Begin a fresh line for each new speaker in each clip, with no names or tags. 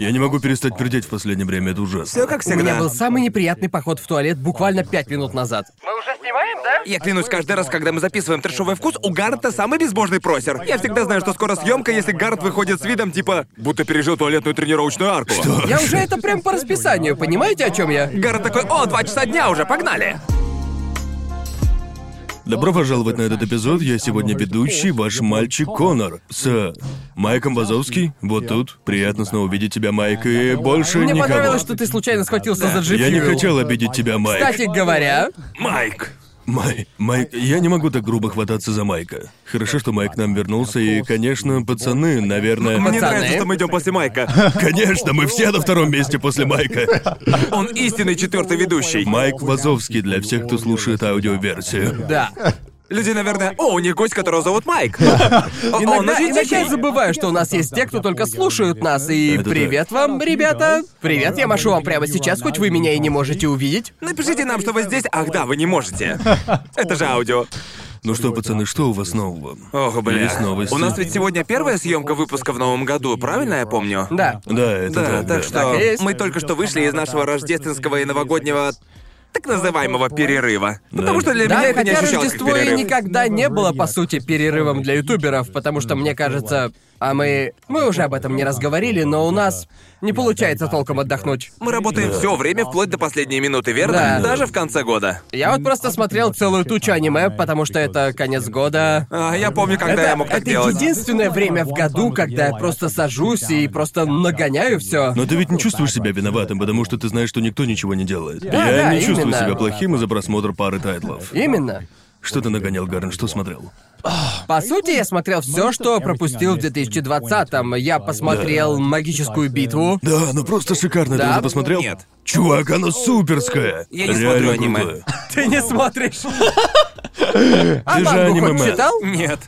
Я не могу перестать пердеть в последнее время, это ужасно.
Все как
У
всегда.
меня был самый неприятный поход в туалет буквально пять минут назад.
Мы уже снимаем, да?
Я клянусь, каждый раз, когда мы записываем трешовый вкус, у Гаррета самый безбожный просер. Я всегда знаю, что скоро съемка, если Гаррет выходит с видом типа, будто пережил туалетную тренировочную арку. Что?
Я уже это прям по расписанию, понимаете, о чем я?
Гаррет такой, о, два часа дня уже, погнали!
Добро пожаловать на этот эпизод. Я сегодня ведущий, ваш мальчик Конор. С Майком Вазовский. Вот тут. Приятно снова видеть тебя, Майк, и больше
Мне
никого.
понравилось, что ты случайно схватился за G
Я не
Fuel.
хотел обидеть тебя, Майк.
Кстати говоря,
Майк!
Май, Майк, я не могу так грубо хвататься за Майка. Хорошо, что Майк к нам вернулся, и, конечно, пацаны, наверное...
Мне
Пацаны.
нравится, что мы идем после Майка.
Конечно, мы все на втором месте после Майка.
Он истинный четвертый ведущий.
Майк Вазовский для всех, кто слушает аудиоверсию.
да.
Люди, наверное, о, у них гость, которого зовут Майк.
ну
Он
Иногда,
на
иногда я
Витяке.
забываю, что у нас есть те, кто только слушают нас, и
Это да.
привет вам, ребята. Привет, я машу вам прямо сейчас, хоть вы меня и не можете увидеть.
Напишите нам, что вы здесь. Ах да, вы не можете. Это же аудио.
Ну что, пацаны, что у вас нового?
Ох, бля.
Есть новости.
У нас ведь сегодня первая съемка выпуска в новом году, правильно я помню?
Да.
Да, это
Да,
так, да.
так что
Так и есть.
мы только что вышли из нашего рождественского и новогоднего так называемого перерыва. Потому что для
Да,
меня это не
хотя
ощущалось как
Рождество и
перерыв.
никогда не было, по сути, перерывом для ютуберов, потому что, мне кажется, а мы... Мы уже об этом не раз говорили, но у нас не получается толком отдохнуть.
Мы работаем все время вплоть до последней минуты, верно?
Да.
Даже в конце года.
Я вот просто смотрел целую тучу аниме, потому что это конец года.
А, я помню, когда
это
я мог так
это
делать.
единственное время в году, когда я просто сажусь и просто нагоняю все.
Но ты ведь не чувствуешь себя виноватым, потому что ты знаешь, что никто ничего не делает. Я
да,
не чувствую
именно.
себя плохим из-за просмотра пары тайтлов.
Именно.
Что ты нагонял, Гарн, что смотрел?
По сути, я смотрел все, что пропустил в 2020-м. Я посмотрел магическую битву.
Да, ну просто шикарно, ты
Да?
уже посмотрел?
Нет.
Чувак, оно суперское!
Я не
Реально
смотрю аниме.
крутое.
Ты не смотришь. А
Ты же
мангу хоть
аниме-мен.
А читал?
Нет.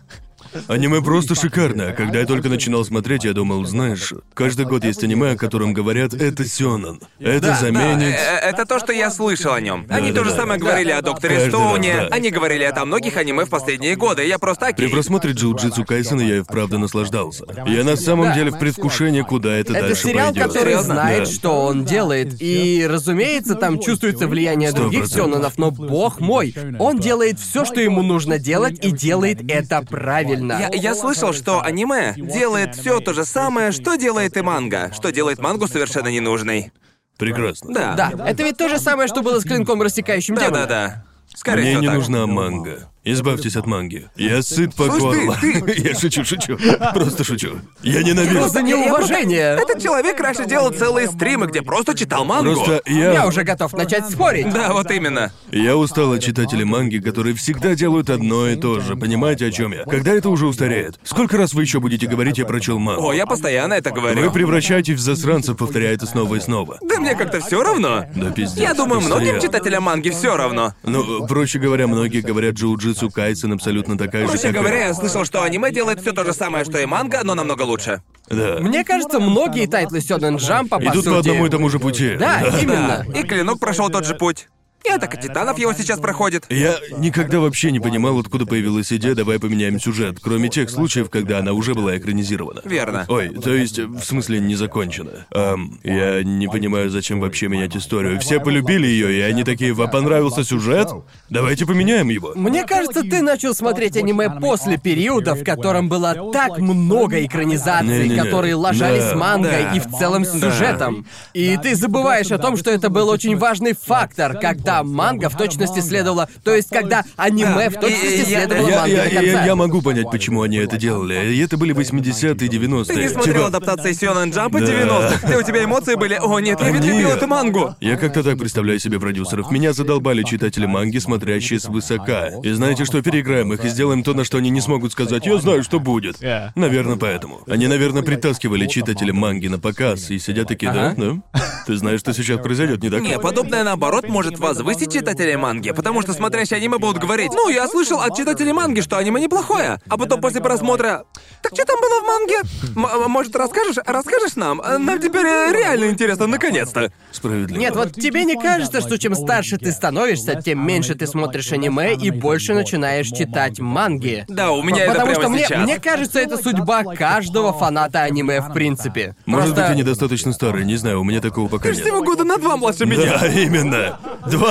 Аниме просто шикарное. Когда я только начинал смотреть, я думал, знаешь, каждый год есть аниме, о котором говорят, это Сёнэн. Это заменит...
Э, Это то, что я слышал о нем. Они
да,
то же
да.
самое говорили о докторе
Каждый раз,
Стоуне.
да.
Они говорили это о многих аниме в последние годы. Я просто
При
окей.
просмотре Джиу-Джитсу Кайсона я и вправду наслаждался. Я на самом
Да.
деле в предвкушении, куда это,
Это
дальше
сериал,
пойдет.
который
Серьезно?
знает,
Да.
что он делает. И, разумеется, там чувствуется влияние
Сто
других
процентов.
Сёнэнов, но бог мой, он делает все, что ему нужно делать, и делает это правильно.
Я, я слышал, что аниме делает все то же самое, что делает и манга, что делает мангу совершенно ненужной.
Прекрасно.
Да.
Да, это ведь то же самое, что было с клинком рассекающим
Да,
демона.
да, да. Скорее
Мне
всего,
не
так.
нужна манга. Избавьтесь от манги. Я сыт по
Ну, Слушай, ты-
горло. Я шучу, шучу. Просто шучу. Я ненавижу.
Просто неуважение.
Этот человек раньше делал целые стримы, где просто читал мангу.
Просто я...
Я уже готов начать спорить.
Да, вот именно.
Я устал от читателей манги, которые всегда делают одно и то же. Понимаете, о чем я? Когда это уже устареет? Сколько раз вы еще будете говорить, я прочел мангу?
О, я постоянно это говорю.
Вы превращаетесь в засранцев, повторяя это снова и снова.
Да мне как-то все равно.
Да пиздец.
Я думаю, многим
постоянно.
читателям манги все равно.
Ну, проще говоря, многие говорят, джиу-джитсу Кайсен абсолютно такая же,
Проще
как и-
говоря, я слышал, что аниме делает все то же самое, что и манга, но намного лучше.
Да.
Мне кажется, многие тайтлы Сёден Джампа, по
Идут
сути...
по одному и тому же пути.
Да,
Да.
именно.
И клинок прошел тот же путь. И атака титанов его сейчас проходит.
Я никогда вообще не понимал, откуда появилась идея «давай поменяем сюжет», кроме тех случаев, когда она уже была экранизирована.
Верно.
Ой, то есть, в смысле, не закончена. Эм, я не понимаю, зачем вообще менять историю. Все полюбили ее, и они такие «Вам понравился сюжет? Давайте поменяем его».
Мне кажется, ты начал смотреть аниме после периода, в котором было так много экранизаций,
Не-не-не.
которые ложались
Да.
с мангой
Да.
и в целом с сюжетом. И ты забываешь о том, что это был очень важный фактор, когда манга в точности следовала... То есть, когда аниме в
И-
точности
и- я-
следовало
Я,
манге
я,
до
я-
конца.
я могу понять, почему они это делали. И это были 80-е и 90-е.
Ты не смотрел
Типа,
адаптации Сёнэн Джампа 90-х, где у тебя эмоции были «О, нет, я ведь любил
Нет.
эту мангу».
Я как-то так представляю себе продюсеров. Меня задолбали читатели манги, смотрящие свысока. И знаете что, переиграем их и сделаем то, на что они не смогут сказать «Я знаю, что будет».
Yeah.
Наверное, поэтому. Они, наверное, притаскивали читателя манги на показ и сидят такие «Да, да». Ты знаешь, что сейчас произойдет, не так? ли?
Не, подобное наоборот может возвысить читателей манги, потому что смотрящие аниме будут говорить, ну, я слышал от читателей манги, что аниме неплохое, а потом после просмотра, так что там было в манге? М- м- может, расскажешь, расскажешь нам? Э, Нам теперь э, реально интересно, наконец-то.
Справедливо.
Нет, вот тебе не кажется, что чем старше ты становишься, тем меньше ты смотришь аниме и больше начинаешь читать манги.
Да, у меня это
Потому
прямо
что мне,
сейчас.
мне кажется, это судьба каждого фаната аниме в принципе.
Может
Просто-
быть, я недостаточно старый, не знаю, у меня такого пока нет.
Всего года на два младше меня.
Да, именно.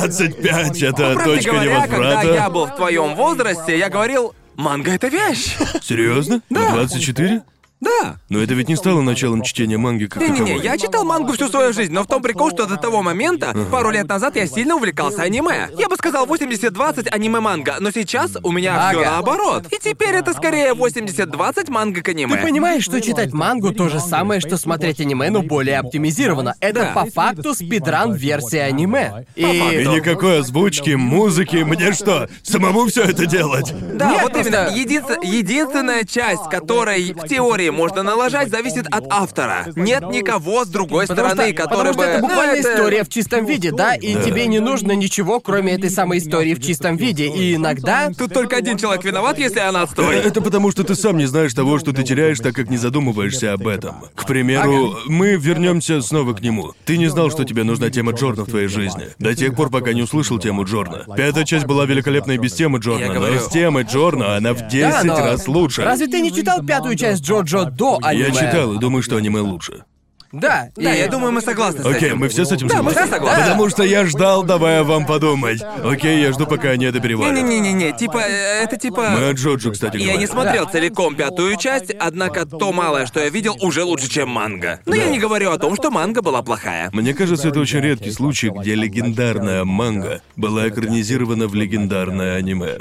25 это
Правда
точка
говоря, когда
невозврата.
я был в твоем возрасте, я говорил, манга это вещь.
Серьезно? Да. 24?
Да.
Но это ведь не стало началом чтения манги как
Не-не-не,
таковой.
я читал мангу всю свою жизнь, но в том прикол, что до того момента, пару лет назад, я сильно увлекался аниме. Я бы сказал 80-20 аниме-манга, но сейчас у меня все
Ага.
наоборот. И теперь это скорее 80-20 манга к аниме.
Ты понимаешь, что читать мангу то же самое, что смотреть аниме, но более оптимизировано. Это
Да.
по факту спидран версия аниме. И
И никакой озвучки, музыки, мне что, самому все это делать?
Да,
Нет,
вот
просто-
именно. Единс- единственная часть, которой в теории можно налажать, зависит от автора. Нет никого с другой
Потому
стороны,
что,
который
потому что
бы...
это
Ну,
буквально
это-
история в чистом виде, да? И
Да.
тебе не нужно ничего, кроме этой самой истории в чистом виде. И иногда...
Тут только один человек виноват, если она
Э,
отстой.
Это потому, что ты сам не знаешь того, что ты теряешь, так как не задумываешься об этом. К примеру, мы вернемся снова к нему. Ты не знал, что тебе нужна тема Джорна в твоей жизни. До тех пор, пока не услышал тему Джорна. Пятая часть была великолепной без темы
Я
Джорна, но
говорю-
с темой Джорна она в 10
Да, но
раз лучше.
Разве ты не читал пятую часть Джо-Джо до аниме?
Я читал и думаю, что аниме лучше.
Да,
Да,
и-
я думаю, мы согласны с
Окей,
этим.
мы все с этим
Да, мы
согласны.
все согласны.
Потому что я ждал, давая вам подумать. Окей, я жду, пока они это переварят.
Не-не-не-не, типа, э, это типа...
Мы о Джоджо, кстати говоря.
Я не смотрел целиком пятую часть, однако то малое, что я видел, уже лучше, чем манга. Но Ну, я не говорю о том, что манга была плохая.
Мне кажется, это очень редкий случай, где легендарная манга была экранизирована в легендарное аниме.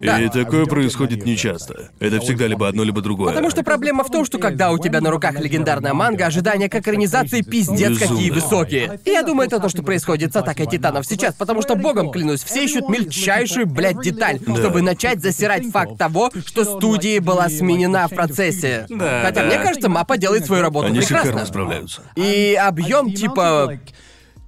И
Да.
такое происходит нечасто. Это всегда либо одно, либо другое.
Потому что проблема в том, что когда у тебя на руках легендарная манга, ожидания к экранизации пиздец
Безумно.
какие высокие. И я думаю, это то, что происходит с атакой титанов сейчас, потому что, богом клянусь, все ищут мельчайшую, блядь, деталь, чтобы начать засирать факт того, что студии была сменена в процессе.
Да,
Хотя,
да.
мне кажется, мапа делает свою работу
Они шикарно
прекрасно.
справляются.
И объем типа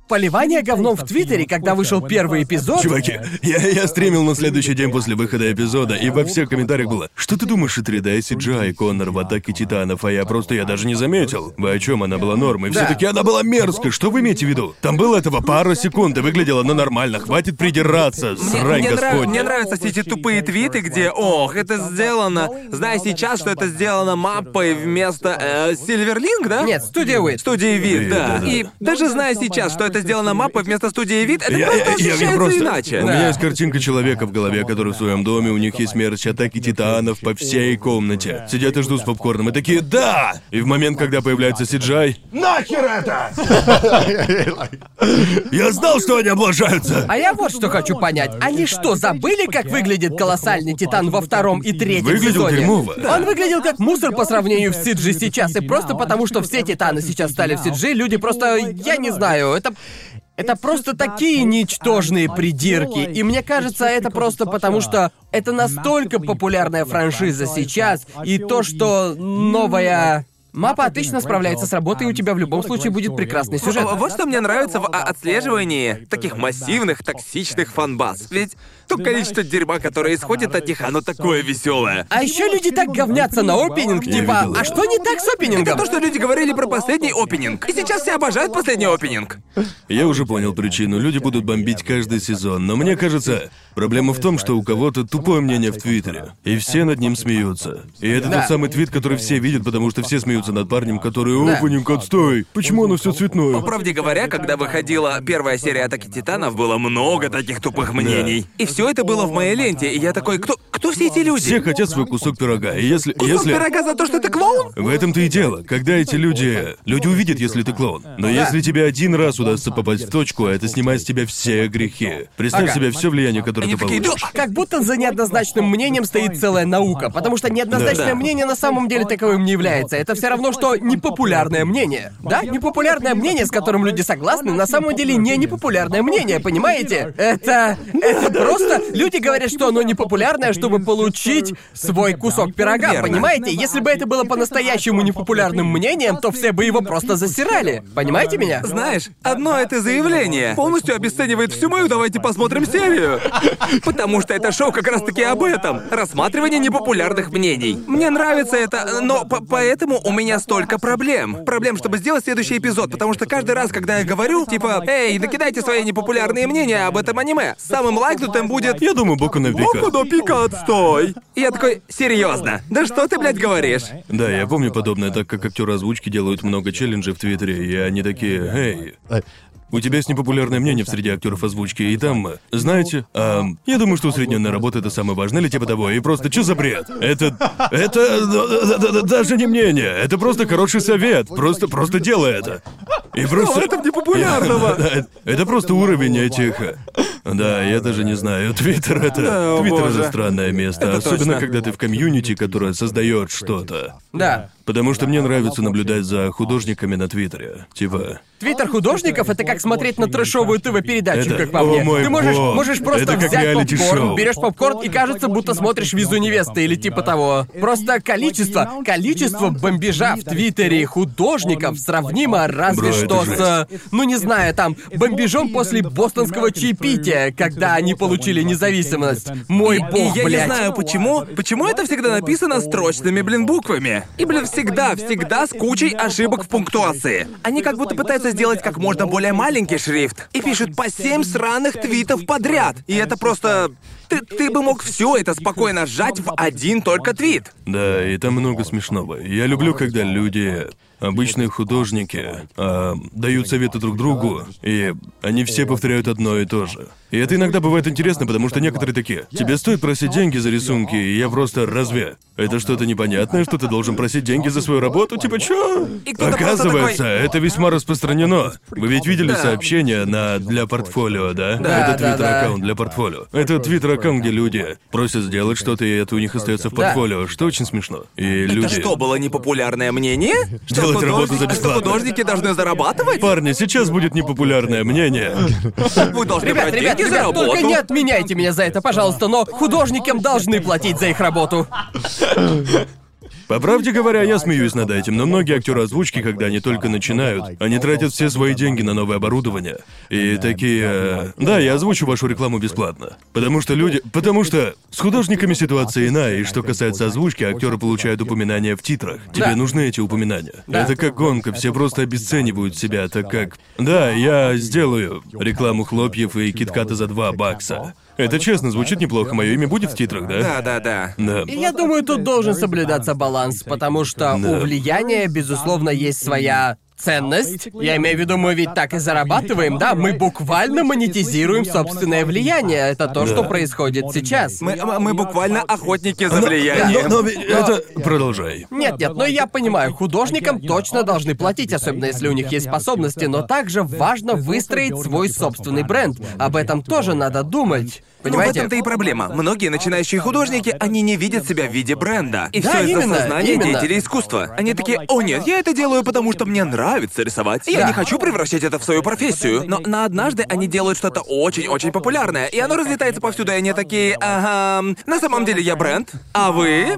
поливания говном в Твиттере, когда вышел первый эпизод.
Э,
Чуваки, я, я стримил на следующий день после выхода эпизода, и во
э,
всех комментариях было «Что ты думаешь о 3D CGI, Коннор, в атаке Титанов?» А я просто, я даже не заметил. Вы о чем она была нормой? все таки она была мерзкой, что вы имеете в виду? Там было этого пара секунд, и выглядело она нормально, хватит придираться,
Мне,
срань
мне нрав-
господня.
мне нравятся все эти тупые твиты, где «Ох, это сделано...» Знаю сейчас, что это сделано маппой вместо... э, «Сильверлинг», да?
Нет, студия Уит.
Студии
Вид,
вид, да.
да-да.
И даже зная сейчас, что это сделано маппой вместо студии вид, это
Я-
просто
я- я- я
ощущается
просто-
иначе.
У
Да.
меня есть картинка человека в голове, который в своем доме, у них есть мерч атаки титанов по всей комнате. Сидят и ждут с попкорном, и такие «Да!» И в момент, когда появляется Сиджай,
Нахер это!
«Я знал, что они облажаются!»
А я вот что хочу понять. Они что, забыли, как выглядит колоссальный титан во втором и третьем
Выглядел
сезоне?
дерьмово. Да.
Он выглядел как мусор по сравнению с Сиджи сейчас. И просто потому, что все титаны сейчас стали в Сиджи, люди просто... Я не знаю, это... Это просто такие ничтожные придирки. И мне кажется, это просто потому, что это настолько популярная франшиза сейчас, и то, что новая... Мапа отлично справляется с работой, и у тебя в любом случае будет прекрасный сюжет.
А Вот что мне нравится в а, отслеживании таких массивных, токсичных фанбаз. Ведь то количество дерьма, которое исходит от них, оно такое веселое.
А еще люди так говнятся на опенинг,
Я
типа,
видел
а
это.
что не так с
Это
опенингом?
то, что люди говорили про последний опенинг. И сейчас все обожают последний опенинг.
Я уже понял причину, люди будут бомбить каждый сезон, но мне кажется, проблема в том, что у кого-то тупое мнение в Твиттере, и все над ним смеются. И это
Да.
тот самый твит, который все видят, потому что все смеются над парнем, который
Да.
«Опенинг, отстой! Почему оно все цветное?»
По правде говоря, когда выходила первая серия Атаки Титанов, было много таких тупых мнений. И все это было в моей ленте, и я такой, кто, кто все эти люди?
Все хотят свой кусок пирога, и если...
Кусок
если...
пирога за то, что ты клоун?
В этом-то и дело. Когда эти люди... Люди увидят, если ты клоун. Но если тебе один раз удастся попасть в точку, это снимает с тебя все грехи. Представь
Ага.
себе все влияние, которое
Они
ты
такие,
получишь.
«Да,
Как будто за неоднозначным мнением стоит целая наука, потому что неоднозначное
Да.
мнение на самом деле таковым не является. Это все равно, что непопулярное мнение. Да, непопулярное мнение, с которым люди согласны, на самом деле не непопулярное мнение, понимаете? Это... Это просто... Люди говорят, что оно непопулярное, чтобы получить свой кусок пирога,
Верно.
понимаете? Если бы это было по-настоящему непопулярным мнением, то все бы его просто засирали. Понимаете меня?
Знаешь, одно это заявление полностью обесценивает всю мою «давайте посмотрим серию». Потому что это шоу как раз-таки об этом. Рассматривание непопулярных мнений. Мне нравится это, но по- поэтому у меня столько проблем. Проблем, чтобы сделать следующий эпизод, потому что каждый раз, когда я говорю, типа, «Эй, накидайте свои непопулярные мнения об этом аниме», самым лайкнутым будет
Я думаю, Боку на
«Боку до пика, отстой!» И я такой, серьезно, да что ты, блядь, говоришь?
Да, я помню подобное, так как актеры озвучки делают много челленджей в Твиттере, и они такие, эй, у тебя есть непопулярное мнение в среде актеров озвучки, и там, э, знаете, эм, я думаю, что усредненная работа это самое важное или типа того, и просто что за бред? Это, это э, э, э, даже не мнение, это просто хороший совет, просто, просто делай это. И просто...
в этом непопулярного?
Да, это- Это просто уровень этих... э, Да, я даже не знаю, Твиттер это...
Да, о
Твиттер
боже.
это странное место, особенно
точно.
когда ты в комьюнити, которое создает что-то.
Да.
Потому что мне нравится наблюдать за художниками на Твиттере. Типа,
Твиттер художников это как смотреть на трэшовую ТВ-передачу,
Это-
как по
о
мне.
мой
Ты можешь,
бог.
можешь просто
Это как
взять попкорн,
реалити-шоу.
берешь попкорн и кажется, будто смотришь визу невесты или типа того. Просто количество, количество бомбежа в Твиттере художников сравнимо разве
Бро, это
что
жесть.
с, ну не знаю, там, бомбежом после бостонского чаепития, когда они получили независимость. Мой
И
бог,
я не
блядь.
знаю почему, почему это всегда написано строчными, блин, буквами. И, блин, всегда, всегда с кучей ошибок в пунктуации. Они как будто пытаются сделать как можно более маленький шрифт. И пишут по семь сраных твитов подряд. И это просто... Ты, ты бы мог все это спокойно сжать в один только твит.
да, и там много смешного. Я люблю, когда люди, обычные художники, а, дают советы друг другу, и они все повторяют одно и то же. И это иногда бывает интересно, потому что некоторые такие, тебе стоит просить деньги за рисунки, и я просто разве? Это что-то непонятное, что ты должен просить деньги за свою работу? Типа, чё?
И кто-то просто
Оказывается,
такой-
это весьма распространено. Вы ведь видели
Да.
сообщения на для портфолио, да?
Да,
это
да,
твиттер-аккаунт для портфолио. Это твиттер-аккаунт, где люди просят сделать что-то, и это у них остается в
Да.
портфолио, что очень смешно. И люди.
Это что, было непопулярное мнение? Что
Делать работу за
художники- что
бесплатно.
художники должны зарабатывать?
Парни, сейчас будет непопулярное мнение.
Вы должны
Ребят,
брать
ребят,
деньги за
ребят,
работу.
только не отменяйте меня за это, пожалуйста, но художникам должны платить за их работу.
По правде говоря, я смеюсь над этим, но многие актеры озвучки, когда они только начинают, они тратят все свои деньги на новое оборудование. И такие... э, Да, я озвучу вашу рекламу бесплатно. Потому что люди... Потому что с художниками ситуация иная, и что касается озвучки, актеры получают упоминания в титрах. Тебе
Да.
нужны эти упоминания. Это как гонка, все просто обесценивают себя, так как... Да, я сделаю рекламу хлопьев и китката за 2 бакса. Это честно, звучит неплохо, мое имя будет в титрах, да?
Да, да, да.
Да.
И Я думаю, тут должен соблюдаться баланс, потому что
Да.
у влияния, безусловно, есть своя ценность. Я имею в виду, мы ведь так и зарабатываем, да? Мы буквально монетизируем собственное влияние. Это то, что происходит сейчас.
Мы, м- мы буквально охотники за влиянием.
Но, но ведь это... Продолжай.
Нет, нет, но я понимаю, художникам точно должны платить, особенно если у них есть способности, но также важно выстроить свой собственный бренд. Об этом тоже надо думать.
Понимаете? Ну, в
Понимаете?
этом-то и проблема. Многие начинающие художники, они не видят себя в виде бренда. И
Да,
все из-за
именно,
сознания
именно.
деятелей искусства. Они такие, о нет, я это делаю, потому что мне нравится рисовать. Я
Да.
не хочу превращать это в свою профессию. Но на однажды они делают что-то очень-очень популярное, и оно разлетается повсюду, и они такие, ага, на самом деле я бренд, а вы...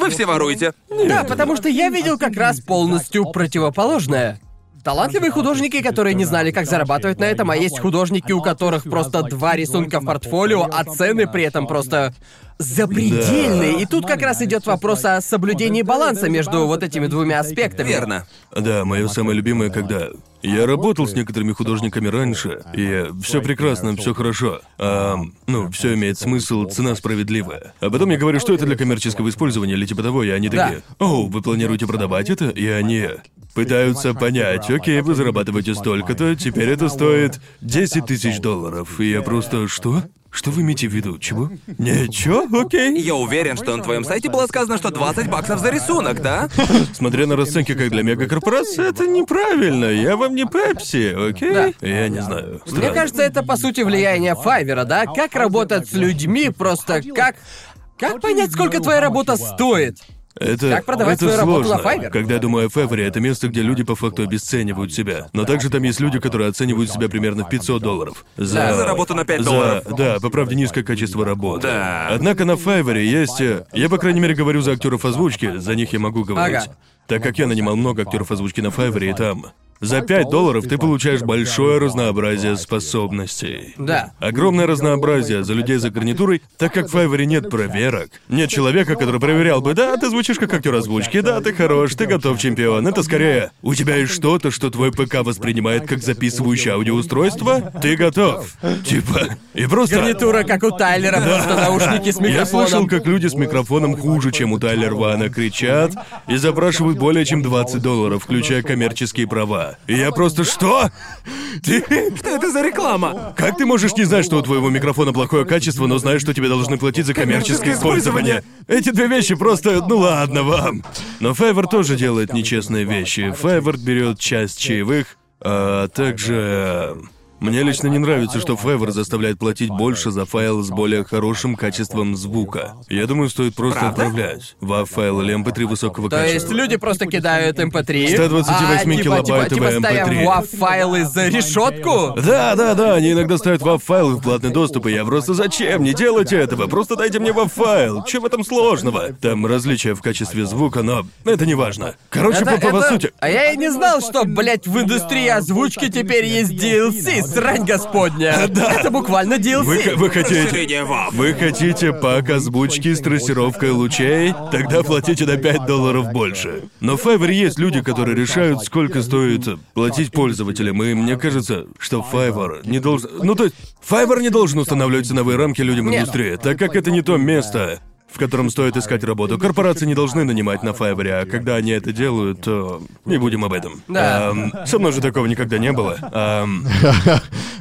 Вы все воруете.
Да, потому что я видел как раз полностью противоположное. Талантливые художники, которые не знали, как зарабатывать на этом, а есть художники, у которых просто два рисунка в портфолио, а цены при этом просто запредельные.
Да.
И тут как раз идет вопрос о соблюдении баланса между вот этими двумя аспектами.
Верно.
Да, мое самое любимое, когда я работал с некоторыми художниками раньше, и все прекрасно, все хорошо. Ам, ну, все имеет смысл, цена справедливая. А потом я говорю, что это для коммерческого использования или типа того, и они такие, «О, вы планируете продавать это?» И они пытаются понять, окей, вы зарабатываете столько-то, теперь это стоит 10 тысяч долларов. И я просто, что? Что вы имеете в виду? Чего? Ничего? Окей.
Я уверен, что на твоем сайте было сказано, что 20 баксов за рисунок, да?
Смотря на расценки как для мегакорпорации, это неправильно. Я вам не Пепси, окей? Я не знаю.
Мне
Странно.
кажется, это по сути влияние Файвера, да? Как работать с людьми, просто как... Как понять, сколько твоя работа стоит?
Это,
Как продавать
это
свою работу
сложно.
на Fiverr?
Когда я думаю о Февере, это место, где люди по факту обесценивают себя. Но также там есть люди, которые оценивают себя примерно в 500 долларов. За,
Да, за работу на 5 долларов.
Да, по правде низкое качество работы.
Да.
Однако на Файвере есть... э, Я, по крайней мере, говорю за актеров озвучки, за них я могу говорить.
Ага.
Так как я нанимал много актеров озвучки на Файвере и там. За 5 долларов ты получаешь большое разнообразие способностей.
Да.
Огромное разнообразие за людей за гарнитурой, так как в Файвере нет проверок. Нет человека, который проверял бы, да, ты звучишь как актер озвучки, да, ты хорош, ты готов, чемпион. Это скорее, у тебя есть что-то, что твой ПК воспринимает как записывающее аудиоустройство, ты готов. Типа, и просто...
Гарнитура, как у Тайлера, просто наушники с
Я слышал,
микрофоном.
как люди с микрофоном хуже, чем у Тайлер Вана, кричат и запрашивают более чем 20 долларов, включая коммерческие права. И я просто что? Ты...
Что это за реклама?
Как ты можешь не знать, что у твоего микрофона плохое качество, но знаешь, что тебе должны платить за коммерческое использование? Эти две вещи просто, ну ладно вам. Но Файвер тоже делает нечестные вещи. Файвер берет часть чаевых, а также... э, Мне лично не нравится, что Файвер заставляет платить больше за файл с более хорошим качеством звука. Я думаю, стоит просто
Правда?
отправлять во файл или mp3 высокого
То есть
качества.
люди просто кидают mp3.
128
а, типа, типа, типа
килобайтовый MP3.
ставим WAV-файлы за решетку.
Да, да, да, они иногда ставят вав файлы в платный доступ, и я просто зачем? Не делайте этого, просто дайте мне вав файл. Че в этом сложного? Там различия в качестве звука, но это не важно. Короче, по, по- по сути.
А я и не знал, что, блядь, в индустрии озвучки теперь есть DLC, срань господня.
Да.
Это буквально DLC.
Вы, х- вы хотите.
Средняя вав.
Вы хотите пак озвучки с трассировкой лучей? Тогда платите на 5 долларов больше. Но в Fiverr есть люди, которые решают, сколько стоит платить пользователям, и мне кажется, что Fiverr не должен... Ну то есть, Fiverr не должен устанавливать ценовые рамки людям
Нет.
индустрии, так как это не то место, в котором стоит искать работу. Корпорации не должны нанимать на Fiverr, а когда они это делают, то не будем об этом.
Да.
Эм, со мной же такого никогда не было. Эм,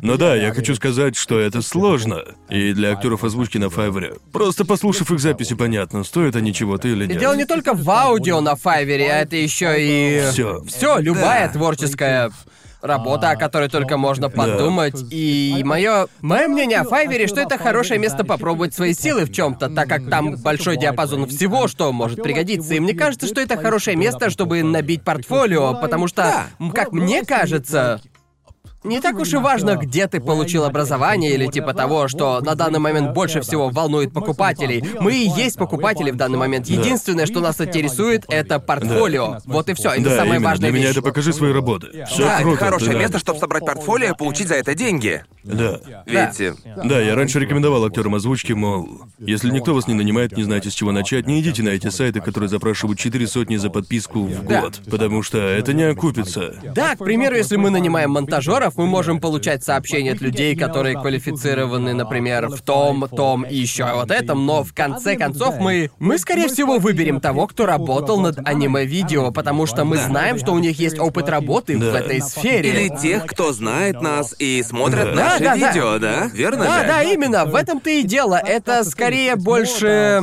но да, я хочу сказать, что это сложно. И для актеров озвучки на Файвере. Просто послушав их записи, понятно, стоят они чего-то или
И дело не
нет.
только в аудио на Файвере, а это еще и...
Всё.
Все, любая творческая работа, о которой только можно подумать. И мое мое мнение о Файвере, что это хорошее место попробовать свои силы в чем-то, так как там большой диапазон всего, что может пригодиться. И мне кажется, что это хорошее место, чтобы набить портфолио, потому что, м, как мне кажется, не так уж и важно, где ты получил образование или типа того, что на данный момент больше всего волнует покупателей. Мы и есть покупатели в данный момент. Единственное, что нас интересует, это портфолио. Вот и все. Это
Да,
самая
именно.
важная
Для меня
вещь.
это покажи свои работы. Все
Да,
круто.
это хорошее
да.
место, чтобы собрать портфолио и получить за это деньги.
Да.
Ведь... э,
Да, я раньше рекомендовал актерам озвучки, мол, если никто вас не нанимает, не знаете, с чего начать, не идите на эти сайты, которые запрашивают четыре сотни за подписку в
Да.
год, потому что это не окупится.
Да, к примеру, если мы нанимаем монтажеров, мы можем получать сообщения от людей, которые квалифицированы, например, в том, том и еще вот этом, но в конце концов мы... Мы, скорее всего, выберем того, кто работал над аниме-видео, потому что мы знаем, что у них есть опыт работы в
Да.
этой сфере.
Или тех, кто знает нас и
Да.
смотрит наши
Да, да, да.
видео, да? Верно
Да,
же?
да, именно, в этом-то и дело. Это скорее больше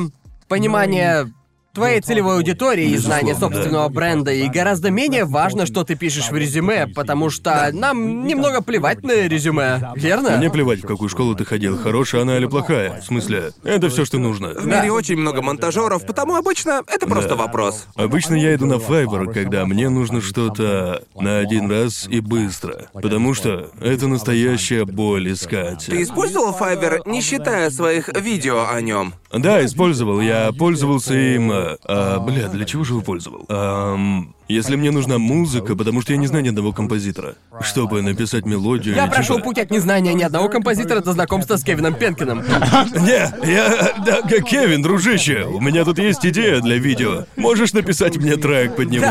понимание твоей целевой аудитории и знание
Безусловно, да.
собственного бренда. И гораздо менее важно, что ты пишешь в резюме, потому что нам немного плевать на резюме, верно?
Мне плевать, в какую школу ты ходил, хорошая она или плохая. В смысле, это все, что нужно.
В мире очень много монтажеров, потому обычно это просто вопрос.
Обычно я иду на Fiverr, когда мне нужно что-то на один раз и быстро. Потому что это настоящая боль искать.
Ты использовал Fiverr, не считая своих видео о нем?
Да, использовал. Я пользовался им... э, а, бля, для чего же его пользовал? Ам, если мне нужна музыка, потому что я не знаю ни одного композитора. Чтобы написать мелодию...
Я
или
прошел
типа-
путь от незнания ни одного композитора до знакомства с Кевином Пенкином.
Не, я... Да, как Кевин, дружище, у меня тут есть идея для видео. Можешь написать мне трек под него?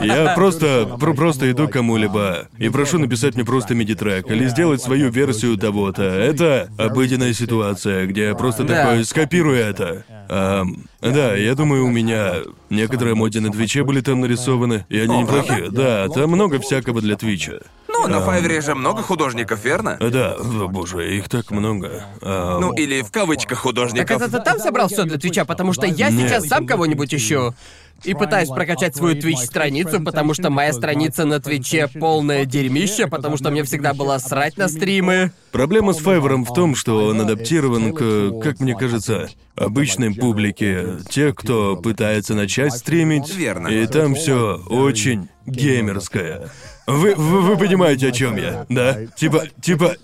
Я просто... пр- Просто иду к кому-либо и прошу написать мне просто миди-трек или сделать свою версию того-то. Это обыденная ситуация, где я просто
Да.
такой, скопирую это. Ам, да, я думаю, у меня некоторые моди на Твиче были там нарисованы, и они неплохие. Да, там много всякого для Твича.
Ну, на Fiverr же много художников, верно?
Да, о, боже, их так много. Ам,
Ну, или в кавычках
Так
художников.
это ты там собрал все для Твича, потому что я
Нет.
сейчас сам кого-нибудь ищу. и пытаюсь прокачать свою Twitch-страницу, потому что моя страница на Твиче полное дерьмище, потому что мне всегда было срать на стримы.
Проблема с Файвером в том, что он адаптирован к, как мне кажется, обычной публике, те, кто пытается начать стримить.
Верно.
И там все очень геймерское. Вы, вы, вы понимаете, о чем я, да? Типа, типа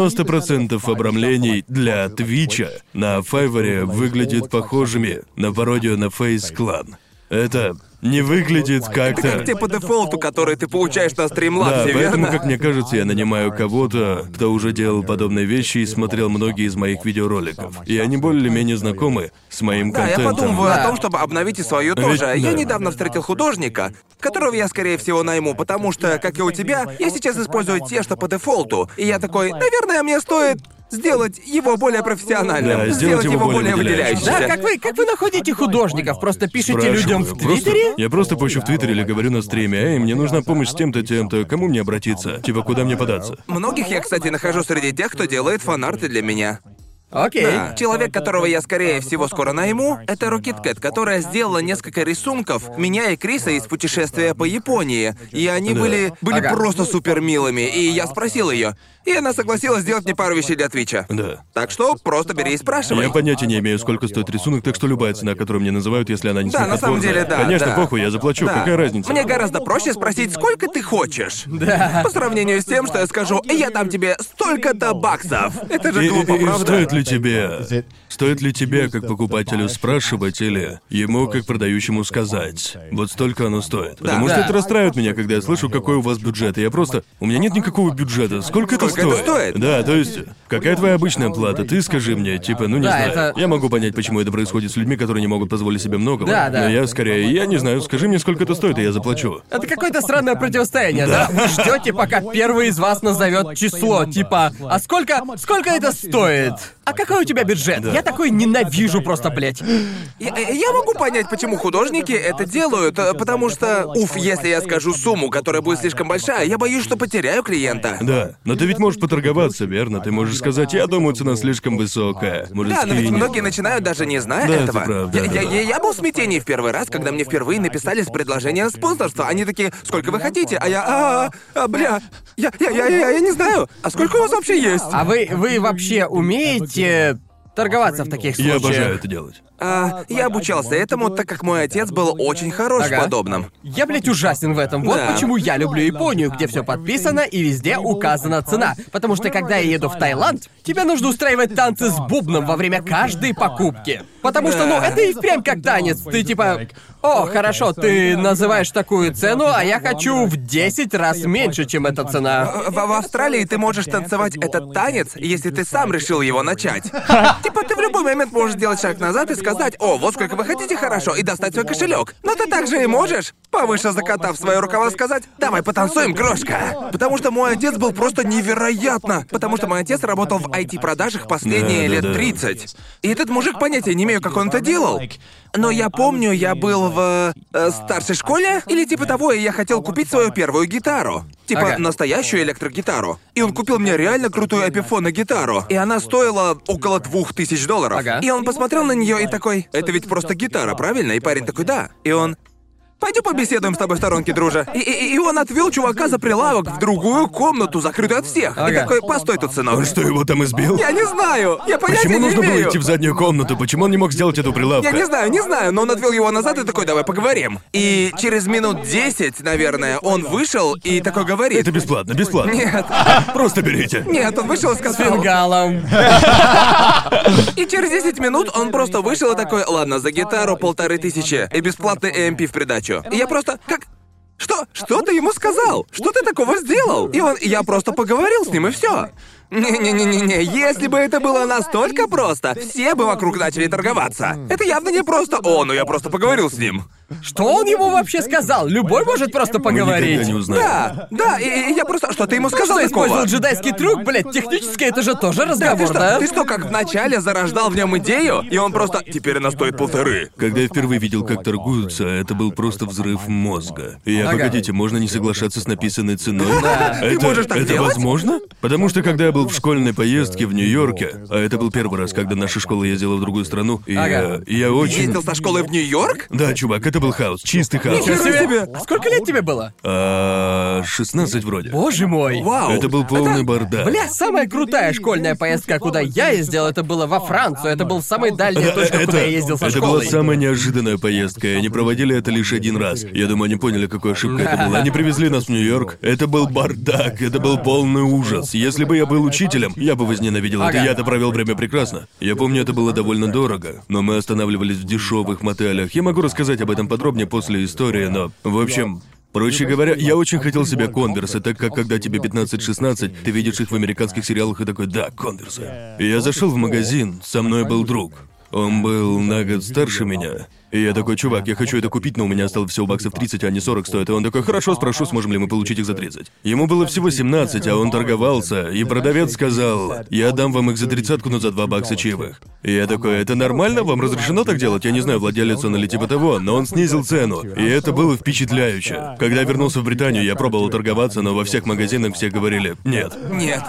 90% обрамлений для Твича на Файвере выглядит похожими на пародию на Face Clan. Это не выглядит как-то...
Как те по типа дефолту, которые ты получаешь
Да,
на стримлабсе,
поэтому,
верно?
как мне кажется, я нанимаю кого-то, кто уже делал подобные вещи и смотрел многие из моих видеороликов. И они более-менее знакомы с моим
Да, я
контентом.
подумываю
Да.
о том, чтобы обновить и свою тоже. Я
да.
недавно встретил художника, которого я, скорее всего, найму, потому что, как и у тебя, я сейчас использую те, что по дефолту. И я такой, наверное, мне стоит сделать его более профессиональным,
Да,
сделать его более выделяющимся.
выделяющимся.
Да, как вы, как вы находите художников? Просто пишите
Спрашиваю.
людям в
Просто-
Твиттере?
я просто пощу в Твиттере или говорю на стриме, эй, мне нужна помощь с тем-то, тем-то, кому мне обратиться? Типа, куда мне податься?
Многих я, кстати, нахожу среди тех, кто делает фанарты для меня.
Окей.
Да. Человек, которого я, скорее всего, скоро найму, это Rocket Cat, которая сделала несколько рисунков меня и Криса из путешествия по Японии. И они
Да.
были, были
Ага.
просто супер милыми. И я спросил ее. И она согласилась сделать мне пару вещей для Твича.
Да.
Так что просто бери и спрашивай.
Я понятия не имею, сколько стоит рисунок, так что любая цена, которую мне называют, если она не
Да, на самом
смехотворная.
деле, да,
Конечно,
да.
похуй, я заплачу,
Да.
какая разница?
Мне гораздо проще спросить, сколько ты хочешь. Да. По сравнению с тем, что я скажу, я дам тебе столько-то баксов. Это
И-
же
и-
глупо,
и
правда?
стоит ли тебе... Стоит ли тебе, как покупателю, спрашивать или ему, как продающему, сказать? Вот столько оно стоит. Потому
Да.
что это расстраивает меня, когда я слышу, какой у вас бюджет. И я просто... У меня нет никакого бюджета. Сколько это
Сколько это
стоит?
стоит?
Да, то есть... Какая твоя обычная плата? Ты скажи мне, типа, ну не
Да,
знаю.
это-
Я могу понять, почему это происходит с людьми, которые не могут позволить себе многого.
Да, да.
Но я скорее... Я не знаю, скажи мне, сколько это стоит, и я заплачу.
Это какое-то странное противостояние, да? Вы ждете, пока первый из вас назовет число, типа, а сколько, сколько это стоит? А какой у тебя бюджет? Я такой ненавижу просто, блядь.
Я, э, я могу понять, почему художники это делают, э, потому что, уф, если я скажу сумму, которая будет слишком большая, я боюсь, что потеряю клиента.
Да, но ты ведь можешь поторговаться, верно? Ты можешь сказать, я думаю, цена слишком высокая. Может,
Да, но ведь
скинем?»
многие начинают даже не зная
Да, это
этого.
правда,
я, я-
да.
я- я был в смятении в первый раз, когда мне впервые написали с предложения спонсорства. Они такие, сколько вы хотите? А я, а, а, а, бля, я, я, я, я, я не знаю. А сколько у вас вообще есть?
А вы, вы вообще умеете торговаться в таких
Я
случаях?
обожаю это делать.
А, я обучался этому, так как мой отец был очень хорош в
Ага.
подобном.
Я, блядь, ужасен в этом. Вот
Да.
почему я люблю Японию, где все подписано и везде указана цена. Потому что когда я еду в Таиланд, тебе нужно устраивать танцы с бубном во время каждой покупки. Потому что, ну,
Да.
это и впрямь как танец. Ты типа, о, хорошо, ты называешь такую цену, а я хочу в 10 раз меньше, чем эта цена.
В, в Австралии ты можешь танцевать этот танец, если ты сам решил его начать. Типа ты в любой момент можешь сделать шаг назад и сказать, о, вот сколько вы хотите, хорошо, и достать свой кошелек. Но ты также и можешь, повыше закатав свои рукава, сказать, давай потанцуем, крошка. Потому что мой отец был просто невероятно. Потому что мой отец работал в IT-продажах последние
Да, да, да.
лет 30. И этот мужик понятия не имею, как он это делал. Но я помню, я был в э, старшей школе или типа того, и я хотел купить свою первую гитару. Типа
Ага.
настоящую электрогитару. И он купил мне реально крутую эпифона гитару. И она стоила около двух тысяч долларов.
Ага.
И он посмотрел на нее и такой, это ведь просто гитара, правильно? И парень такой, да. И он, Пойдем побеседуем с тобой в сторонке, друже. И, и- и он отвел чувака за прилавок в другую комнату, закрытую от всех. И
Ага.
такой, постой тут, сынок.
Он что, его там избил?
Я не знаю. Я понятия
Почему
не
нужно
имею.
было идти в заднюю комнату? Почему он не мог сделать эту прилавку?
Я не знаю, не знаю, но он отвел его назад и такой, давай поговорим. И через минут 10, наверное, он вышел и такой говорит.
Это бесплатно, бесплатно.
Нет,
Просто берите.
нет, он вышел и
С
сказал.
фингалом.
И через 10 минут он просто вышел и такой, ладно, за гитару полторы тысячи и бесплатный EMP в придачу. И я просто, как, что? Что ты ему сказал? Что ты такого сделал? И он, я просто поговорил с ним и все. Не-не-не-не-не, если бы это было настолько просто, все бы вокруг начали торговаться. Это явно не просто он, но я просто поговорил с ним.
Что он ему вообще сказал? Любой может просто
Мы никогда
поговорить.
не узнаем.
Да, да, и, и я просто... Что ты ему
Ты
сказал
что, использовал
такого?
джедайский трюк, блядь, технически это же тоже
Да, ты
разговор,
что,
да?
ты что, как вначале зарождал в нем идею, и он просто... Теперь она стоит полторы.
Когда я впервые видел, как торгуются, это был просто взрыв мозга. И я,
Ага.
погодите, можно не соглашаться с написанной ценой?
Да.
Это,
Ты можешь так
это
делать?
возможно? Потому что когда я был был в школьной поездке в Нью-Йорке, а это был первый раз, когда наша школа ездила в другую страну, и
Ага.
я, я очень...
Ездил со школы в Нью-Йорк?
Да, чувак, это был хаос, чистый хаос.
Нихера
Чё
себе!
Сколько лет тебе было?
А, 16 вроде.
Боже мой.
Вау!
Это был полный бардак.
Бля, самая крутая школьная поездка, куда я ездил, это было во Францию. Это был самый дальний точка,
это,
куда я ездил со
это
школой.
была самая неожиданная поездка, и они проводили это лишь один раз. Я думаю, они поняли, какой ошибка это была. Они привезли нас в Нью-Йорк. Это был бардак, это был полный ужас. Если бы я был учителем, я бы возненавидел это.
Ага.
Я-то провел время прекрасно. Я помню, это было довольно дорого, но мы останавливались в дешевых мотелях. Я могу рассказать об этом подробнее после истории, но... В общем, Проще говоря, я очень хотел себе конверсы, так как когда тебе 15-16, ты видишь их в американских сериалах и такой, да, конверсы. И я зашел в магазин, со мной был друг. Он был на год старше меня. И я такой, чувак, я хочу это купить, но у меня осталось всего баксов 30, а не 40 стоит. И он такой, хорошо, спрошу, сможем ли мы получить их за 30. Ему было всего 17, а он торговался, и продавец сказал, я дам вам их за 30, но за 2 бакса чаевых. И я такой, это нормально, вам разрешено так делать? Я не знаю, владелец он или типа того, но он снизил цену. И это было впечатляюще. Когда я вернулся в Британию, я пробовал торговаться, но во всех магазинах все говорили, нет,
Нет.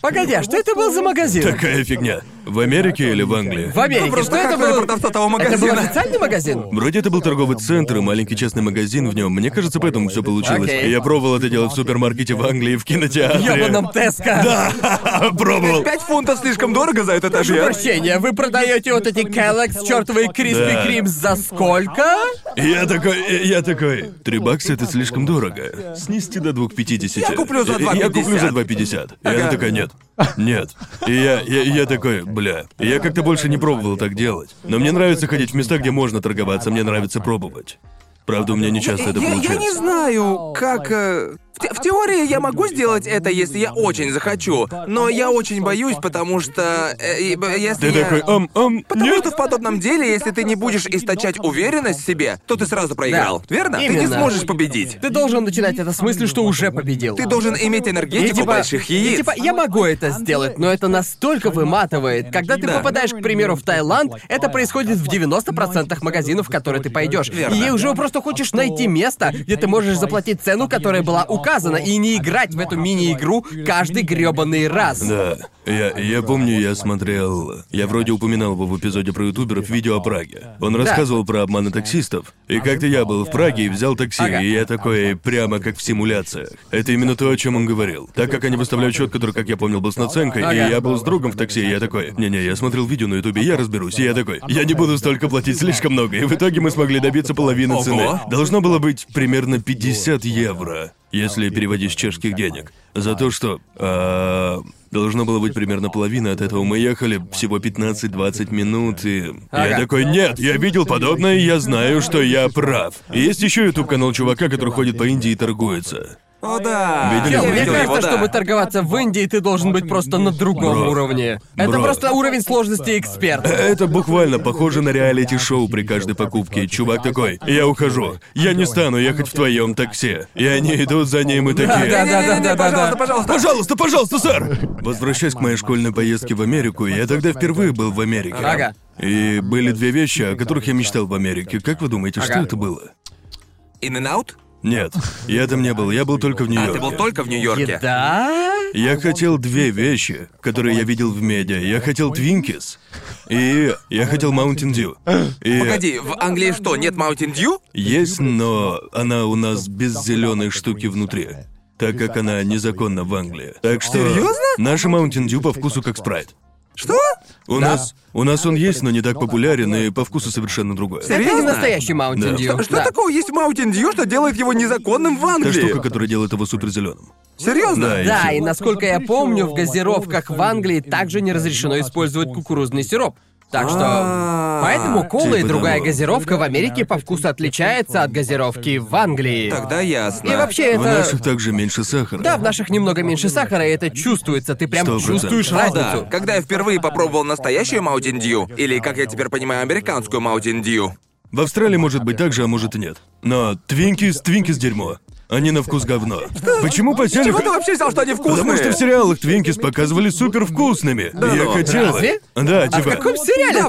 Погоди, а что это был за магазин?
такая фигня. В Америке или в Англии?
В Америке.
Ну, просто
что это
как
было?
продавца того
Это был
магазина.
официальный магазин?
Вроде это был торговый центр и маленький частный магазин в нем. Мне кажется, поэтому все получилось.
Окей.
Я пробовал это дело в супермаркете в Англии и в кинотеатре.
Ёбаном Теска.
Да, пробовал.
Пять фунтов слишком дорого за этот
Прошу
обед.
прощения, вы продаете вот эти Келлекс, чертовые Криспи
Да.
Кримс за сколько?
Я такой, я такой. Три бакса это слишком дорого. Снести до двух пятидесяти.
Я куплю за
Я- Я куплю за
2,50.
два пятьдесят. И она такая, нет, нет. И я, я, я такой, бля. Я как-то больше не пробовал так делать. Но мне нравится ходить в места, где можно торговаться. Мне нравится пробовать. Правда, у меня не часто это
Я- я, не
получается.
знаю, как... э, В, те- в теории я могу сделать это, если я очень захочу, но я очень боюсь, потому что... э, и- б- если
Ты
я-
такой, ам, ам,
Потому
нет.
что в подобном деле, если ты не будешь источать уверенность в себе, то ты сразу проиграл, верно? Ты не
Именно.
сможешь победить.
Ты должен начинать это с мысли, что уже победил.
Ты должен иметь
И
энергетику
типа,
больших
и
яиц.
типа, я могу это сделать, но это настолько выматывает. Когда ты
Да.
попадаешь, к примеру, в Таиланд, это происходит в 90% магазинов, в которые ты пойдешь.
Верно.
И ей уже просто хочешь найти место, где ты можешь заплатить цену, которая была указана, и не играть в эту мини-игру каждый грёбаный раз.
Да. Я, я помню, я смотрел... Я вроде упоминал его в эпизоде про ютуберов видео о Праге. Он рассказывал про обманы таксистов. И как-то я был в Праге и взял такси,
Ага.
и я такой, прямо как в симуляциях. Это именно то, о чем он говорил. Так как они выставляют счет, который, как я понял, был с наценкой,
Ага.
и я был с другом в такси, и я такой, не-не, я смотрел видео на ютубе, я разберусь. И я такой, я не буду столько платить, слишком много. И в итоге мы смогли добиться половины
Ого.
цены. Должно было быть примерно 50 евро, если переводить с чешских денег. За то, что... а, должно было быть примерно половина от этого. Мы ехали всего 15-20 минут, и... Я
Ага.
такой, нет, я видел подобное, и я знаю, что я прав. И есть еще YouTube-канал чувака, который ходит по Индии и торгуется.
О, да.
Видели?
Я
Чел, мне
видел
кажется,
его, да.
чтобы торговаться в Индии, ты должен быть просто на другом
Бро.
уровне. Это
Бро.
просто уровень сложности эксперта.
Это буквально похоже на реалити-шоу при каждой покупке. Чувак такой, я ухожу, я не стану ехать в твоем такси. И они идут за ним и такие...
да, да,
Не-не-не,
да, да,
пожалуйста,
да.
пожалуйста.
Пожалуйста, пожалуйста, сэр! Возвращаясь к моей школьной поездке в Америку, я тогда впервые был в Америке.
Ага.
И были две вещи, о которых я мечтал в Америке. Как вы думаете, что
Ага.
это было?
In and out?
Нет, я там не был, я был только в
А,
Нью-Йорке.
ты был только в Нью-Йорке.
Да?
Я хотел две вещи, которые я видел в медиа. Я хотел Твинкис, и я хотел Mountain Dew. И
Погоди, в Англии что, нет Mountain Dew?
есть, но она у нас без зеленой штуки внутри. Так как она незаконна в Англии. Так что...
Серьёзно?
Наша Mountain Dew по вкусу как спрайт.
Что?
У нас, у нас он есть, но не так популярен и по вкусу совершенно другой.
Это не
Серьезно?
настоящий Mountain
Да.
Dew.
Что
Да.
такого есть в Mountain Dew, что делает его незаконным в
Та штука,
Англии?
которая делает его суперзеленым.
Серьезно?
Да,
Да,
и
и насколько я помню, в газировках в Англии также не разрешено использовать кукурузный сироп. Так что...
А.
Поэтому кола и
Типа
другая
того.
газировка в Америке по вкусу отличается от газировки в Англии.
Тогда
И
ясно.
вообще
В наших
это...
также меньше сахара.
Да, в наших немного меньше сахара, и это чувствуется. Ты прям
Сто процентов.
чувствуешь
Правда,
разницу.
когда я впервые попробовал настоящую Mountain Dew, или, как я теперь понимаю, американскую Mountain Dew,
В Австралии может быть так же, а может и нет. Но Твинкис, Твинкис дерьмо. Они на вкус говно. Почему посяли...
Чего ты вообще взял, что они вкусные?
Потому что в сериалах Твинкис показывали супер вкусными. я
ну.
хотел.
Разве? А
Да, типа.
В каком сериале-то?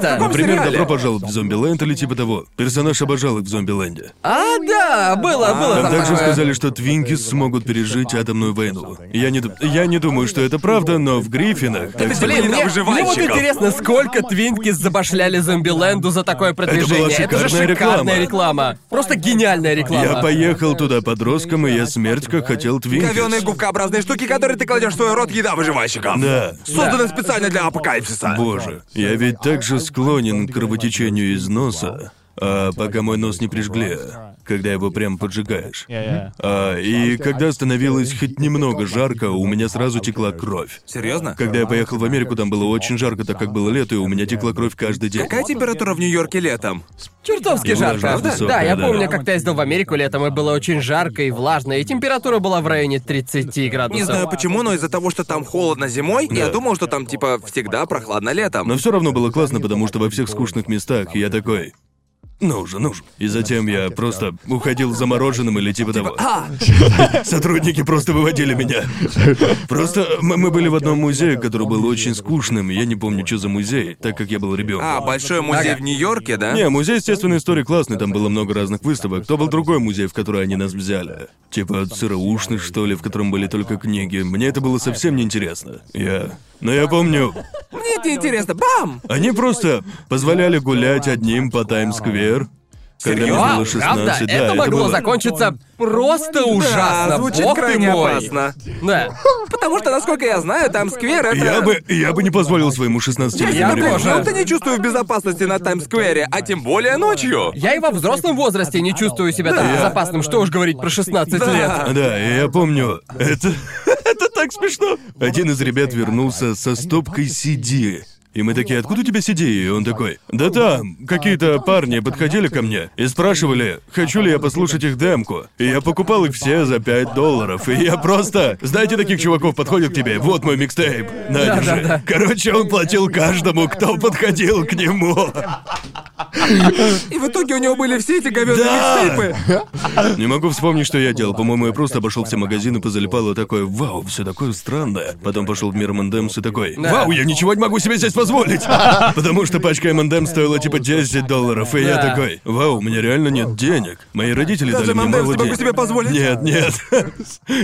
Да, в каком
Например,
сериале?
добро пожаловать в Зомбиленд или типа того. Персонаж обожал их в Зомбиленде.
А, да, было, было
Там
там
также
такое.
сказали, что Твинкис смогут пережить атомную войну. Я не, ду- я не думаю, что это правда, но в Гриффинах... так
Это,
сказать,
блин,
Блин, мне,
там
мне вот
жвачек.
интересно, сколько Твинки забашляли Зомбиленду за такое продвижение. же
шикарная
шикарная
реклама.
реклама. Просто гениальная реклама.
Я поехал туда подростком, и я смерть как хотел Твинкис.
Говёные губкообразные штуки, которые ты кладешь в свой рот, еда выживальщиков.
Да.
Созданы специально для апокалипсиса.
Боже, я ведь также склонен к кровотечению из носа, а пока мой нос не прижгли, когда его прям поджигаешь. А, и когда становилось хоть немного жарко, у меня сразу текла кровь.
Серьезно?
Когда я поехал в Америку, там было очень жарко, так как было лето, и у меня текла кровь каждый день.
Какая температура в Нью-Йорке летом?
Чертовски
И
жарко.
влажность высокая,
да, я
да.
помню, как я ездил в Америку летом, и было очень жарко и влажно, и температура была в районе 30 градусов.
Не знаю почему, но из-за того, что там холодно зимой, я думал, что там типа всегда прохладно летом.
Но все равно было классно, потому что во всех скучных местах я такой. Ну же, ну же. И затем я просто уходил замороженным или типа того.
А,
Сотрудники просто выводили меня. Просто мы, мы были в одном музее, который был очень скучным. и Я не помню, что за музей, так как я был
а,
ребенком.
большой музей в Нью-Йорке, да?
Не, музей естественной истории классный, там было много разных выставок. То был другой музей, в который они нас взяли. Типа ЦРУшный, что ли, в котором были только книги. Мне это было совсем неинтересно. Я... Но я помню,
Мне это интересно. Бам!
они просто позволяли гулять одним по Таймс-сквер. Когда мне
Вау,
было 16,
правда?
да,
это, могло
было...
закончиться просто ужасно.
Да, звучит
бог ты
крайне
мой.
опасно.
Да.
Потому что, насколько я знаю, там сквер это...
Я бы, я бы не позволил своему 16-летнему
Я
Я
себя
ребенку.
тоже.
почему-то не чувствую в безопасности на Таймс-сквере, а тем более ночью.
Я и во взрослом возрасте не чувствую себя так
Да.
безопасным, что уж говорить про 16
Да.
лет.
Да, и я помню, это... это так смешно. Один из ребят вернулся со стопкой CD. И мы такие, откуда у тебя CD? И он такой, да там, какие-то парни подходили ко мне и спрашивали, хочу ли я послушать их демку. И я покупал их все за 5 долларов. И я просто, знаете, таких чуваков подходят к тебе, вот мой микстейп, на, держи». Короче, он платил каждому, кто подходил к нему.
И в итоге у него были все эти говёные
Да.
микстейпы.
Не могу вспомнить, что я делал. По-моему, я просто обошел все магазины, позалипал и такой, вау, все такое странное. Потом пошел в мир Мандемс и такой, вау, я ничего не могу себе здесь позволить. Потому что пачка Мандем стоила типа 10 долларов, и я
Да.
такой, вау, у меня реально нет денег. Мои родители
Даже
дали мне
«М&М's»
мало
не могу
денег.
себе позволить?
Нет, нет.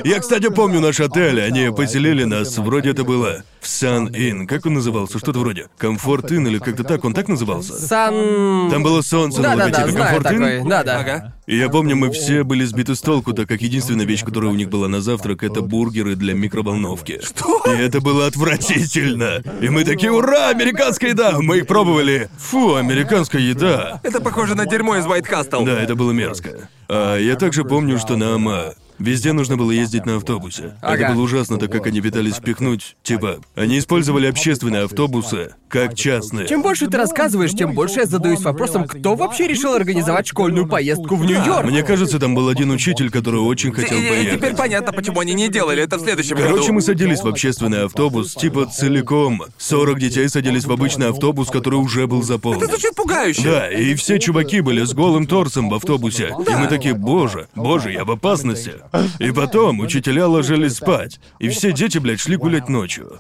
Я, кстати, помню наш отель, они поселили нас, вроде это было в Сан Ин, как он назывался, что-то вроде Комфорт Ин или как-то так, он так назывался.
Сан...
Там было солнце на
Да-да-да,
логотипе
знаю
Комфорт Ин.
такой. Да-да.
Ага.
И я помню, мы все были сбиты с толку, так как единственная вещь, которая у них была на завтрак, это бургеры для микроволновки. Что? И это было отвратительно. И мы такие, ура, американская еда! Мы их пробовали. Фу, американская еда.
Это похоже на дерьмо из White Castle.
Да, это было мерзко. А я также помню, что нам а, везде нужно было ездить на автобусе.
Ага.
Это было ужасно, так как они пытались впихнуть, типа, они использовали общественные автобусы как частные.
Чем больше ты рассказываешь, тем больше я задаюсь вопросом, кто вообще решил организовать школьную поездку в Нью-Йорк?
Мне кажется, там был один учитель, который очень хотел
И- и
поехать.
теперь понятно, почему они не делали это в следующем
Короче,
году.
мы садились в общественный автобус, типа целиком. 40 детей садились в обычный автобус, который уже был
Это
заполнен.
звучит пугающе.
Да, и все чуваки были с голым торсом в автобусе. И мы такие, боже, боже, я в опасности. И потом учителя ложились спать. И все дети, блядь, шли гулять ночью.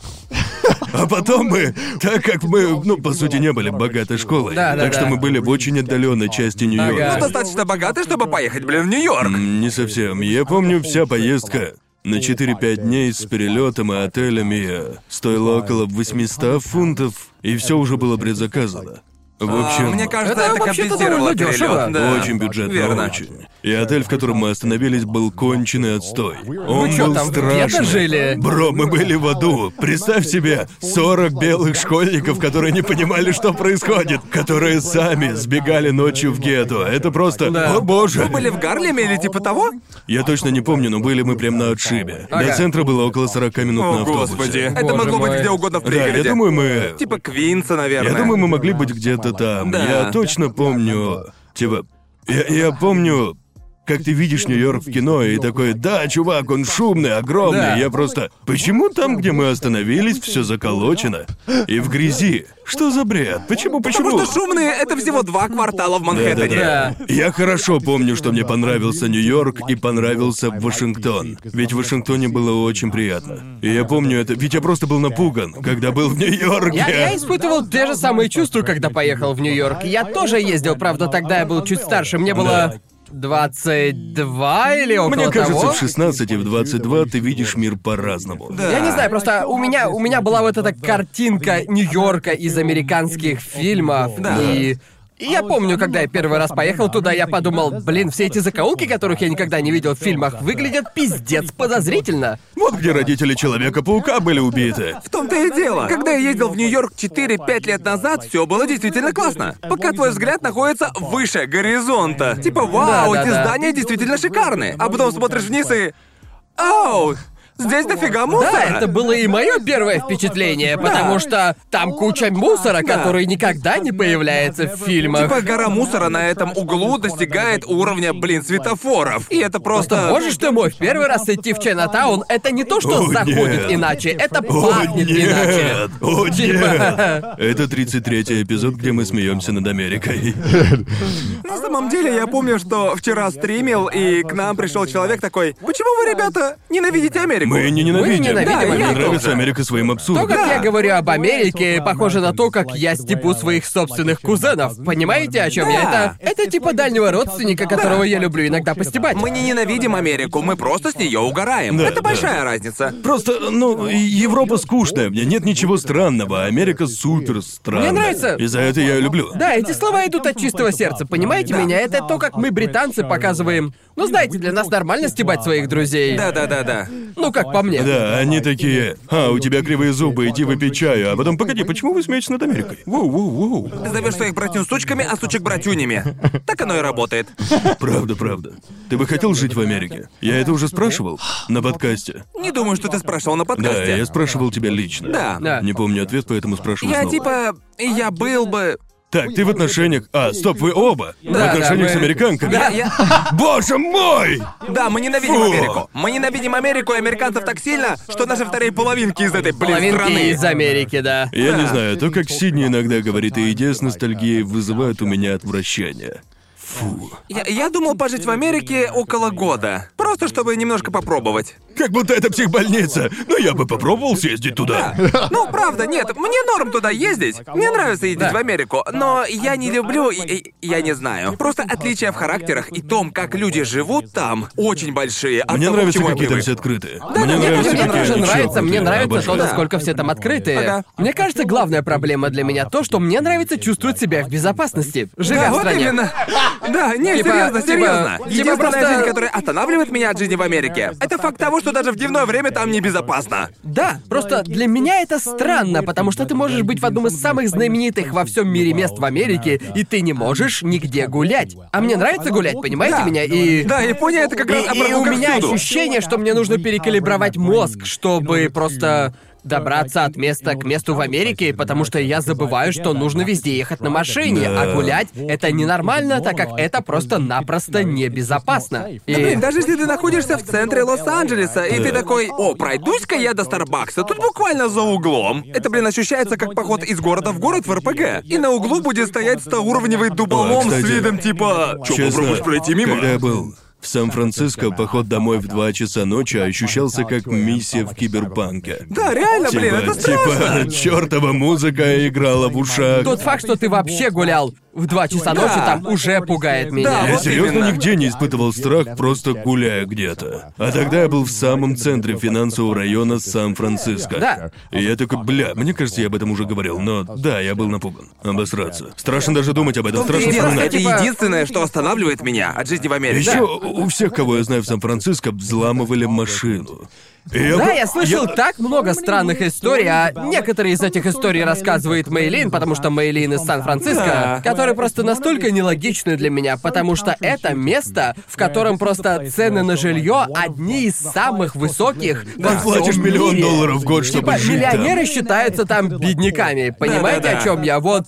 А потом мы, так как мы, ну, по сути, не были богатой школой,
Да, да,
так что
да.
мы были в очень отдаленной части Нью-Йорка.
Ага.
Достаточно богаты, чтобы поехать, блин, в Нью-Йорк.
М, Не совсем. Я помню, вся поездка на 4-5 дней с перелетом и отелями э, стоила около 800 фунтов, и все уже было предзаказано. В общем,
А, мне кажется,
Это
это,
вообще-то
компенсировало
довольно
перелет,
дёшево.
да.
очень бюджетно,
Верно.
очень. И отель, в котором мы остановились, был конченый отстой. Он
чё,
был
там в
страшный.
гетто жили?
Бро, мы были в аду. Представь себе, 40 белых школьников, которые не понимали, что происходит, которые сами сбегали ночью в гетто. Это просто...
Да.
О боже!
Вы были в Гарлеме или типа того?
Я точно не помню, но были мы прям на отшибе. До
Ага.
центра было около 40 минут Ну, на
О,
автобусе.
господи. Это
Боже
могло быть
мой.
где угодно в
Да,
пригороде.
я думаю, мы...
Типа Квинса, наверное.
Я думаю, мы могли быть где-то там.
Да.
Я точно помню... Типа... Я, я помню... как ты видишь Нью-Йорк в кино и такой, да, чувак, он шумный, огромный.
Да.
Я просто, почему там, где мы остановились, все заколочено и в грязи? Что за бред? Почему, почему?
Потому что шумные — это всего два квартала в Манхэттене.
Да.
Я хорошо помню, что мне понравился Нью-Йорк и понравился Вашингтон. Ведь в Вашингтоне было очень приятно. И я помню это, ведь я просто был напуган, когда был в Нью-Йорке.
Я, я испытывал те же самые чувства, когда поехал в Нью-Йорк. Я тоже ездил, правда, тогда я был чуть старше. Мне было 22 или около
Мне кажется,
того.
в 16 и в 22 ты видишь мир по-разному.
Я не знаю, просто у меня у меня была вот эта картинка Нью-Йорка из американских фильмов.
Да.
И и я помню, когда я первый раз поехал туда, я подумал, блин, все эти закоулки, которых я никогда не видел в фильмах, выглядят пиздец подозрительно.
Вот где родители Человека-паука были убиты.
В том-то и дело. Когда я ездил в Нью-Йорк 4-5 лет назад, все было действительно классно. Пока твой взгляд находится выше горизонта. Типа, вау,
Да, да,
эти
да.
здания действительно шикарные. А потом смотришь вниз и... Оу, здесь дофига мусора.
Да, это было и мое первое впечатление, потому что там куча мусора,
Да.
который никогда не появляется в фильмах.
Типа гора мусора на этом углу достигает уровня, блин, светофоров. И это просто...
Можешь ты мой, в первый раз идти в Чайнатаун, это не то, что
О,
заходит
нет.
иначе, это
О,
пахнет иначе.
нет! О,
Типа.
нет! Это 33-й эпизод, где мы смеемся над Америкой.
На самом деле, я помню, что вчера стримил, и к нам пришел человек такой, «Почему вы, ребята, ненавидите Америку?»
Мы не ненавидим.
ненавидим
Да, Мне
Америку.
нравится Америка своим
То,
абсурдом.
как я говорю об Америке, похоже на то, как я степу своих собственных кузенов. Понимаете, о чем я?
Да.
Это, это типа дальнего родственника, которого я люблю иногда постебать.
Мы не ненавидим Америку, мы просто с нее угораем.
Да,
это
да.
большая разница.
Просто, ну, и- Европа скучная, мне нет ничего странного, а Америка супер странная.
Мне нравится.
И за это я ее люблю.
Да, эти слова идут от чистого сердца, понимаете
Да.
меня? Это то, как мы, британцы, показываем. Ну, знаете, для нас нормально стебать своих друзей.
Да-да-да-да.
Ну, как по мне.
Да, они такие, а, у тебя кривые зубы, иди выпей чаю, а потом, погоди, почему вы смеетесь над Америкой? Воу-воу-воу.
Ты зовешь своих братьев сучками, а сучек братюнями. Так оно и работает.
Правда, правда. Ты бы хотел жить в Америке? Я это уже спрашивал на подкасте.
Не думаю, что ты спрашивал на
Да,
подкасте.
я спрашивал тебя лично.
Да.
Да.
Не помню ответ, поэтому спрашиваю
Я
снова.
типа... Я был бы...
Так, ты в отношениях... А, стоп, вы оба!
да,
в отношениях
мы-
с американками?
Да, я...
Боже мой!
Да, мы ненавидим
Фу.
Америку. Мы ненавидим Америку и американцев так сильно, что наши вторые половинки из этой, блин, страны.
Половинки из Америки, да.
Я не знаю, то, как Сидни иногда говорит и идея с ностальгией вызывает у меня отвращение. Фу.
Я, я думал пожить в Америке около года. Просто чтобы немножко попробовать.
Как будто это психбольница. Но я бы попробовал съездить туда.
Ну, правда, нет, мне норм туда ездить. Мне нравится ездить
Да.
в Америку, но я не люблю, и- и- я не знаю. Просто отличия в характерах и том, как люди живут там, очень большие. от
Мне
того, к
нравится,
чему я
какие там
привык.
все открыты.
Да,
Мне
мне
нравится,
тоже, мне
какие
тоже
они
нравится, мне
чокнутые.
нравится то,
Обожаю.
насколько все там открытые.
Ага.
Мне кажется, главная проблема для меня то, что мне нравится чувствовать себя в безопасности, живя
Да,
в
вот
стране.
именно. Да, не,
Типа-
серьезно,
типа-
серьезно.
типа
Единственная
просто-
жизнь, которая останавливает меня от жизни в Америке, это факт того, что даже в дневное время там небезопасно.
Да, просто для меня это странно, потому что ты можешь быть в одном из самых знаменитых во всем мире мест в Америке, и ты не можешь нигде гулять. А мне нравится гулять, понимаете
Да.
меня? И
Да, Япония это как
И,
раз
и у
обработка
меня
всюду.
ощущение, что мне нужно перекалибровать мозг, чтобы просто добраться от места к месту в Америке, потому что я забываю, что нужно везде ехать на машине,
Да.
а гулять — это ненормально, так как это просто-напросто небезопасно. И-
Да,
Блин, даже если ты находишься в центре Лос-Анджелеса, и ты такой, о, пройдусь-ка я до Старбакса, тут буквально за углом. Это, блин, ощущается как поход из города в город в РПГ. И на углу будет стоять стоуровневый дуболом
Да, кстати.
с видом типа... «Чё,
Честно,
попробуешь пройти мимо?
Когда я был в Сан-Франциско, поход домой в 2 часа ночи ощущался как миссия в киберпанке.
Да, реально, блин, это страшно.
типа, чертова музыка играла в ушах.
Тот факт, что ты вообще гулял в 2 часа ночи,
Да.
там уже пугает меня.
Да,
Я
вот
серьезно
именно.
нигде не испытывал страх, просто гуляя где-то. А тогда я был в самом центре финансового района Сан-Франциско.
Да.
И я такой, бля, мне кажется, я об этом уже говорил, но да, я был напуган. Обосраться. Страшно даже думать об этом,
В том-то и
страшно
дело,
вспоминать.
Это
Типа-
единственное, что останавливает меня от жизни в Америке.
Еще у всех, кого я знаю в Сан-Франциско, взламывали машину. И я
Да,
был-
я слышал так много странных историй, а некоторые из этих историй рассказывает Мейлин, потому что Мейлин из Сан-Франциско,
Да.
которые просто настолько нелогичны для меня, потому что это место, в котором просто цены на жилье одни из самых высоких. во
Ты
всем
платишь миллион
мире.
долларов в год, чтобы
Типа,
жить
миллионеры считаются там бедняками, понимаете,
Да-да-да.
о чем я? Вот,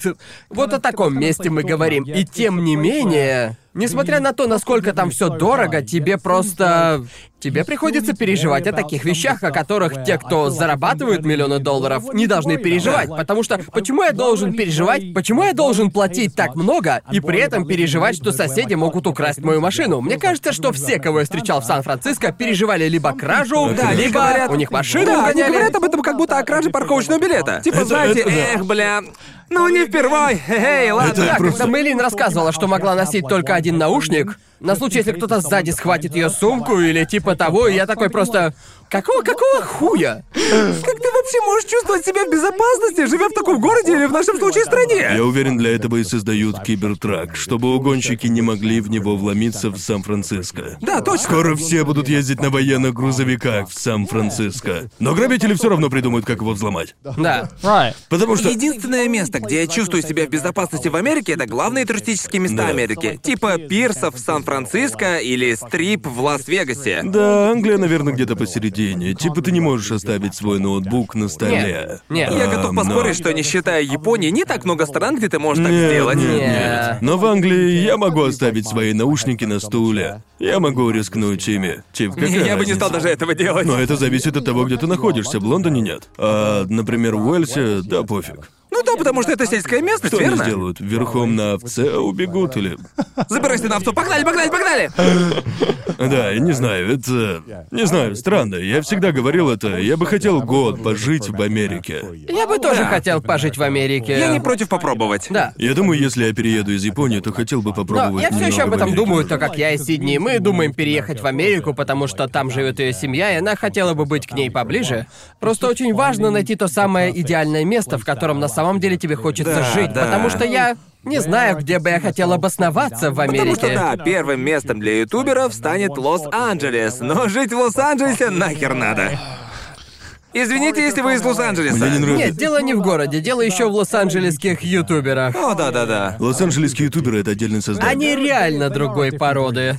вот о таком месте мы говорим. И тем не менее. Несмотря на то, насколько там все дорого, тебе просто... Тебе приходится переживать о таких вещах, о которых те, кто зарабатывают миллионы долларов, не должны переживать. Потому что почему я должен переживать, почему я должен платить так много и при этом переживать, что соседи могут украсть мою машину? Мне кажется, что все, кого я встречал в Сан-Франциско, переживали либо кражу,
Ну Да, они
либо
говорят-
у них машину
Да, они
угоняли.
говорят об этом как будто о краже парковочного билета. Типа,
Это-
знаете,
это да.
эх, бля, ну не впервой, эй, ладно.
Это
Да,
просто-
когда Мэйлин рассказывала, что могла носить только один наушник, на случай, если кто-то сзади схватит ее сумку или типа того, и я такой просто... Какого, какого хуя?
Как ты вообще можешь чувствовать себя в безопасности, живя в таком городе или в нашем случае стране?
Я уверен, для этого и создают кибертрак, чтобы угонщики не могли в него вломиться в Сан-Франциско.
Да, точно.
Скоро все будут ездить на военных грузовиках в Сан-Франциско. Но грабители все равно придумают, как его взломать.
Да.
Потому что...
Единственное место, где я чувствую себя в безопасности в Америке, это главные туристические места
Да.
Америки. Типа пирсов в Сан-Франциско или стрип в Лас-Вегасе.
Да, Англия, наверное, где-то посередине. Типа ты не можешь оставить свой ноутбук на столе.
Нет, нет.
Я
Эм,
готов
но-
поспорить, что не считая Японии, не так много стран, где ты можешь так
Нет,
сделать.
нет, нет.
Не.
Но в Англии я могу оставить свои наушники на стуле. Я могу рискнуть ими. Тип, какая
Не, Я бы не стал
разница?
даже этого делать.
Но это зависит от того, где ты находишься. В Лондоне нет. А, например, в Уэльсе, да пофиг.
Ну да, потому что это сельская местность,
Что они
верно?
сделают? Верхом на овце убегут или...
Забирайся на авто, погнали, погнали, погнали!
Да, я не знаю, это... Не знаю, странно. Я всегда говорил это. Я бы хотел год пожить в Америке.
Я бы тоже
Да.
хотел пожить в Америке.
Я не против попробовать.
Да.
Я думаю, если я перееду из Японии, то хотел бы
Но
попробовать
я все еще
немного
об
в
этом
Америке
думаю,
тоже.
так как я из Сидней. Мы думаем переехать в Америку, потому что там живет ее семья, и она хотела бы быть к ней поближе. Просто очень важно найти то самое идеальное место, в котором на самом деле тебе хочется
Да,
жить.
да.
Потому что я не знаю, где бы я хотел обосноваться в Америке.
Потому что да, первым местом для ютуберов станет Лос-Анджелес, но жить в Лос-Анджелесе нахер надо. Извините, если вы из
Мне не
Лос-Анджелеса.
нравится.
Нет, дело не в городе, дело еще в лос-анджелесских ютуберах.
О, да-да-да.
Лос-Анджелесские ютуберы — это отдельное создание.
Они реально другой породы.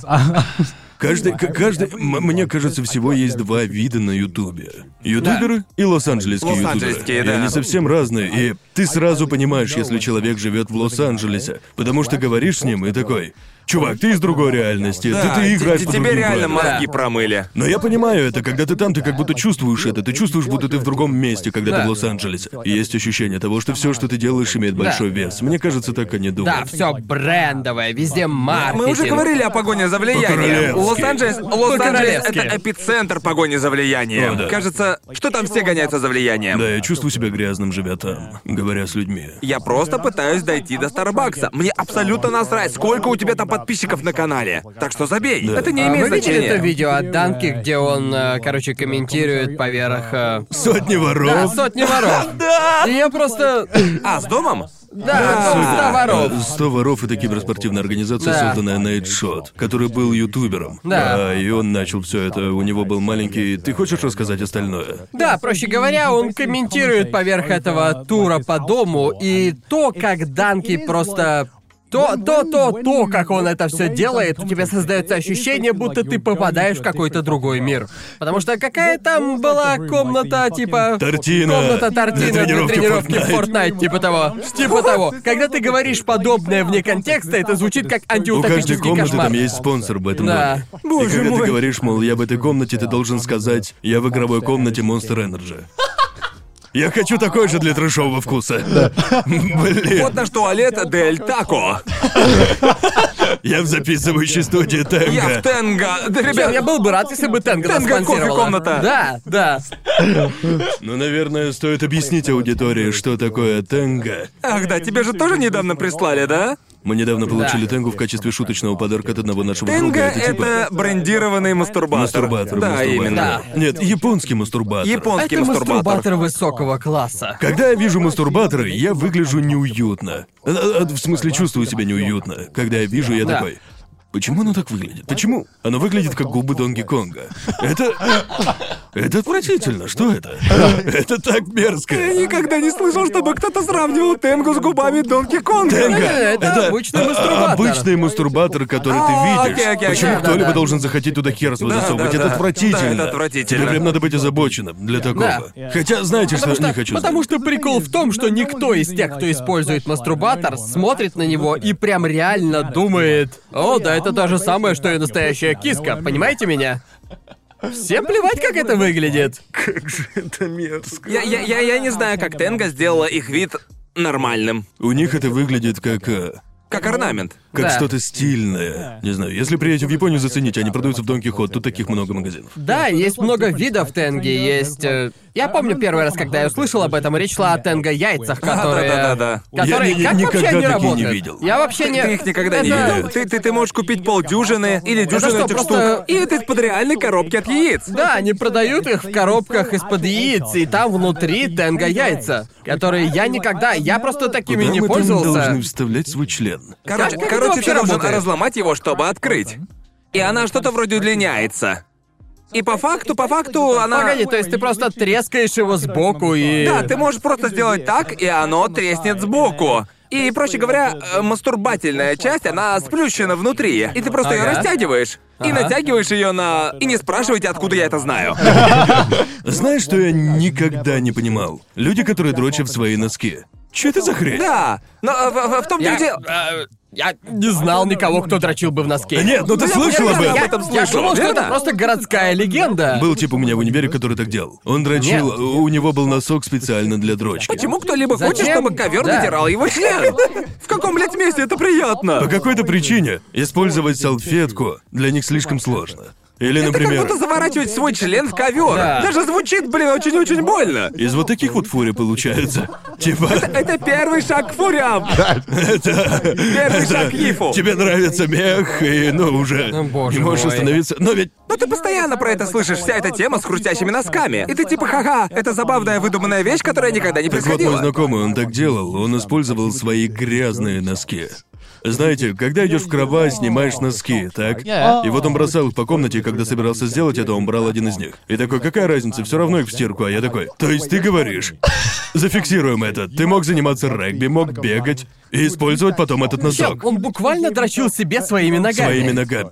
Каждый, к- каждый, м- мне кажется, всего есть два вида на Ютубе. Ютуберы и лос-анджелесские
Лос-анджелесские,
ютуберы. И
да.
они совсем разные, и ты сразу понимаешь, если человек живет в Лос-Анджелесе, потому что говоришь с ним и такой, чувак, ты из другой реальности,
Да,
ты, ты играешь
т-
по
тебе
другим
реально
правилам».
мозги промыли.
Но я понимаю это, когда ты там, ты как будто чувствуешь это, ты чувствуешь, будто ты в другом месте, когда ты
Да.
в Лос-Анджелесе. И есть ощущение того, что все, что ты делаешь, имеет большой вес. Мне кажется, так они
Да,
думают.
все брендовое, везде маркетинг.
Мы уже говорили о погоне за влияние.
А, По-королевски.
Лос-Анджелес, Лос-Анджелес
По-королевски.
это эпицентр погони за влиянием.
О, да.
Кажется, что там все гоняются за влиянием.
Да, я чувствую себя грязным, живя там, говоря с людьми.
Я просто пытаюсь дойти до Старбакса. Мне абсолютно насрать, сколько у тебя там подписчиков на канале. Так что забей.
Да.
Это не
А,
имеет
Вы видели
значения.
это видео от Данки, где он, э, короче, комментирует поверх... э,
Сотни воров.
Да, сотни воров. И я просто...
А, с домом?
Да, топ 100 А, воров.
100 А, воров это киберспортивная организация,
Да.
созданная Нейт Шот, который был ютубером.
Да.
А, и он начал все это. У него был маленький. Ты хочешь рассказать остальное?
Да, проще говоря, он комментирует поверх этого тура по дому и то, как Данки просто... То, то, то, то, как он это все делает, у тебя создается ощущение, будто ты попадаешь в какой-то другой мир. Потому что какая там была комната, типа...
Тортина.
Комната
Для
Тортина для
тренировки
тренировки,
Fortnite.
в Fortnite, типа того. Типа того. Когда ты говоришь подобное вне контекста, это звучит как
У каждой
антиутопический
комнаты
кошмар.
там есть спонсор в этом
Да.
доме. и когда ты говоришь, мол, я в этой комнате, ты должен сказать, я в игровой комнате Monster Energy. Я хочу такой же для трэшового вкуса. Блин,
Вот наш туалет Дель Тако.
я в записывающей студии
Я
Тенга.
в Тенга. Да,
Чел,
ребят,
я был бы рад, если бы Тенга нас
Тенга кофе
спонсировала.
комната.
Да, да.
Ну, наверное, стоит объяснить аудитории, что такое Тенга.
Ах да, тебе же тоже недавно прислали, да?
Мы недавно получили тенгу в качестве шуточного подарка от одного нашего
Тенга —
друга. Это типа
это брендированный мастурбатор.
мастурбатор.
Да,
мастурбатор.
именно.
Нет, японский мастурбатор.
Японский
А Это
мастурбатор.
мастурбатор высокого класса.
Когда я вижу мастурбаторы, я выгляжу неуютно. Э, э, В смысле, чувствую себя неуютно. Когда я вижу, я
Да.
такой. Почему оно так выглядит? Почему? Оно выглядит как губы Донги Конга. Это... Это отвратительно, что это? Это так мерзко.
Я никогда не слышал, чтобы кто-то сравнивал Тенгу с губами Донки Конга.
Тенга.
Э, это
Это
обычный
а- а-
мастурбатор.
Обычный мастурбатор, который
А,
ты
окей,
видишь.
окей, окей.
Почему
Да, да,
кто-либо
да.
должен заходить туда хер свой
Да,
засовывать?
да,
Это
да.
отвратительно.
Да, это отвратительно.
Тебе прям надо быть озабоченным для такого.
Да.
Хотя, знаете, что
Потому что,
не хочу
потому
знать.
что прикол в том, что никто из тех, кто использует мастурбатор, смотрит на него и прям реально думает, «О, да это то же самое, что и настоящая киска, понимаете меня?» Всем плевать, как это выглядит.
Это мерзко.
Я, я, я, я не знаю, как Тенга сделала их вид нормальным.
У них это выглядит как... э,
Как
Ну,
орнамент.
Как
Да.
что-то стильное. Не знаю, если приедете в Японию, зацените, они продаются в Дон Кихот, тут таких много магазинов.
Да, есть много видов тенги, есть... э, Я помню первый раз, когда я услышал об этом, речь шла о тенго-яйцах, которые... э,
Да-да-да-да.
Я
Которые
ни- ни-
как вообще
никогда
они
такие не
работают?
видел.
Я вообще не...
Ты их никогда не
Это-
видел. Ты, ты, ты можешь купить полдюжины или
Это
дюжину
что,
этих
просто-
штук. И это из-под реальной коробки от яиц.
Да, они продают их в коробках из-под яиц, и там внутри тенго яйца, которые я никогда, я просто такими
Куда
не
мы там должны
пользовался.
вставлять свой член?
Короче,
Как- как это
короче
вообще
ты должен
работает?
разломать его, чтобы открыть. И она что-то вроде удлиняется. И по факту, по факту она...
Погоди, то есть ты просто трескаешь его сбоку и...
Да, ты можешь просто сделать так, и оно треснет сбоку. И, проще говоря, э, мастурбательная часть, она сплющена внутри. И ты просто ее
Ага.
растягиваешь. И натягиваешь ее на... И не спрашивайте, откуда я это знаю.
Знаешь, что я никогда не понимал? Люди, которые дрочат в свои носки. Че это за хрень?
Да, но э, в, в- в том-то
Я,
и дело...
э, я не знал никого, кто дрочил бы в носке.
Да Нет, ну ты
я-
слышал
я-
об
я-
этом?
Я,
этом
я
слышал,
думал, что это
верно?
просто городская легенда.
Был тип у меня в универе, который так делал. Он дрочил,
Нет.
у него был носок специально для дрочки.
Почему кто-либо
Зачем?
хочет, чтобы ковер
Да.
натирал его член? В каком, блядь, месте это приятно?
По какой-то причине использовать салфетку для них слишком сложно. Или, например,
Как будто заворачивать свой член в ковер.
Да.
Даже звучит, блин, очень-очень больно.
из вот таких вот фури получается. Типа,
Это первый шаг к фуриам. Первый шаг к ифу.
тебе нравится мех, и ну уже
боже
не можешь
мой.
остановиться. Но ведь
Ну ты постоянно про это слышишь, вся эта тема с хрустящими носками. И ты типа, ха-ха, это забавная выдуманная вещь, которая никогда не
Так вот, мой
происходила.
знакомый, он так делал, он использовал свои грязные носки. Знаете, когда идешь в кровать, снимаешь носки, так?
Yeah.
И вот он бросал их по комнате, и когда собирался сделать это, он брал один из них. И такой, какая разница, все равно их в стирку, а я такой. То есть ты говоришь, зафиксируем это. Ты мог заниматься регби, мог бегать и использовать потом этот
Чел,
носок.
он буквально дрочил себе своими ногами.
Своими ногами.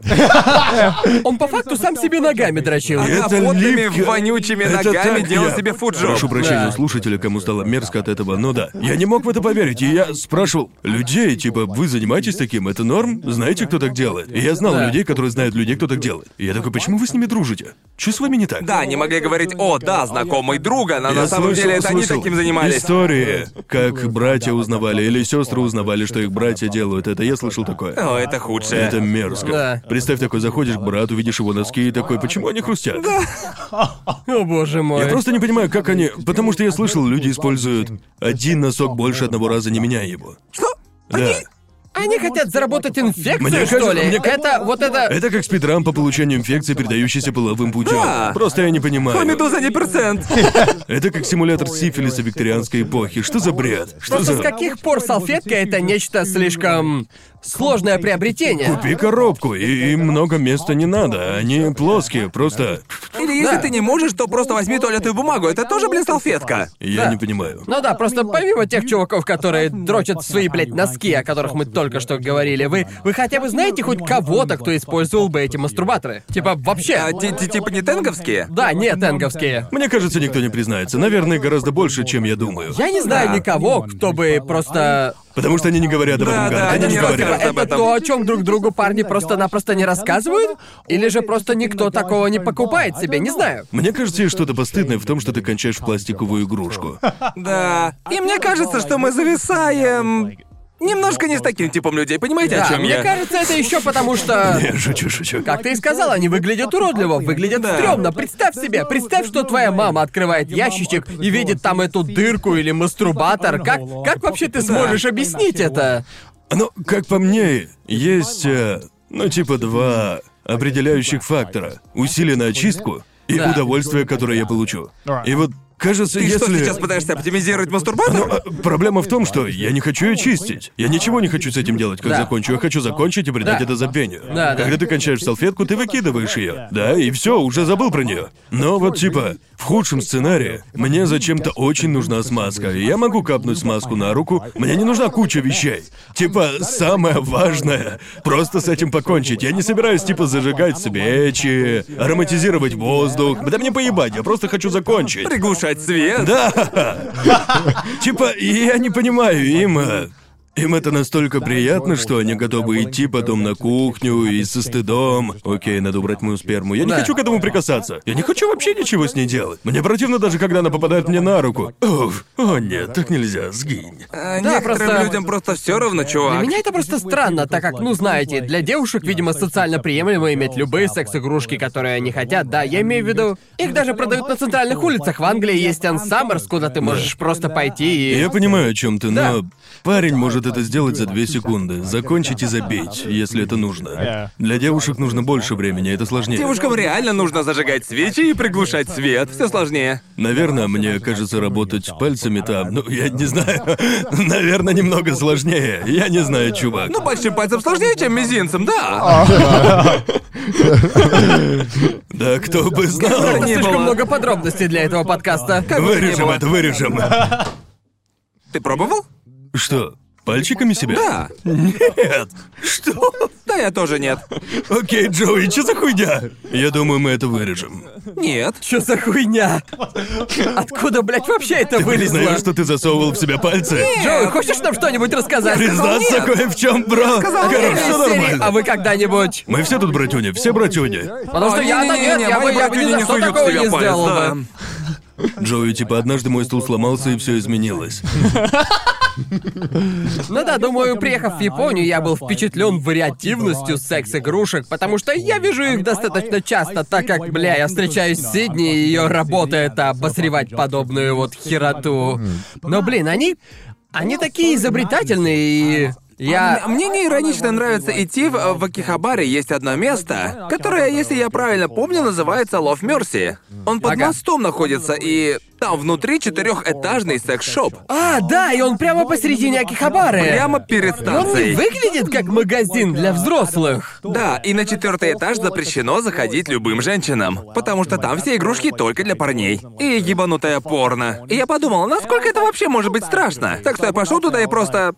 Он по факту сам себе ногами дрочил.
Э, это
Потными,
липко.
вонючими
Это
ногами
так
делал
я-
себе фуджо.
Прошу прощения,
Да.
слушателя, кому стало мерзко от этого, но да. Я не мог в это поверить, и я спрашивал людей, типа, вы занимаетесь таким, это норм? Знаете, кто так делает? И я знал
Да.
людей, которые знают людей, кто так делает. И я такой, почему вы с ними дружите? Че с вами не так?
Да, они могли говорить, о, да, знакомый друга, но
Я
на самом
слышал-
деле это они
слышал
таким занимались.
Истории, как братья узнавали или сестры узнавали, что их братья делают это, я слышал такое.
О, это худшее.
Это мерзко.
Да.
Представь такой, заходишь к брату, видишь его носки и такой, почему они хрустят?
О боже мой.
Я просто не понимаю, как они... Потому что я слышал, люди используют один носок больше одного раза, не меняя его.
Что?
Да.
Они хотят заработать инфекцию,
Мне
что
кажется-
ли?
мне
Это вот это.
Это как спидран по получению инфекции, передающейся половым путем.
Да.
Просто я не понимаю.
О, медуза не процент.
Это как симулятор сифилиса викторианской эпохи. Что за бред? Что
Просто с
за...
каких пор салфетка это нечто слишком сложное приобретение?
Купи коробку, и им много места не надо. Они плоские, просто...
Или если
Да.
ты не можешь, то просто возьми туалетную бумагу. Это тоже, блин, салфетка.
Я
Да.
не понимаю.
Ну да, просто помимо тех чуваков, которые дрочат свои, блядь, носки, о которых мы только что говорили, вы, вы хотя бы знаете хоть кого-то, кто использовал бы эти мастурбаторы? Типа вообще.
А, ти- ти- типа не тенговские?
Да, нет, энговские.
Мне кажется, никто не признается. Наверное, гораздо больше, чем я думаю.
Я не знаю
Да.
никого, кто бы просто...
Потому что они не говорят об этом
Да, да,
гадко.
они
Они не
не
говорят.
расскажут. об
Это
этом.
то, о чем друг другу парни просто-напросто не рассказывают? Или же просто никто такого не покупает себе, не знаю.
Мне кажется, есть что-то постыдное в том, что ты кончаешь в пластиковую игрушку.
Да. И мне кажется, что мы зависаем... Немножко не с таким типом людей, понимаете, о
Да,
чем
мне
я?
кажется, это еще потому что...
Я шучу, шучу.
Как ты и сказал, они выглядят уродливо, выглядят
Да.
стрёмно. Представь себе, представь, что твоя мама открывает ящичек и видит там эту дырку или мастурбатор. Как, как вообще ты сможешь объяснить это?
Ну, как по мне, есть, э, ну, типа два определяющих фактора. Усилие на очистку и
Да.
удовольствие, которое я получу. И вот Кажется,
Ты
если...
что, сейчас пытаешься оптимизировать
Ну,
мастурбатор?
Но, э, проблема в том, что я не хочу ее чистить. Я ничего не хочу с этим делать, как
Да.
закончу. Я хочу закончить и придать
Да.
это забвению.
Да, да.
Когда ты кончаешь салфетку, ты выкидываешь ее. Да, и все, уже забыл про нее. Но вот типа, в худшем сценарии, мне зачем-то очень нужна смазка. И я могу капнуть смазку на руку. Мне не нужна куча вещей. Типа, самое важное, просто с этим покончить. Я не собираюсь, типа, зажигать свечи, ароматизировать воздух. Да мне поебать, я просто хочу закончить.
Приглушать свет?
Да. Типа, я не понимаю, им... э, Им это настолько приятно, что они готовы идти потом на кухню и со стыдом. Окей, надо убрать мою сперму. Я не
Да.
хочу к этому прикасаться. Я не хочу вообще ничего с ней делать. Мне противно даже, когда она попадает мне на руку. Уф. О нет, так нельзя, сгинь.
А
Да,
некоторым
просто-
людям просто все равно, чувак.
Для меня это просто странно, так как, ну знаете, для девушек, видимо, социально приемлемо иметь любые секс-игрушки, которые они хотят, да, я имею в виду... Их даже продают на центральных улицах. В Англии есть Ан Саммерс, куда ты можешь просто пойти и...
Я понимаю, о чем ты, но
Да.
парень может это сделать за две секунды. Закончить и забить, если это нужно. Для девушек нужно больше времени, это сложнее.
Девушкам реально нужно зажигать свечи и приглушать свет. Все сложнее.
Наверное, мне кажется, работать пальцами там, ну, я не знаю, наверное, немного сложнее. Я не знаю, чувак.
Ну, большим пальцем сложнее, чем мизинцем,
А.
да.
Да кто бы знал.
Как бы не
Слишком
было.
много подробностей для этого подкаста. Как бы-
Вырежем это, вырежем.
Ты пробовал?
Что, пальчиками себя?
Да.
Нет. Что?
Да, я тоже нет.
Окей, Джоуи, что за хуйня? Я думаю, мы это вырежем.
Нет.
Чё за хуйня? Откуда, блядь, вообще это вылезло?
Знаешь, что ты засовывал в себя пальцы?
Джоуи, хочешь нам что-нибудь рассказать?
Признаться кое в чем, бро.
Сказал, нет.
Короче, все
Из серии, А
нормально.
вы когда-нибудь?
Мы все тут братюни, все братюни.
Потому что
А,
я-то
не-не-не,
нет, я бы
мои
я бы
братюни
ни за
не
что
суют в
такого
себя
не
палец,
сделал
да.
бы.
Джоуи, типа, однажды мой стул сломался, и все изменилось.
Ну да, думаю, приехав в Японию, я был впечатлен вариативностью секс-игрушек, потому что я вижу их достаточно часто, так как, бля, я встречаюсь с Сидни, и ее работа это обозревать подобную вот хероту. Но, блин, они. они такие изобретательные и. Я.
А Мне неиронично нравится идти в, в Акихабаре. Есть одно место, которое, если я правильно помню, называется Love Mercy. Он под
Ага.
мостом находится, и там внутри четырехэтажный секс-шоп.
А, да, и он прямо посередине Акихабары.
Прямо перед
Он не
станцией.
выглядит как магазин для взрослых.
Да, и на четвертый этаж запрещено заходить любым женщинам, потому что там все игрушки только для парней. И ебанутая порно. И я подумал, насколько это вообще может быть страшно? Так что я пошел туда и просто...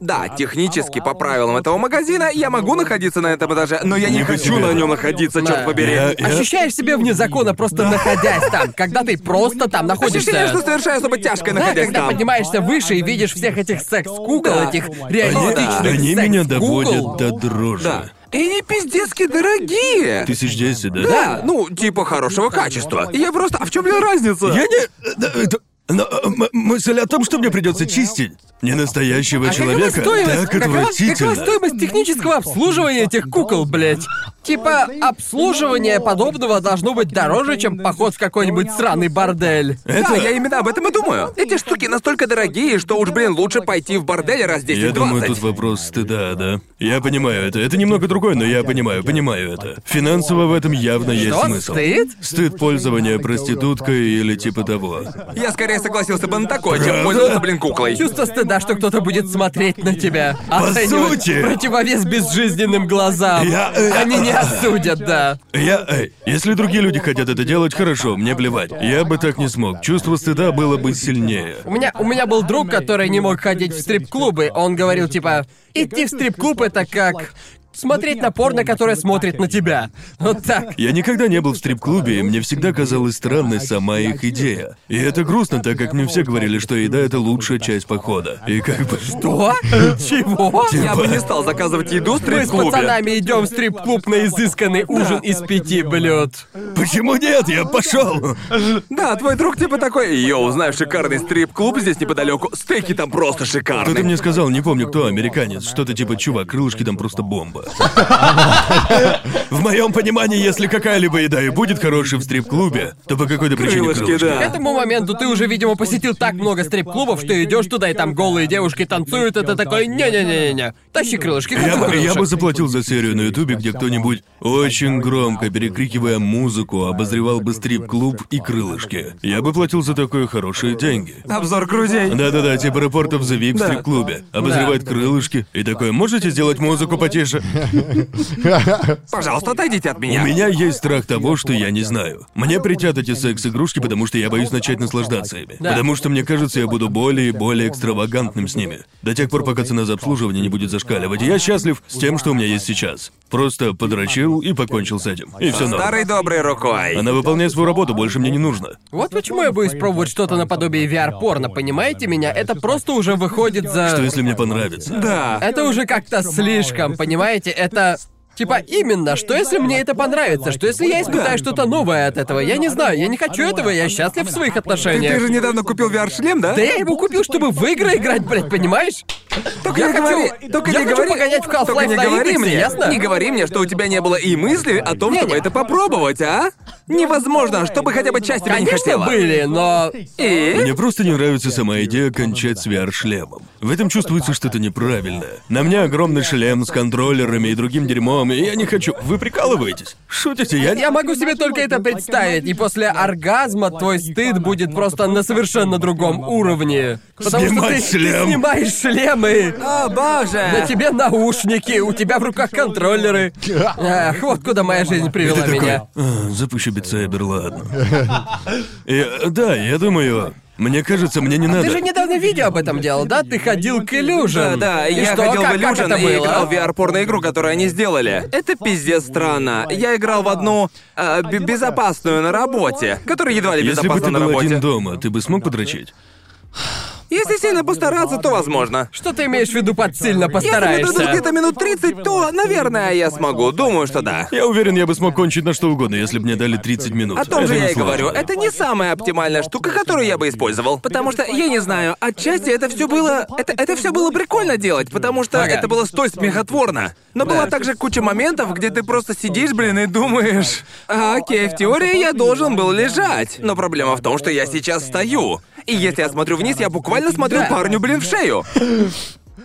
Да, технически, по правилам этого магазина, я могу находиться на этом этаже, но я не,
Не по
хочу
себе.
на нем находиться,
Да.
черт побери.
Я- я-
Ощущаешь себя вне закона, просто находясь там, когда ты просто там находишься.
Ощущение, что совершаю особо тяжкое,
Да,
находясь
когда
там.
поднимаешься выше и видишь всех этих секс-кукол,
Да.
этих
Э,
Они,
реалистичных
они меня доводят
секс-кукол.
до дрожи.
Да. И они пиздецки дорогие.
Тысяч десять, да?
Да, ну, типа хорошего качества. И я просто... А в чем мне разница?
Я не... да, это- но, э, м- мысль о том, что мне придется чистить ненастоящего
А какова
человека,
стоимость,
так
какова-
отвратительно.
какова стоимость технического обслуживания этих кукол, блядь? Типа, обслуживание подобного должно быть дороже, чем поход в какой-нибудь сраный бордель.
Да, я именно об этом и думаю. Эти штуки настолько дорогие, что уж, блин, лучше пойти в бордель раз 10-20.
Я думаю, тут вопрос стыда, да? Я понимаю это. Это немного другое, но я понимаю, понимаю это. Финансово в этом явно есть
Что,
смысл.
стыд?
Стыд пользования проституткой или типа того.
Я скорее согласился бы на такое, чем пользоваться, блин, куклой.
Чувство стыда, что кто-то будет смотреть на тебя. оценивать
сути.
Противовес безжизненным глазам.
Я- э, я-
Они не осудят, да.
Я, эй, если другие люди хотят это делать, хорошо, мне плевать. Я бы так не смог. Чувство стыда было бы сильнее.
У меня, у меня был друг, который не мог ходить в стрип-клубы. Он говорил, типа, идти в стрип-клуб это как смотреть на порно, которое смотрит на тебя. Вот так.
Я никогда не был в стрип-клубе, и мне всегда казалась странной сама их идея. И это грустно, так как мне все говорили, что еда — это лучшая часть похода. И как бы... Что? Типа,
О, чего?
Я бы не стал заказывать еду в
Мы с
стрип-клубе.
пацанами идем в стрип-клуб на изысканный ужин из пяти блюд.
Почему нет? Я пошел!
Да, твой друг типа такой, йоу, знаешь, шикарный стрип-клуб здесь неподалеку. Стейки там просто
Кто-то
шикарные.
мне сказал, не помню кто, американец, что-то типа, чувак, крылышки там просто бомба. В моем понимании, если какая-либо еда и будет хорошей в стрип-клубе, то по какой-то причине
Крылышки,
крылышки.
К
да.
этому моменту ты уже, видимо, посетил так много стрип-клубов, что идешь туда, и там голые девушки танцуют, и ты такой «не-не-не-не-не». Тащи крылышки,
Я
хочу
бы, я бы
крылышек».
заплатил за серию на Ютубе, где кто-нибудь очень громко, перекрикивая музыку, обозревал бы стрип-клуб и крылышки. Я бы платил за такое хорошие деньги.
Обзор грудей.
Да-да-да, типа репорт в The VIP в стрип-клубе. Обозревает крылышки и такое, можете сделать музыку потише?
Пожалуйста, отойдите от
У
меня.
меня есть страх того, что я не знаю. Мне притят эти секс-игрушки, потому что я боюсь начать наслаждаться ими.
Да.
Потому что мне кажется, я буду более и более экстравагантным с ними. До тех пор, пока цена за обслуживание не будет зашкаливать. Я счастлив с тем, что у меня есть сейчас. Просто подрочил и покончил с этим. И все
Старой
норм.
доброй рукой.
Она выполняет свою работу, больше мне не нужно.
Вот почему я боюсь пробовать что-то наподобие VR-порно, понимаете меня? Это просто уже выходит за...
Что если мне понравится?
Да.
Это уже как-то слишком, понимаете? Это... Типа именно, что если мне это понравится? Что если я испытаю что-то новое от этого? Я не знаю, я не хочу этого, я счастлив в своих
Ты, ты
отношениях.
же недавно купил VR-шлем, да?
Да я его купил, чтобы в игры играть, блядь, понимаешь?
Только не
Я хочу-
А говори, только
я
не
хочу
говори,
погонять в Half-Life
только не
на
говори
Xbox,
мне,
ясно?
не говори мне, что у тебя не было и мысли о том, чтобы
Не-не.
это попробовать, а? Невозможно, чтобы хотя бы часть тебя не
Конечно,
хотела.
были, но...
И?
Мне просто не нравится сама идея кончать с VR-шлемом. В этом чувствуется что-то неправильное. На мне огромный шлем с контроллерами и другим дерьмом, и я не хочу. Вы прикалываетесь? Шутите? Я,
Я могу себе только это представить, и после оргазма твой стыд будет просто на совершенно другом уровне. Потому что
Снимай
ты,
шлем.
ты снимаешь шлемы,
О,
на
боже!
тебе наушники, у тебя в руках контроллеры. Эх, вот куда моя жизнь привела
Ты такой,
меня.
«А, запущу битсайбер, ладно. И, э, да, я думаю, мне кажется, мне не
А
Ты
надо.
же недавно видео об этом делал, да? Ты ходил к
Да,
Illusion.
да,
И
я
ну, что,
ходил
как,
в
как
Illusion
это
и
было?
играл в VR-порно-игру, которую они сделали. Это пиздец странно. Я играл в одну э, б- безопасную на работе, которая едва ли
Если бы
безопасна
ты
на
был один
работе.
дома, ты бы смог подрочить?
Если сильно постараться, то возможно.
Что ты имеешь в виду под сильно
Если
постараешься?
мне дадут где-то минут 30, то, наверное, я смогу. Думаю, что да.
Я уверен, я бы смог кончить на что угодно, если бы мне дали 30 минут.
О том
Это
же я и
несложно.
говорю. Это не самая оптимальная штука, которую я бы использовал. Потому что, я не знаю, отчасти это все было... Это, это все было прикольно делать, потому что
Ага.
это было столь смехотворно. Но была также куча моментов, где ты просто сидишь, блин, и думаешь... «А, окей, в теории я должен был лежать. Но проблема в том, что я сейчас стою. И если я смотрю вниз, я буквально смотрю
Да.
парню, блин, в шею.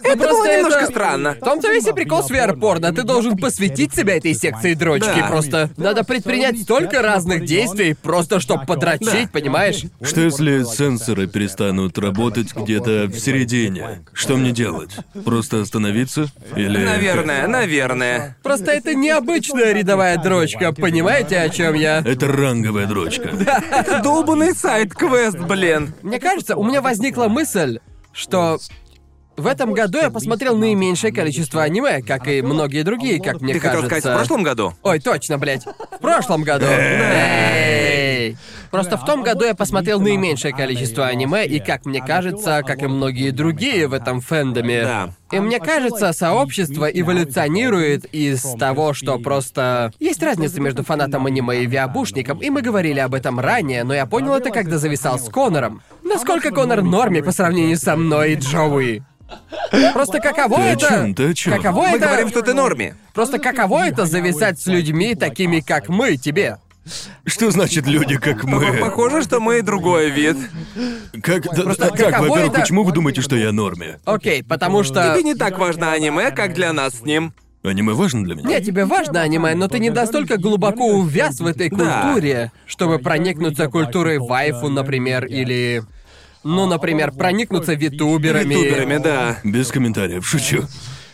Это
Просто
было немножко странно.
В том-то весь и прикол с VR-порно. Ты должен посвятить себя этой секции дрочки.
Да.
Просто надо предпринять столько разных действий, просто чтобы подрочить, понимаешь?
Что если сенсоры перестанут работать где-то в середине? Что мне делать? Просто остановиться? Или...
Наверное, наверное.
Просто это необычная рядовая дрочка, понимаете, о чем я?
Это ранговая дрочка.
Это долбанный сайт-квест, блин.
Мне кажется, у меня возникла мысль, что в этом году я посмотрел наименьшее количество аниме, как и многие другие, как мне
Ты хотел
кажется.
сказать, в прошлом году?
Ой, точно, блядь. В прошлом году. Эй. Просто в том году я посмотрел наименьшее количество аниме, и, как мне кажется, как и многие другие в этом фэндоме.
Да.
И мне кажется, сообщество эволюционирует из того, что просто... Есть разница между фанатом аниме и виабушником, и мы говорили об этом ранее, но я понял это, когда зависал с Конором. Насколько Конор норме по сравнению со мной и Джоуи. Просто каково
Ты о
это...
чём? Ты о чём?
Каково
Мы
это...
говорим, что ты норме.
Просто каково это зависать с людьми, такими а как мы, тебе?
Что значит люди как мы?
Похоже, что мы другой вид.
Как, да-
Просто
как,
каково
во-первых,
это-
почему вы думаете, что я норме?
Окей, потому что...
Тебе не так важно аниме, как для нас с ним.
Аниме важно для меня?
Не, тебе важно аниме, но ты не настолько глубоко увяз в этой
Да.
культуре, чтобы проникнуться культурой вайфу, например, или... Ну, например, проникнуться витуберами.
Ютуберами, да.
Без комментариев, шучу.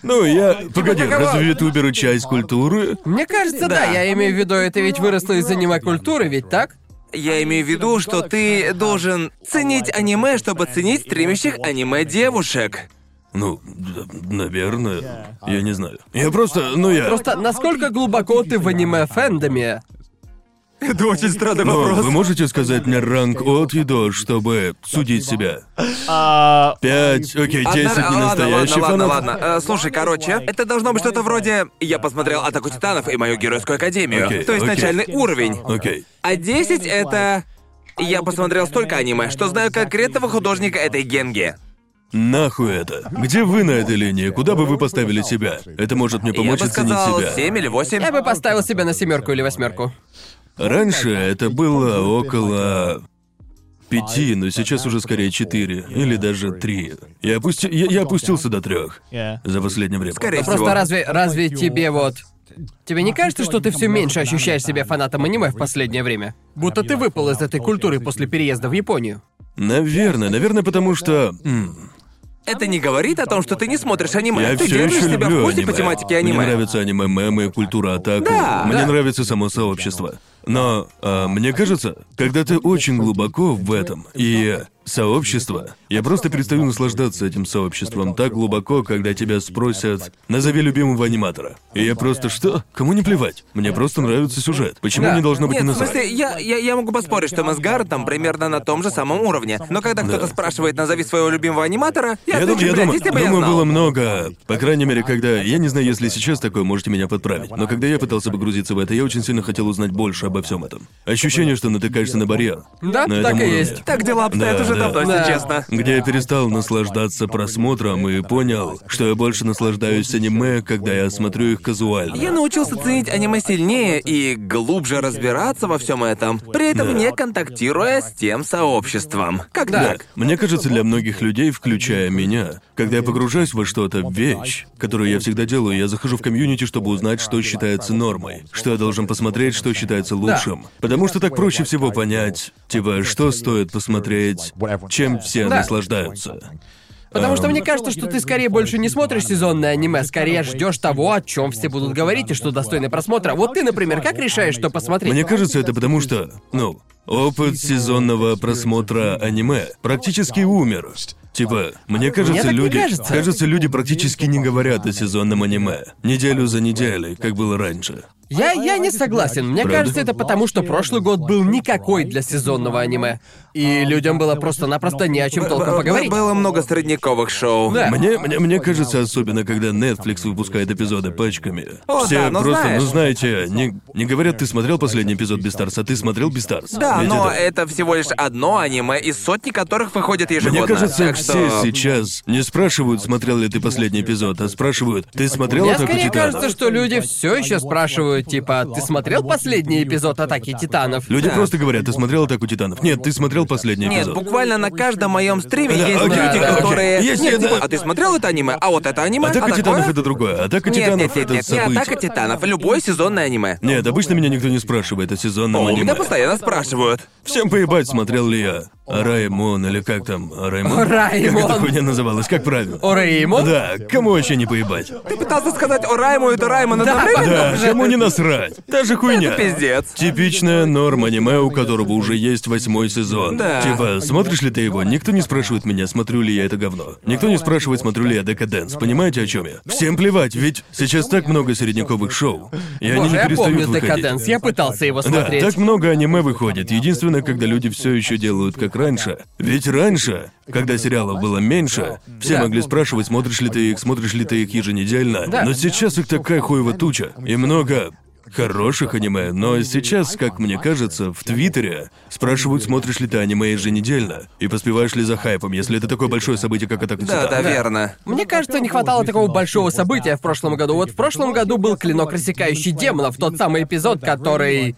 Ну, я... Погоди,
каково-
разве ютуберы часть культуры?
Мне кажется, да.
Да.
я имею в виду, это ведь выросло из аниме культуры, ведь так?
Я имею в виду, что ты должен ценить аниме, чтобы ценить стримящих аниме девушек.
Ну, да, наверное, я не знаю. Я просто, ну я...
Просто насколько глубоко ты в аниме фэндоме?
Это очень странный
Ну, вы можете сказать мне ранг от и до, чтобы судить себя? Пять, окей, десять
Одна- ладно,
ненастоящих
ладно, ладно,
фанатов.
ладно. Э, слушай, короче, это должно быть что-то вроде «Я посмотрел Атаку Титанов и мою Геройскую Академию».
Окей,
То есть
окей.
начальный уровень.
Окей.
А 10 это... Я посмотрел столько аниме, что знаю конкретного художника этой генги.
Нахуй это? Где вы на этой линии? Куда бы вы поставили себя? Это может мне помочь
Я бы
оценить
сказал,
себя.
7 или 8.
Я бы поставил себя на семерку или восьмерку.
Раньше это было около пяти, но сейчас уже скорее четыре или даже три. Я, опусти... я, я опустился до трех за последнее время.
Скорее всего.
Просто разве, разве тебе вот... Тебе не кажется, что ты все меньше ощущаешь себя фанатом аниме в последнее время? Будто ты выпал из этой культуры после переезда в Японию.
Наверное, наверное, потому что м,
Это не говорит о том, что ты не смотришь аниме.
я
ты
все
держишь
еще
себя
люблю
в курсе
аниме.
по тематике аниме.
Мне нравится аниме, мемы, культура атаку.
Да,
мне
да.
нравится само сообщество. Но а, мне кажется, когда ты очень глубоко в этом и сообщество, я просто перестаю наслаждаться этим сообществом так глубоко, когда тебя спросят назови любимого аниматора. И я просто что? Кому не плевать? Мне просто нравится сюжет. Почему
Да.
мне должно быть
Нет,
не
в
насрать?
смысле, я, я, я могу поспорить, что мы с Гарретом примерно на том же самом уровне. Но когда кто-то спрашивает, назови своего любимого аниматора, я,
Я,
отвечу,
думаю, я
«Блядь,
думаю,
если бы я
думаю,
знал».
было много. По крайней мере, когда. Я не знаю, если сейчас такое, можете меня подправить. Но когда я пытался погрузиться в это, я очень сильно хотел узнать больше обо всем этом. Ощущение, что натыкаешься на барьер.
Да,
На
так
этом
и
уровне.
есть.
Так дела обстоят
Да,
уже
да.
давно,
Да.
если честно.
Где я перестал наслаждаться просмотром и понял, что я больше наслаждаюсь аниме, когда я смотрю их казуально.
Я научился ценить аниме сильнее и глубже разбираться во всем этом, при этом не контактируя с тем сообществом. Как так?
Мне кажется, для многих людей, включая меня, когда я погружаюсь во что-то, вещь, которую я всегда делаю, я захожу в комьюнити, чтобы узнать, что считается нормой, что я должен посмотреть, что считается лучшим. Потому что так проще всего понять, типа, что стоит посмотреть, чем все
Да.
наслаждаются.
Потому что мне кажется, что ты скорее больше не смотришь сезонное аниме, скорее ждешь того, о чем все будут говорить и что достойно просмотра. Вот ты, например, как решаешь, что посмотреть?
Мне кажется, это потому что, ну, опыт сезонного просмотра аниме практически умер. Типа, мне кажется,
так не
люди,
кажется.
люди практически не говорят о сезонном аниме неделю за неделей, как было раньше.
Я, я не согласен. Мне
Правда?
кажется, это потому, что прошлый год был никакой для сезонного аниме. И людям было просто-напросто не о чем толком
Б-
поговорить.
Было много средняковых шоу.
Да.
Мне, мне, мне кажется, особенно когда Netflix выпускает эпизоды пачками.
О,
все
да, но
просто,
знаешь-
ну знаете, не, не говорят, ты смотрел последний эпизод Бестарс, а ты смотрел Бестарс.
Да,
Ведь
но
это-
это всего лишь одно аниме, из сотни которых выходит ежегодно.
Мне кажется,
так
все
что...
сейчас не спрашивают, смотрел ли ты последний эпизод, а спрашивают, ты смотрел
Мне
«Атаку
скорее
Титанов?»
кажется, что люди все еще спрашивают, типа, ты смотрел последний эпизод Атаки Титанов?
Люди
Да.
просто говорят, ты смотрел «Атаку Титанов»? Нет, ты смотрел последний
Нет,
эпизод.
буквально на каждом моем стриме
Да,
есть
окей,
люди,
да, окей.
которые.
Если
Нет,
это-
типа, а ты смотрел это аниме? А вот это аниме?
«Атака
а
Титанов»
такое?»
это другое. «Атака
Нет,
Титанов»
нет, нет,
это
нет, не
событие.
атака титанов, любое сезонное аниме.
Нет, обычно меня никто не спрашивает о сезонном
О,
ну, аниме.
меня постоянно спрашивают.
Всем поебать, смотрел ли я Раймон или как там? Раймон?
Раймон.
Как эта хуйня называлась? Как правильно?
О, Реймон?
Да, кому вообще не поебать?
Ты пытался сказать о Райму и это Раймон одновременно?
Да, кому не насрать? Та же хуйня.
Это пиздец.
Типичная норма аниме, у которого уже есть восьмой сезон.
Да.
Типа, смотришь ли ты его? Никто не спрашивает меня, смотрю ли я это говно. Никто не спрашивает, смотрю ли я Декаденс. Понимаете, о чем я? Всем плевать, ведь сейчас так много середняковых шоу. И они
Боже,
не
я
перестают
помню
выходить.
Декаденс, я пытался его
Да,
смотреть.
так много аниме выходит. Единственное, когда люди все еще делают как раньше. Ведь раньше, когда сериалов было меньше, все
Да.
могли спрашивать, смотришь ли ты их, смотришь ли ты их еженедельно.
Да.
Но сейчас их такая хуева туча. И много хороших аниме, но сейчас, как мне кажется, в Твиттере спрашивают, смотришь ли ты аниме еженедельно и поспеваешь ли за хайпом, если это такое большое событие, как атака
Да, да,
Титанов».
верно.
Мне кажется, не хватало такого большого события в прошлом году. Вот в прошлом году был клинок рассекающий демонов, тот самый эпизод, который.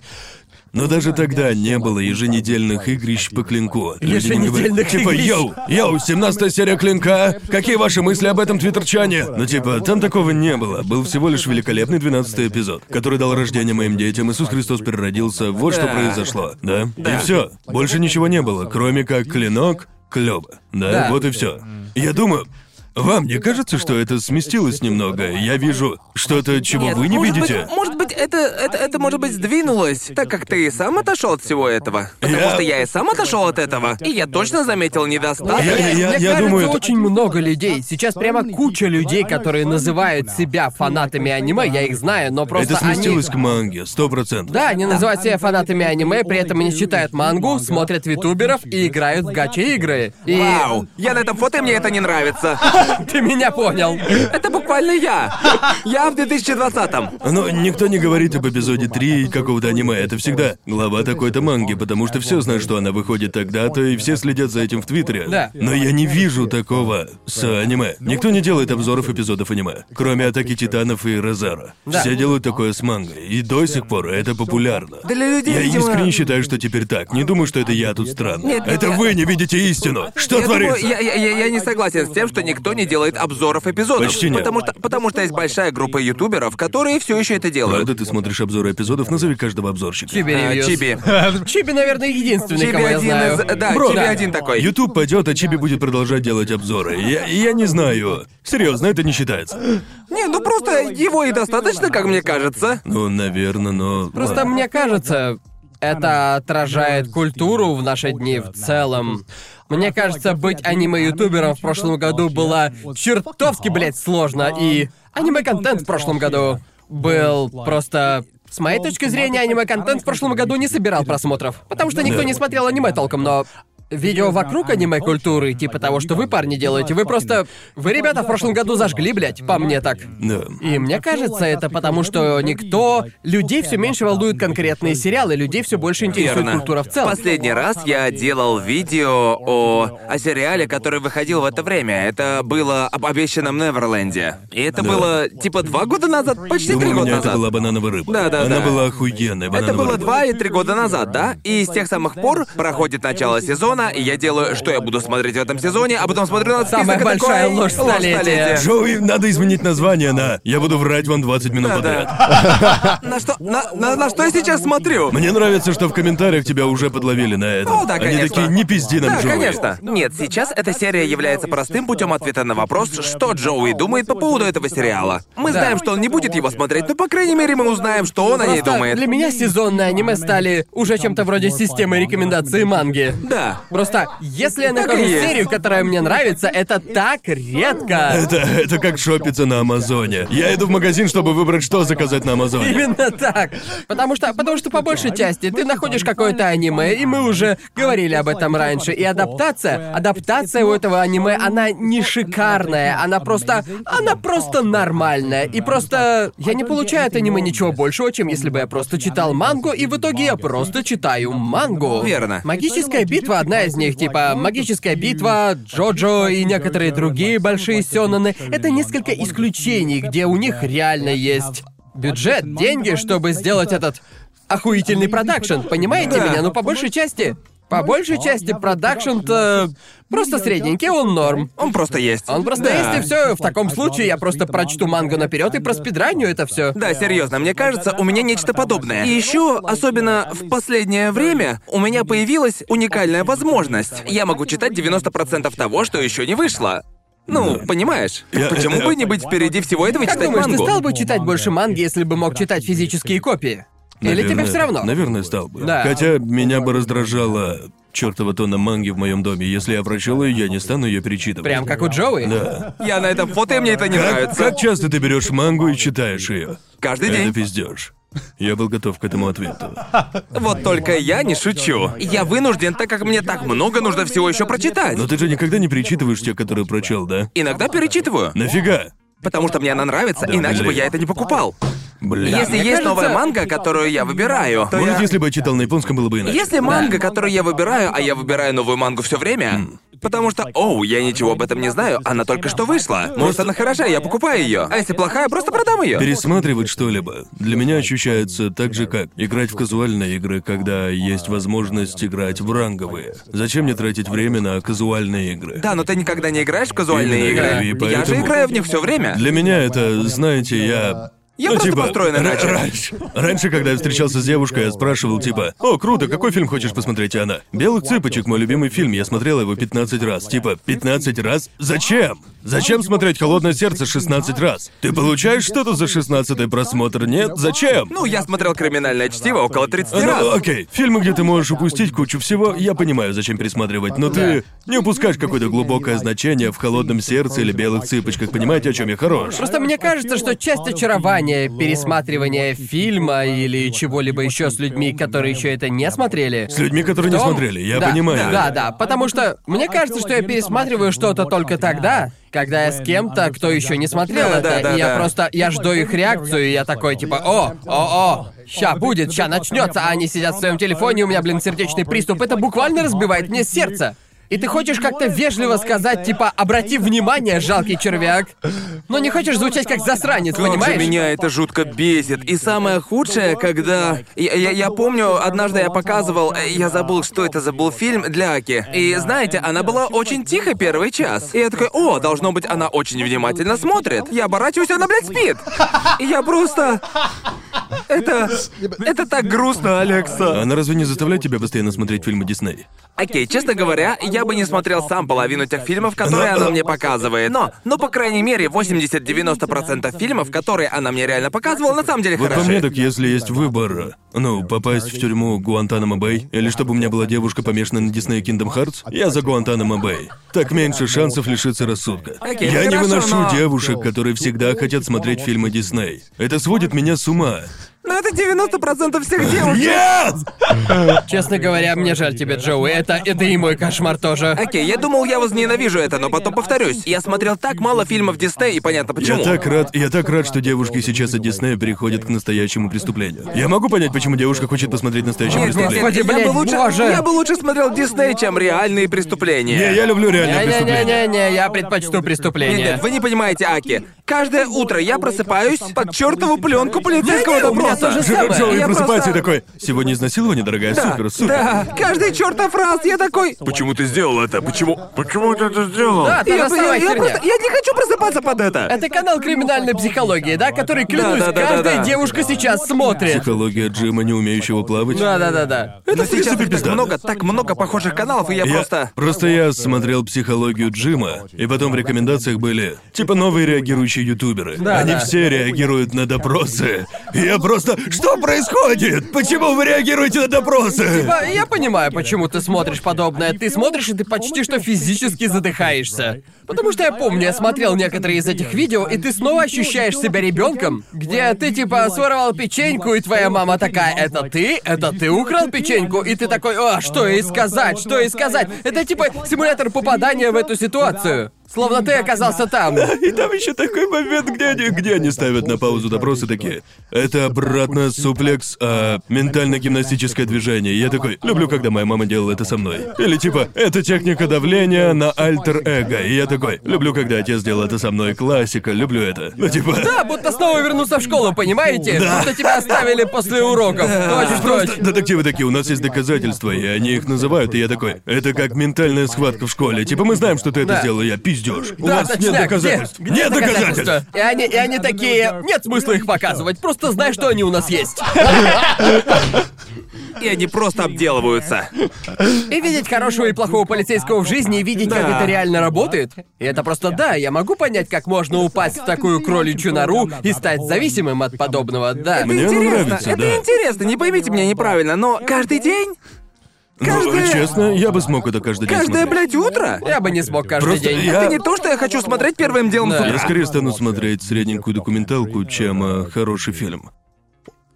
Но даже тогда не было еженедельных игрищ по клинку. Люди не говорили,
Еженедельных
Типа,
игрищ.
йоу, йоу, 17 серия клинка. Какие ваши мысли об этом, твиттерчане? Ну типа, там такого не было. Был всего лишь великолепный 12 эпизод, который дал рождение моим детям. Иисус Христос переродился. Вот что
Да.
произошло. Да? И все. Больше ничего не было, кроме как клинок, клёво. Да,
Да.
вот и все. Я думаю, вам не кажется, что это сместилось немного? Я вижу что-то, чего
Нет,
вы не
может
видите.
Быть, может быть, это, это, это, может быть, сдвинулось, так как ты и сам отошел от всего этого. Потому
Я-
что я и сам отошел от этого. И я точно заметил недостаток.
Я- я-
Мне
я
кажется,
думаю, это-
очень много людей. Сейчас прямо куча людей, которые называют себя фанатами аниме. Я их знаю, но просто
Это сместилось
они...
к манге, сто процентов.
Да, они называют себя фанатами аниме, при этом они читают мангу, смотрят витуберов и играют в гачи игры. И
Вау! Я на этом фото, и мне это не нравится.
ты меня понял.
Это принципиально я. Я в 2020-м.
Но Ну, никто не говорит об эпизоде 3 какого-то аниме. Это всегда глава такой-то манги, потому что все знают, что она выходит тогда-то, и все следят за этим в Твиттере.
Да.
Но я не вижу такого с аниме. Никто не делает обзоров эпизодов аниме, кроме атаки титанов и Розара.
Да.
Все делают такое с мангой, и до сих пор это популярно.
Для людей,
Я
видимо...
искренне считаю, что теперь так. Не думаю, что это я тут странный.
Нет,
это
я-
вы не видите истину. Что
я,
творится?
думаю, я, я- я- я не согласен с тем, что никто не делает обзоров эпизодов.
Почти нет.
Потому что, потому что есть большая группа ютуберов, которые все еще это делают.
Ладно, ты смотришь обзоры эпизодов, назови каждого обзорщика.
Чиби
А,
ревьюс.
Чиби.
Чиби, наверное, единственный,
Чиби
кого я
один
знаю.
из- Да,
Бро,
Чиби
да.
один такой.
Ютуб пойдет, а Чиби будет продолжать делать обзоры. Я, я не знаю. Серьезно, это не считается.
Не, ну просто его и достаточно, как мне кажется.
Ну, наверное, но.
Просто
ладно.
мне кажется, это отражает культуру в наши дни в целом. Мне кажется, быть аниме-ютубером в прошлом году было чертовски, блядь,
А,
сложно, и аниме-контент в прошлом году был просто... С моей точки зрения, аниме-контент в прошлом году не собирал просмотров, потому что никто
Да.
не смотрел аниме толком, но Видео вокруг аниме-культуры, типа того, что вы, парни, делаете, вы просто... Вы, ребята, в прошлом году зажгли, блядь, по мне так.
Да.
И мне кажется, это потому, что никто... Людей все меньше волнуют конкретные сериалы, людей все больше интересует
Верно.
культура в целом.
Последний раз я делал видео о, о сериале, который выходил в это время. Это было об обещанном Неверленде. И это было типа два года назад, почти
Думаю,
три
у
года
меня
назад.
это была банановая рыба.
Да, да,
Она
да.
была охуенная,
Это
банановая
было
рыба.
два или три года назад, да? И с тех самых пор проходит начало сезона, и я делаю, что я буду смотреть в этом сезоне, а потом смотрю на список
Самая
и такой,
большая ложь столетия».
Джоуи, надо изменить название на «Я буду врать вам 20 минут
Да,
подряд».
да. На что, на, на- на что я сейчас смотрю?
Мне нравится, что в комментариях тебя уже подловили на это.
О, Ну да,
Они
конечно.
такие, не пизди нам,
Да,
Джоуи».
конечно. Нет, сейчас эта серия является простым путем ответа на вопрос, что Джоуи думает по поводу этого сериала. Мы
Да.
знаем, что он не будет его смотреть, но по крайней мере мы узнаем, что он о ней
Просто
думает.
Для меня сезонные аниме стали уже чем-то вроде системы рекомендации манги.
Да.
Просто, если я
Так и
нахожу
есть.
серию, которая мне нравится, это так редко.
Это, это как шопиться на Амазоне. Я иду в магазин, чтобы выбрать, что заказать на Амазоне.
Именно так. Потому что, потому что по большей части ты находишь какое-то аниме, и мы уже говорили об этом раньше. И адаптация, адаптация у этого аниме, она не шикарная, она просто, она просто Ну нормальная. И просто а я не получаю от аниме ничего большего, чем если бы я просто читал мангу, и в итоге я просто читаю мангу.
Верно.
А Магическая битва одна из них, типа магическая битва, Джоджо и некоторые другие большие сёнэны. Это несколько исключений, где у них реально есть бюджет, деньги, чтобы сделать этот охуительный продакшн. Понимаете
Да.
меня? Ну, по большей части. По большей части продакшн-то просто средненький, он норм.
Он просто есть.
Он просто
Да.
если все, в таком случае я просто прочту мангу наперед и проспидраню это все.
Да, серьезно, мне кажется, у меня нечто подобное. И еще, особенно в последнее время, у меня появилась уникальная возможность. Я могу читать 90% того, что еще не вышло. Ну, понимаешь?
Я-
Почему бы не быть впереди всего этого и
Как
читать
думаешь, ты
мангу?
стал бы читать больше манги, если бы мог читать физические копии? Или тебе
Наверное,
все равно?
Наверное, стал бы.
Да.
Хотя меня бы раздражала чертова тонна манги в моем доме. Если я прочел ее, я не стану ее перечитывать.
Прям как у Джоуи?
Да.
Я на этом фото, и мне это не
Как,
нравится.
как часто ты берешь мангу и читаешь ее?
Каждый
Это
день.
пиздеж. Я был готов к этому ответу.
Вот только я не шучу. Я вынужден, так как мне так много нужно всего еще прочитать.
Но ты же никогда не перечитываешь те, которые прочел, да?
Иногда перечитываю,
Нафига?
потому что мне она нравится, иначе бы
блин.
я это не покупал.
Блин.
Если есть
кажется-
новая манга, которую я выбираю, то
Может,
я-
если бы я читал на японском, было бы иначе.
Если манга, которую я выбираю, а я выбираю новую мангу все время, потому что, оу, я ничего об этом не знаю, она только что вышла. Может, она хороша, я покупаю ее. А если плохая, просто продам ее.
Пересматривать что-либо для меня ощущается так же, как играть в казуальные игры, когда есть возможность играть в ранговые. Зачем мне тратить время на казуальные игры?
Да, но ты никогда не играешь в казуальные
Именно,
игры.
и
Я же
поэтому-
играю в них все время.
Для меня это, знаете, я... ну, типа,
Я просто построен
ра-
иначе.
Раньше, раньше, когда я встречался с девушкой, я спрашивал, типа, «О, круто, какой фильм хочешь посмотреть?» И она, «Белых цыпочек» — мой любимый фильм, я смотрел его 15 раз. Типа, 15 раз? Зачем? Зачем смотреть «Холодное сердце» 16 раз? Ты получаешь что-то за 16-й просмотр? Нет? Зачем?
Ну, я смотрел криминальное чтиво около 30
Ну,
раз.
окей, фильмы, где ты можешь упустить кучу всего, я понимаю, зачем пересматривать, но ты не упускаешь какое-то глубокое значение в холодном сердце или белых цыпочках, понимаете, о чем я хорош?
Просто мне кажется, что часть очарования пересматривания фильма или чего-либо еще с людьми, которые еще это не смотрели.
С людьми, которые не
в том-
смотрели, я
Да,
понимаю.
Да, да, потому что мне кажется, что я пересматриваю что-то только тогда, когда я с кем-то, кто еще не смотрел
Да,
это,
да, да,
и я
да.
просто, я жду их реакцию, и я такой, типа, о, о, о, ща будет, ща начнется, а они сидят в своем телефоне, у меня, блин, сердечный приступ, это буквально разбивает мне сердце. И ты хочешь как-то вежливо сказать, типа, обрати внимание, жалкий червяк, но не хочешь звучать как засранец,
Как же
понимаешь?
меня это жутко бесит. И самое худшее, когда... Я, я- я помню, однажды я показывал... э, Я забыл, что это за был фильм для Аки. И, знаете, она была очень тихо первый час. И я такой, о, должно быть, она очень внимательно смотрит. Я оборачиваюсь, она, блядь, спит. И я просто... Это... Это так грустно, Алекса.
Она разве не заставляет тебя постоянно смотреть фильмы Дисней?
Окей, честно говоря, я бы не смотрел сам половину тех фильмов, которые она мне показывает. Но, но по крайней мере, 80-90% фильмов, которые она мне реально показывала, на самом деле
Вот по
хороши.
мне, так если есть выбор, ну, попасть в тюрьму Гуантанамо Бэй, или чтобы у меня была девушка помешана на Дисней Kingdom Hearts, я за Гуантанамо Бэй. Так меньше шансов лишиться рассудка.
Окей,
я не
хорошо,
выношу
но-
девушек, которые всегда хотят смотреть фильмы Дисней. Это сводит меня с ума.
Но Ну, это 90% всех девушек.
Нет!
Честно говоря, мне жаль тебя, Джоуи, это, это и мой кошмар тоже.
Окей, я думал, я возненавижу это, но потом повторюсь. Я смотрел так мало фильмов Дисней, и понятно
Я
почему.
так рад, я так рад, что девушки сейчас от Диснея переходят к настоящему преступлению. Я могу понять, почему девушка хочет посмотреть настоящее
Нет, нет, нет,
преступление.
Господи,
я,
блядь,
бы лучше,
боже.
я бы лучше смотрел Дисней, чем реальные преступления.
Не, я люблю реальное преступление.
Не-не-не-не, я предпочту
Нет,
преступление.
нет, вы не понимаете, Аки. Каждое утро я просыпаюсь под чертову пленку полицейского
Не-не, у меня
допроса.
то же
Джо-
самое.
Джоуи
Я
просыпается и
просто-
такой, сегодня изнасилование, дорогая,
Да,
супер, супер.
Да, каждый чертов раз я такой...
Почему ты сделал это? Почему? Почему ты это сделал?
Да, та
Я,
же самая
я- я
херня.
просто- я не хочу просыпаться под это.
Это канал криминальной психологии, да, который, клянусь,
Да-да-да-да-да.
каждая девушка сейчас смотрит.
Психология Джима, не умеющего плавать.
Да-да-да-да.
Но
в принципе,
сейчас их так
пизда.
много, так много похожих каналов, и я
Я-
просто...
Просто я смотрел психологию Джима, и потом в рекомендациях были типа новые реагирующие ютуберы.
Да,
Они
да.
все реагируют на допросы. И я просто. Что происходит? Почему вы реагируете на допросы?
Типа,
Ба- Я понимаю, почему ты смотришь подобное. Ты смотришь, и ты почти что физически задыхаешься. Потому что я помню, я смотрел некоторые из этих видео, и ты снова ощущаешь себя ребенком, где ты типа своровал печеньку, и твоя мама такая, это ты, это ты украл печеньку, и ты такой, а, что ей сказать, что ей сказать. Это типа симулятор попадания в эту ситуацию. Словно ты оказался там.
И там еще такой момент, где они, где они ставят на паузу допросы такие. Это обратно суплекс, а ментально-гимнастическое движение. Я такой, люблю, когда моя мама делала это со мной. Или типа, это техника давления на альтер-эго. И я такой, люблю, когда отец делал это со мной. Классика, люблю это. Ну типа...
Да, будто снова вернуться в школу, понимаете?
Да.
Будто тебя оставили после уроков. Точно,
Просто
точно.
детективы такие, у нас есть доказательства, и они их называют, и я такой, это как ментальная схватка в школе. Типа, мы знаем, что ты это
Да.
сделал, и я пиздешь. У
Да,
вас нет
точняк.
доказательств.
Где- где
Нет доказательств!
доказательства? И они, и они такие, нет смысла их показывать, просто знай, что они у нас есть.
И они просто обделываются.
И видеть хорошего и плохого полицейского в жизни, и видеть, как
Да.
это реально работает. И это просто да, я могу понять, как можно упасть в такую кроличью нору и стать зависимым от подобного, да.
Мне оно
интересно,
нравится,
это
да.
интересно, не поймите меня неправильно, но каждый день,
Ну,
Каждое-
честно, я бы смог это каждый день
каждое,
смотреть.
блядь, утро,
Я бы не смог каждый
Просто
день.
я-
это не то, что я хочу смотреть первым делом
Да.
с утра.
Я скорее стану смотреть средненькую документалку, чем э, хороший фильм.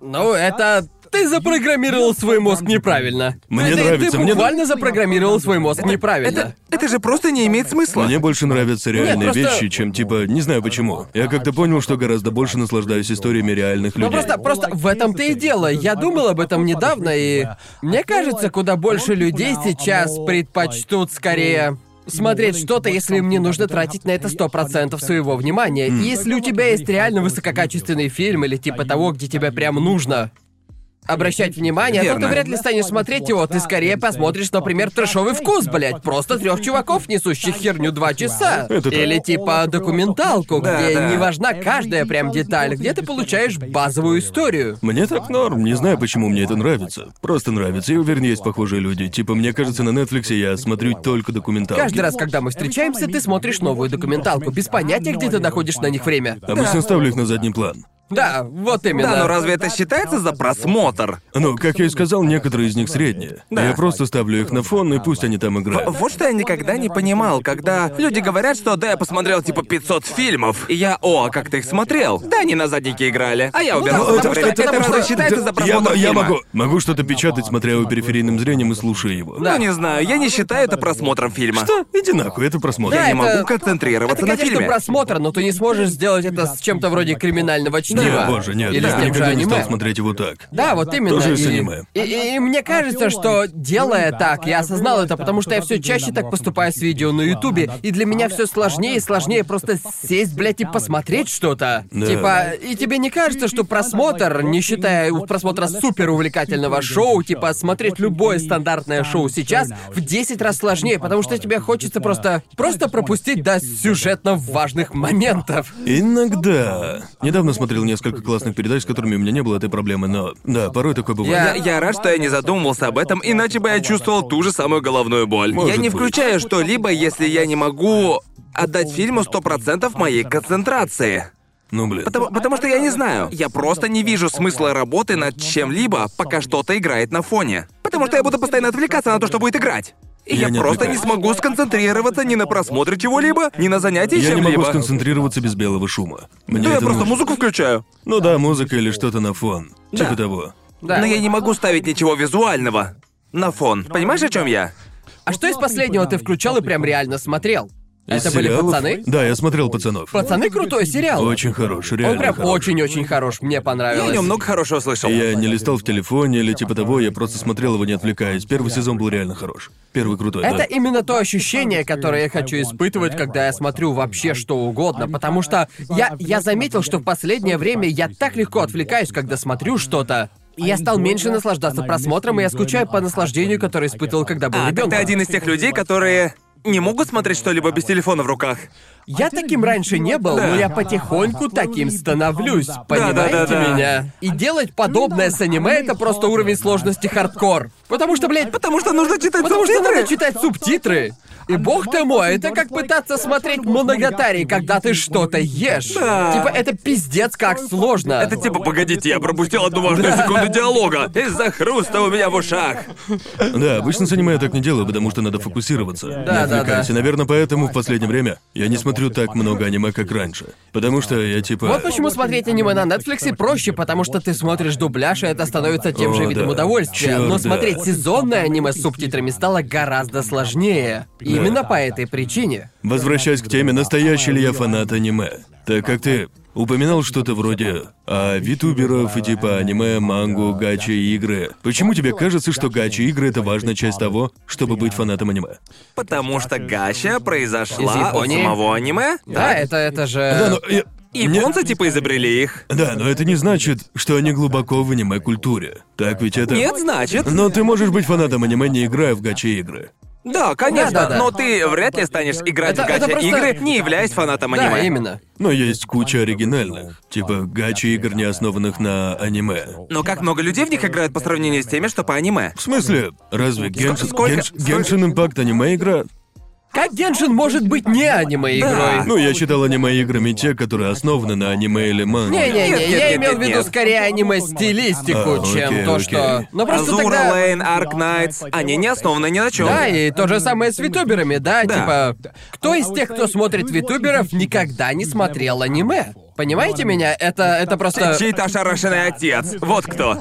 Ну, это... Ты запрограммировал свой мозг неправильно.
Мне
ты,
нравится,
Ты
мне-
буквально запрограммировал свой мозг неправильно.
Это, это же просто не имеет смысла.
Мне больше нравятся реальные
просто-
вещи, чем типа, не знаю почему. Я как-то понял, что гораздо больше наслаждаюсь историями реальных
Ну
людей.
просто, просто в этом-то и дело. Я думал об этом недавно, и мне кажется, куда больше людей сейчас предпочтут скорее смотреть что-то, если им не нужно тратить на это 100% своего внимания. И Если у тебя есть реально высококачественный фильм или типа того, где тебе прям нужно обращать внимание, а то ты
Верно.
вряд ли станешь смотреть его, ты скорее посмотришь, например, трешовый вкус, блядь, просто трех чуваков, несущих херню два часа.
Это да.
Или типа документалку,
Да,
где
да.
не важна каждая прям деталь, где ты получаешь базовую историю.
Мне так норм, не знаю, почему мне это нравится. Просто нравится, и уверен, есть похожие люди. Типа, мне кажется, на Netflix я смотрю только документалки.
Каждый раз, когда мы встречаемся, ты смотришь новую документалку, без понятия, где ты находишь на них время.
Обычно ставлю их на задний план.
Да, вот именно.
Да, но разве это считается за просмотр?
Ну, как я и сказал, некоторые из них средние.
Да.
Я просто ставлю их на фон, и пусть они там играют.
Вот что я никогда не понимал, когда люди говорят, что да, я посмотрел типа 500 фильмов, и я, о, а как ты их смотрел? Да, они на заднике играли, а я убирал
Ну,
это
это-
время.
это-
Это
потому
разве
что-
считается за
Я,
просмотр
я
фильма?
могу, могу что-то печатать, смотря его периферийным зрением и слушая его.
Ну, не знаю, я не считаю это просмотром фильма.
Что? Иди нахуй, это просмотр.
Да,
Я не
это-
могу концентрироваться
Это,
на
конечно,
фильме.
просмотр, но ты не сможешь сделать это с чем-то вроде криминального чтива.
Нет, боже, нет,
Или
я
с
бы
тем же
никогда не стал
аниме.
смотреть его так.
Да, вот именно.
Тоже
и,
с аниме.
И, и- и мне кажется, что делая так, я осознал это, потому что я все чаще так поступаю с видео на Ютубе, и для меня все сложнее и сложнее просто сесть, блядь, и посмотреть что-то.
Да.
Типа, и тебе не кажется, что просмотр, не считая у- просмотра супер увлекательного шоу, типа смотреть любое стандартное шоу сейчас, в 10 раз сложнее, потому что тебе хочется просто просто пропустить до сюжетно важных моментов.
Иногда. Недавно смотрел несколько классных передач, с которыми у меня не было этой проблемы, но да, порой такое
Я,
бывает.
я рад, что я не задумывался об этом, иначе бы я чувствовал ту же самую головную боль.
Может
я не
быть.
включаю что-либо, если я не могу отдать фильму 100% моей концентрации.
Ну блин.
Потому, потому что я не знаю. Я просто не вижу смысла работы над чем-либо, пока что-то играет на фоне. Потому что я буду постоянно отвлекаться на то, что будет играть. И
Я
я,
не
просто не
отвлекаюсь.
смогу сконцентрироваться ни на просмотре чего-либо, ни на занятии
Я не
чем-либо.
могу сконцентрироваться без белого шума. Мне
Да я
это
просто
нужно.
музыку включаю.
Ну да, музыка или что-то на фон.
Да.
Типа того.
Да.
Но я не могу ставить ничего визуального на фон. Понимаешь, о чем я?
А что из последнего ты включал и прям реально смотрел?
Из
А
Это были
сериалов?
пацаны?
Да, я смотрел пацанов.
Пацаны крутой сериал.
Очень хорош, реально.
Он прям
хорош.
очень-очень хорош, мне
Я
понравилось.
о нем много хорошего слышал.
Я не листал в телефоне или типа того, я просто смотрел его не отвлекаясь. Первый сезон был реально хорош. Первый крутой,
Это
да.
именно то ощущение, которое я хочу испытывать, когда я смотрю вообще что угодно, потому что я, я заметил, что в последнее время я так легко отвлекаюсь, когда смотрю что-то. И Я стал меньше наслаждаться просмотром, и я скучаю по наслаждению, которое испытывал, когда был
А, так ты
ребенком.
один из тех людей, которые не могут смотреть что-либо без телефона в руках.
Я таким раньше не был,
Да.
но я потихоньку таким становлюсь, понимаете
да, да.
меня? И делать подобное с аниме это просто уровень сложности хардкор. Потому что, блядь,
Потому что нужно читать
Потому что
субтитры.
надо читать субтитры. И бог ты мой, это как пытаться смотреть моногатарий, когда ты что-то ешь.
Да.
Типа это пиздец как сложно.
Это типа, погодите, я пропустил одну важную секунду диалога из-за хруста у меня в ушах.
Да, обычно с аниме я так не делаю, потому что надо фокусироваться. не
да, да.
отвлекаюсь. И, наверное, поэтому в последнее время я не смотрю так много аниме, как раньше. Потому что я типа.
Вот почему смотреть аниме на Netflix проще, потому что ты смотришь дубляж, и это становится тем же
О,
видом
да.
удовольствия.
Чёрт,
Но
да.
смотреть сезонное аниме с субтитрами стало гораздо сложнее. Именно по этой причине.
Возвращаясь к теме, настоящий ли я фанат аниме? Так как ты упоминал что-то вроде а, витуберов и типа аниме, мангу, гачи игры. Почему тебе кажется, что гачи игры это важная часть того, чтобы быть фанатом аниме?
Потому что гача
Из
произошла от
Японии.
самого аниме.
Да, это, это же...
Да, ну, но я-
Японцы типа изобрели их.
Да, но это не значит, что они глубоко в аниме-культуре. Так ведь это...
Нет, значит.
Но ты можешь быть фанатом аниме, не играя в гачи-игры.
Да, конечно.
Да, да, да.
Но ты вряд ли станешь играть
Это-
в
это
гача
просто-
игры, не являясь фанатом
Да,
аниме.
именно.
Но есть куча оригинальных, типа гачи-игр, не основанных на аниме.
Но как много людей в них играют по сравнению с теми, что по аниме?
В смысле? Разве Геншин...
сколько-
Генш-
сколько-
Геншин Импакт аниме-игра?
Как Геншин может быть не
А.
аниме-игрой?
Ну, я считал аниме-играми те, которые основаны на аниме или манге.
Не-не-не,
Нет, нет,
я
нет,
имел
нет,
в виду
нет.
скорее аниме-стилистику,
А,
чем
окей,
то,
окей.
что. Ну просто
Азура
тогда.
Лейн, Арк Найтс, они не основаны ни на чем.
Да, и то же самое с витуберами, да,
Да.
типа. Кто из тех, кто смотрит витуберов, никогда не смотрел аниме? Понимаете меня? Это, это просто.
Чей-то ошарашенный отец. Вот кто.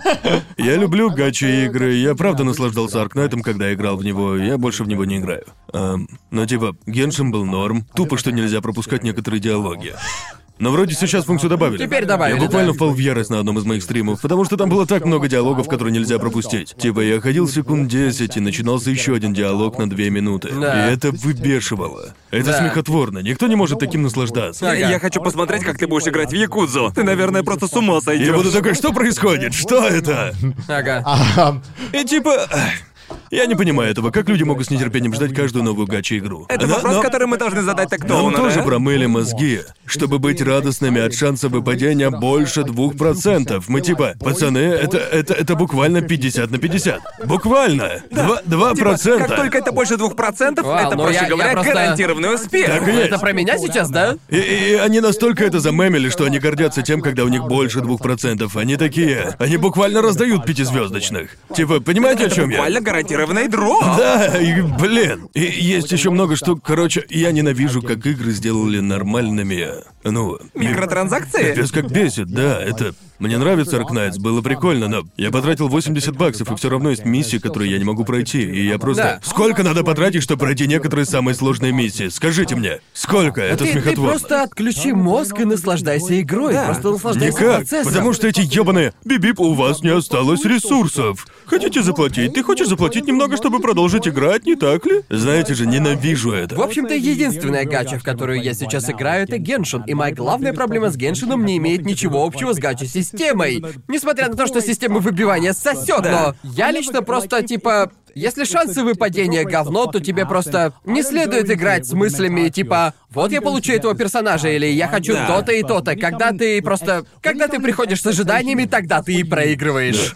Я люблю гачи-игры, я правда наслаждался Аркнайтом, когда играл в него, я больше в него не играю. Ам, ну типа, Геншин был норм, тупо, что нельзя пропускать некоторые диалоги. Но вроде сейчас функцию добавили.
Теперь добавили,
Я буквально
да.
впал в ярость на одном из моих стримов, потому что там было так много диалогов, которые нельзя пропустить. Типа я ходил секунд 10 и начинался еще один диалог на 2 минуты.
Да.
И это выбешивало. Это
Да.
смехотворно, никто не может таким наслаждаться.
Ага.
Я хочу посмотреть, как ты будешь играть в Якудзу. Ты, наверное, просто с ума сойдешь.
А, Я буду такой, что происходит? Что это?
Ага.
э,
И типа... ах, Я не понимаю этого. Как люди могут с нетерпением ждать каждую новую гачи-игру?
Это
Но-
вопрос,
но-
который мы должны задать так
Нам
Доунеру,
тоже
а?
промыли мозги, чтобы быть радостными от шанса выпадения больше 2%. Мы типа, пацаны, это, это, это буквально 50 на 50. Буквально. 2%. два
Типа,
процента.
Как только это больше двух процентов,
Вау,
это,
ну
проще
я- я
говоря,
просто-
гарантированный успех.
Так и есть.
Это про меня сейчас, да?
И, и- и они настолько это замемили, что они гордятся тем, когда у них больше двух процентов. Они такие. Они буквально раздают пятизвездочных. Типа, понимаете, о чем я?
Буквально гарантированный дроп.
Да, и, блин. И есть еще много штук. Короче, я ненавижу, как игры сделали нормальными. Ну,
Микротранзакции?
Пипец как бесит, да, это... Мне нравится Ark Knights, было прикольно, но я потратил 80 баксов, и все равно есть миссии, которые я не могу пройти, и я просто...
Да.
Сколько надо потратить, чтобы пройти некоторые самые сложные миссии? Скажите мне, сколько? Это
ты, ты
смехотворно.
просто отключи мозг и наслаждайся игрой. Просто наслаждайся
Никак,
процессом.
потому что эти ебаные бибип, у вас не осталось ресурсов. Хотите заплатить? Ты хочешь заплатить немного, чтобы продолжить играть, не так ли? Знаете же, ненавижу это.
В общем-то, единственная гача, в которую я сейчас играю, это Геншин. И моя главная проблема с Геншином не имеет ничего общего с гача-системой. Несмотря на то, что система выбивания сосет, но я лично просто типа... Если шансы выпадения говно, то тебе просто не следует играть с мыслями типа «Вот я получу этого персонажа» или «Я хочу
Да.
то-то и то-то». Когда ты просто... Когда ты приходишь с ожиданиями, тогда ты и проигрываешь.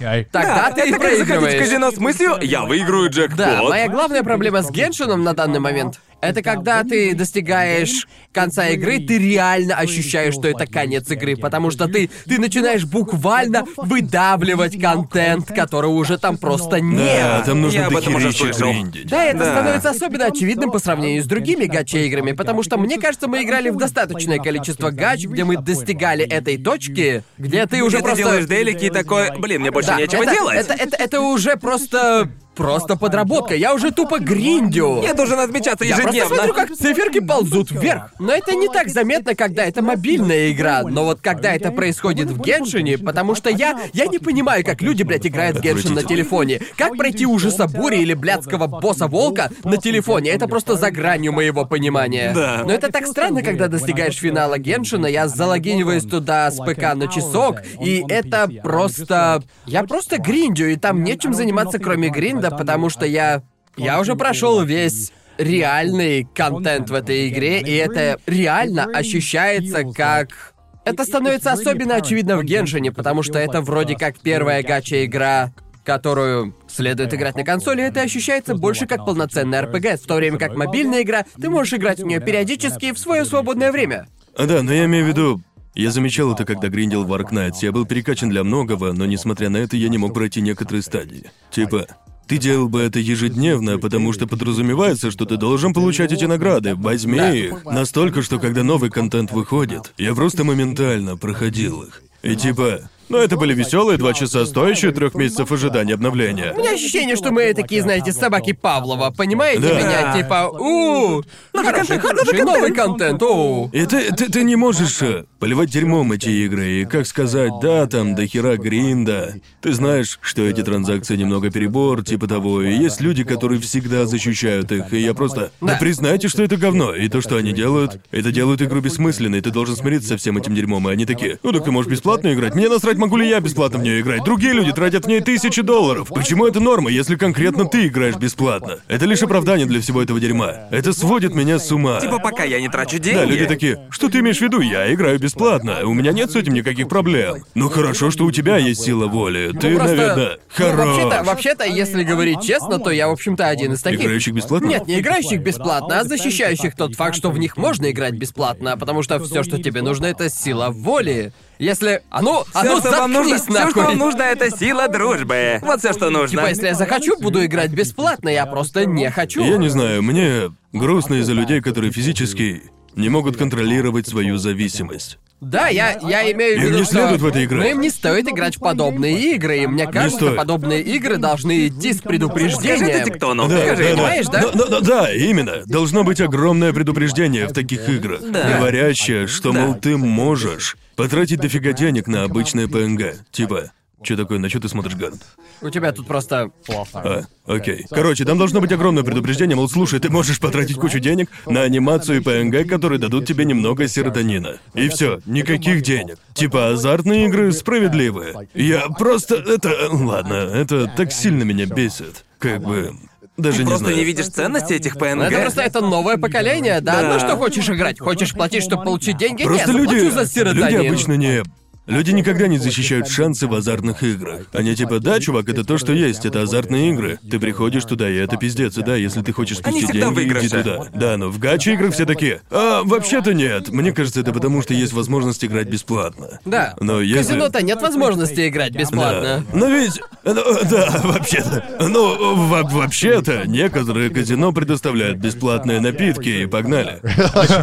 Да,
Тогда ты и
это как заходить в
проигрываешь.
казино с мыслью «Я выиграю джекпот».
Да, моя главная проблема с Геншином на данный момент — это когда ты достигаешь конца игры, ты реально ощущаешь, что это конец игры, потому что ты, ты начинаешь буквально выдавливать контент, которого уже там просто
Да,
нет.
там нужно
Я об этом уже
дохерища
слышал.
гриндить.
Да, это
Да.
становится особенно очевидным по сравнению с другими гача-играми, потому что, мне кажется, мы играли в достаточное количество гач, где мы достигали этой точки, где ты уже
Ты
просто...
делаешь делики и такой, блин, мне больше
Да,
нечего
это,
делать.
Это, это, это уже просто... Просто подработка. Я уже тупо гриндю.
Я должен отмечаться
Я просто
ежедневно.
смотрю, как циферки ползут вверх. Но это не так заметно, когда это мобильная игра. Но вот когда это происходит в Геншине, потому что я... Я не понимаю, как люди, блядь, играют в Геншин на телефоне. Как пройти ужаса бури или блядского босса-волка на телефоне? Это просто за гранью моего понимания.
Да.
Но это так странно, когда достигаешь финала Геншина, я залогиниваюсь туда с ПК на часок, и это просто... Я просто гриндю, и там нечем заниматься, кроме гринда, потому что я... Я уже прошел весь реальный контент в этой игре, и это реально ощущается как... Это становится особенно очевидно в Геншине, потому что это вроде как первая гача-игра, которую следует играть на консоли, это ощущается больше как полноценный RPG, в то время как мобильная игра, ты можешь играть в нее периодически в свое свободное время.
А, Да, но я имею в виду, я замечал это, когда гриндил в Ark Knights. Я был перекачан для многого, но несмотря на это, я не мог пройти некоторые стадии. Типа, ты делал бы это ежедневно, потому что подразумевается, что ты должен получать эти награды. Возьми
Да.
их. Настолько, что когда новый контент выходит, я просто моментально проходил их. И типа, ну это были веселые два часа, стоящие трех месяцев ожидания обновления.
У меня ощущение, что мы такие, знаете, собаки Павлова, понимаете
Да.
меня? Типа, у хороший, хороший новый контент, у
И ты, ты, ты не можешь э, поливать дерьмом эти игры, и как сказать, да, там до хера гринда. Ты знаешь, что эти транзакции немного перебор, типа того, и есть люди, которые всегда защищают их, и я просто... Да,
Да.
признайте, что это говно, и то, что они делают, это делают игру бессмысленной, ты должен смириться со всем этим дерьмом, и они такие, ну так ты можешь бесплатно играть, мне насрать, могу ли я бесплатно в нее играть, другие люди тратят в ней тысячи долларов. Почему это норма, если конкретно ты играешь бесплатно? Это лишь оправдание для всего этого дерьма. Это сводит меня с ума.
Типа, пока я не трачу деньги.
Да, люди такие, что ты имеешь в виду? Я играю бесплатно, у меня нет с этим никаких проблем. Ну хорошо, что у тебя есть сила воли. Ты,
просто-
наверное,
Ну, Вообще-то,
хорош.
вообще-то, если говорить честно, то я, в общем-то, один из таких.
Играющих бесплатно?
Нет, не играющих бесплатно, а защищающих тот факт, что в них можно играть бесплатно, потому что все, что тебе нужно, это сила воли. Если... А ну, а
Всё,
ну
что вам нужно,
заткнись
всё,
нахуй.
что вам нужно, это сила дружбы. Вот все, что нужно.
Типа, если я захочу, буду играть бесплатно, я просто не хочу.
Я не знаю, мне грустно из-за людей, которые физически не могут контролировать свою зависимост.
Да, я, я имею в
Им
виду,
не
что-
следует в это играть.
Но им не стоит играть в подобные игры, и мне кажется,
стоит.
подобные игры должны идти
Скажи
с
это
предупреждением.
Тиктону. Скажи
да,
ему.
понимаешь, да?
Да, да, да, именно. Должно быть огромное предупреждение в таких играх, говорящее, что, мол, ты можешь потратить дофига денег на обычное ПНГ. Типа, что такое, на что ты смотришь, Гард?
У тебя тут просто...
А, окей. Короче, там должно быть огромное предупреждение, мол, слушай, ты можешь потратить кучу денег на анимацию и ПНГ, которые дадут тебе немного серотонина. И все, никаких денег. Типа азартные игры справедливые. Я просто... Это... Ладно, это так сильно меня бесит. Как бы... Даже
Ты
не
просто
знаю.
не видишь ценности этих
Ну,
ПНГ.
Это просто это новое поколение, да?
Да.
Ну что хочешь играть? Хочешь платить, чтобы получить деньги?
Просто
Нет,
люди,
заплачу за
люди
сиротонин.
обычно не... Люди никогда не защищают шансы в азартных играх. Они типа, да, чувак, это то, что есть, это азартные игры. Ты приходишь туда, и это пиздец, и да, если ты хочешь
Они
спустить
всегда в
деньги, иди
выигрыше.
туда. Да, но в гачи играх все такие. А, вообще-то нет. Мне кажется, это потому, что есть возможность играть бесплатно.
Да.
Но если...
Казино-то нет возможности играть бесплатно.
Но ведь... ну, да, вообще-то... Ну, во- вообще-то, некоторые казино предоставляют бесплатные напитки, и погнали.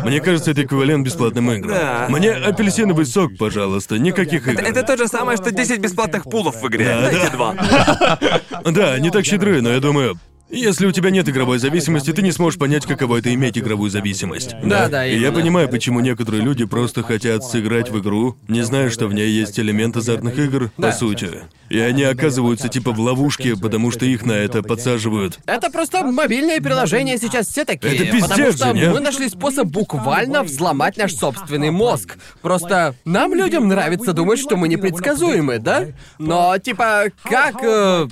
Мне кажется, это эквивалент бесплатным играм.
Да.
Мне апельсиновый сок, пожалуйста, никаких игр.
Это то же самое, что 10 бесплатных пулов в игре.
Да, да.
Дайте два.
Да, они так щедры, но я думаю... Если у тебя нет игровой зависимости, ты не сможешь понять, каково это иметь игровую зависимость.
Да, да,
И я
именно.
понимаю, почему некоторые люди просто хотят сыграть в игру, не зная, что в ней есть элемент азартных игр, по сути. И они оказываются типа в ловушке, потому что их на это подсаживают.
Это просто мобильное приложение сейчас все такие.
Это пиздец
потому что
же, не?
мы нашли способ буквально взломать наш собственный мозг. Просто нам людям нравится думать, что мы непредсказуемы, да? Но типа как э,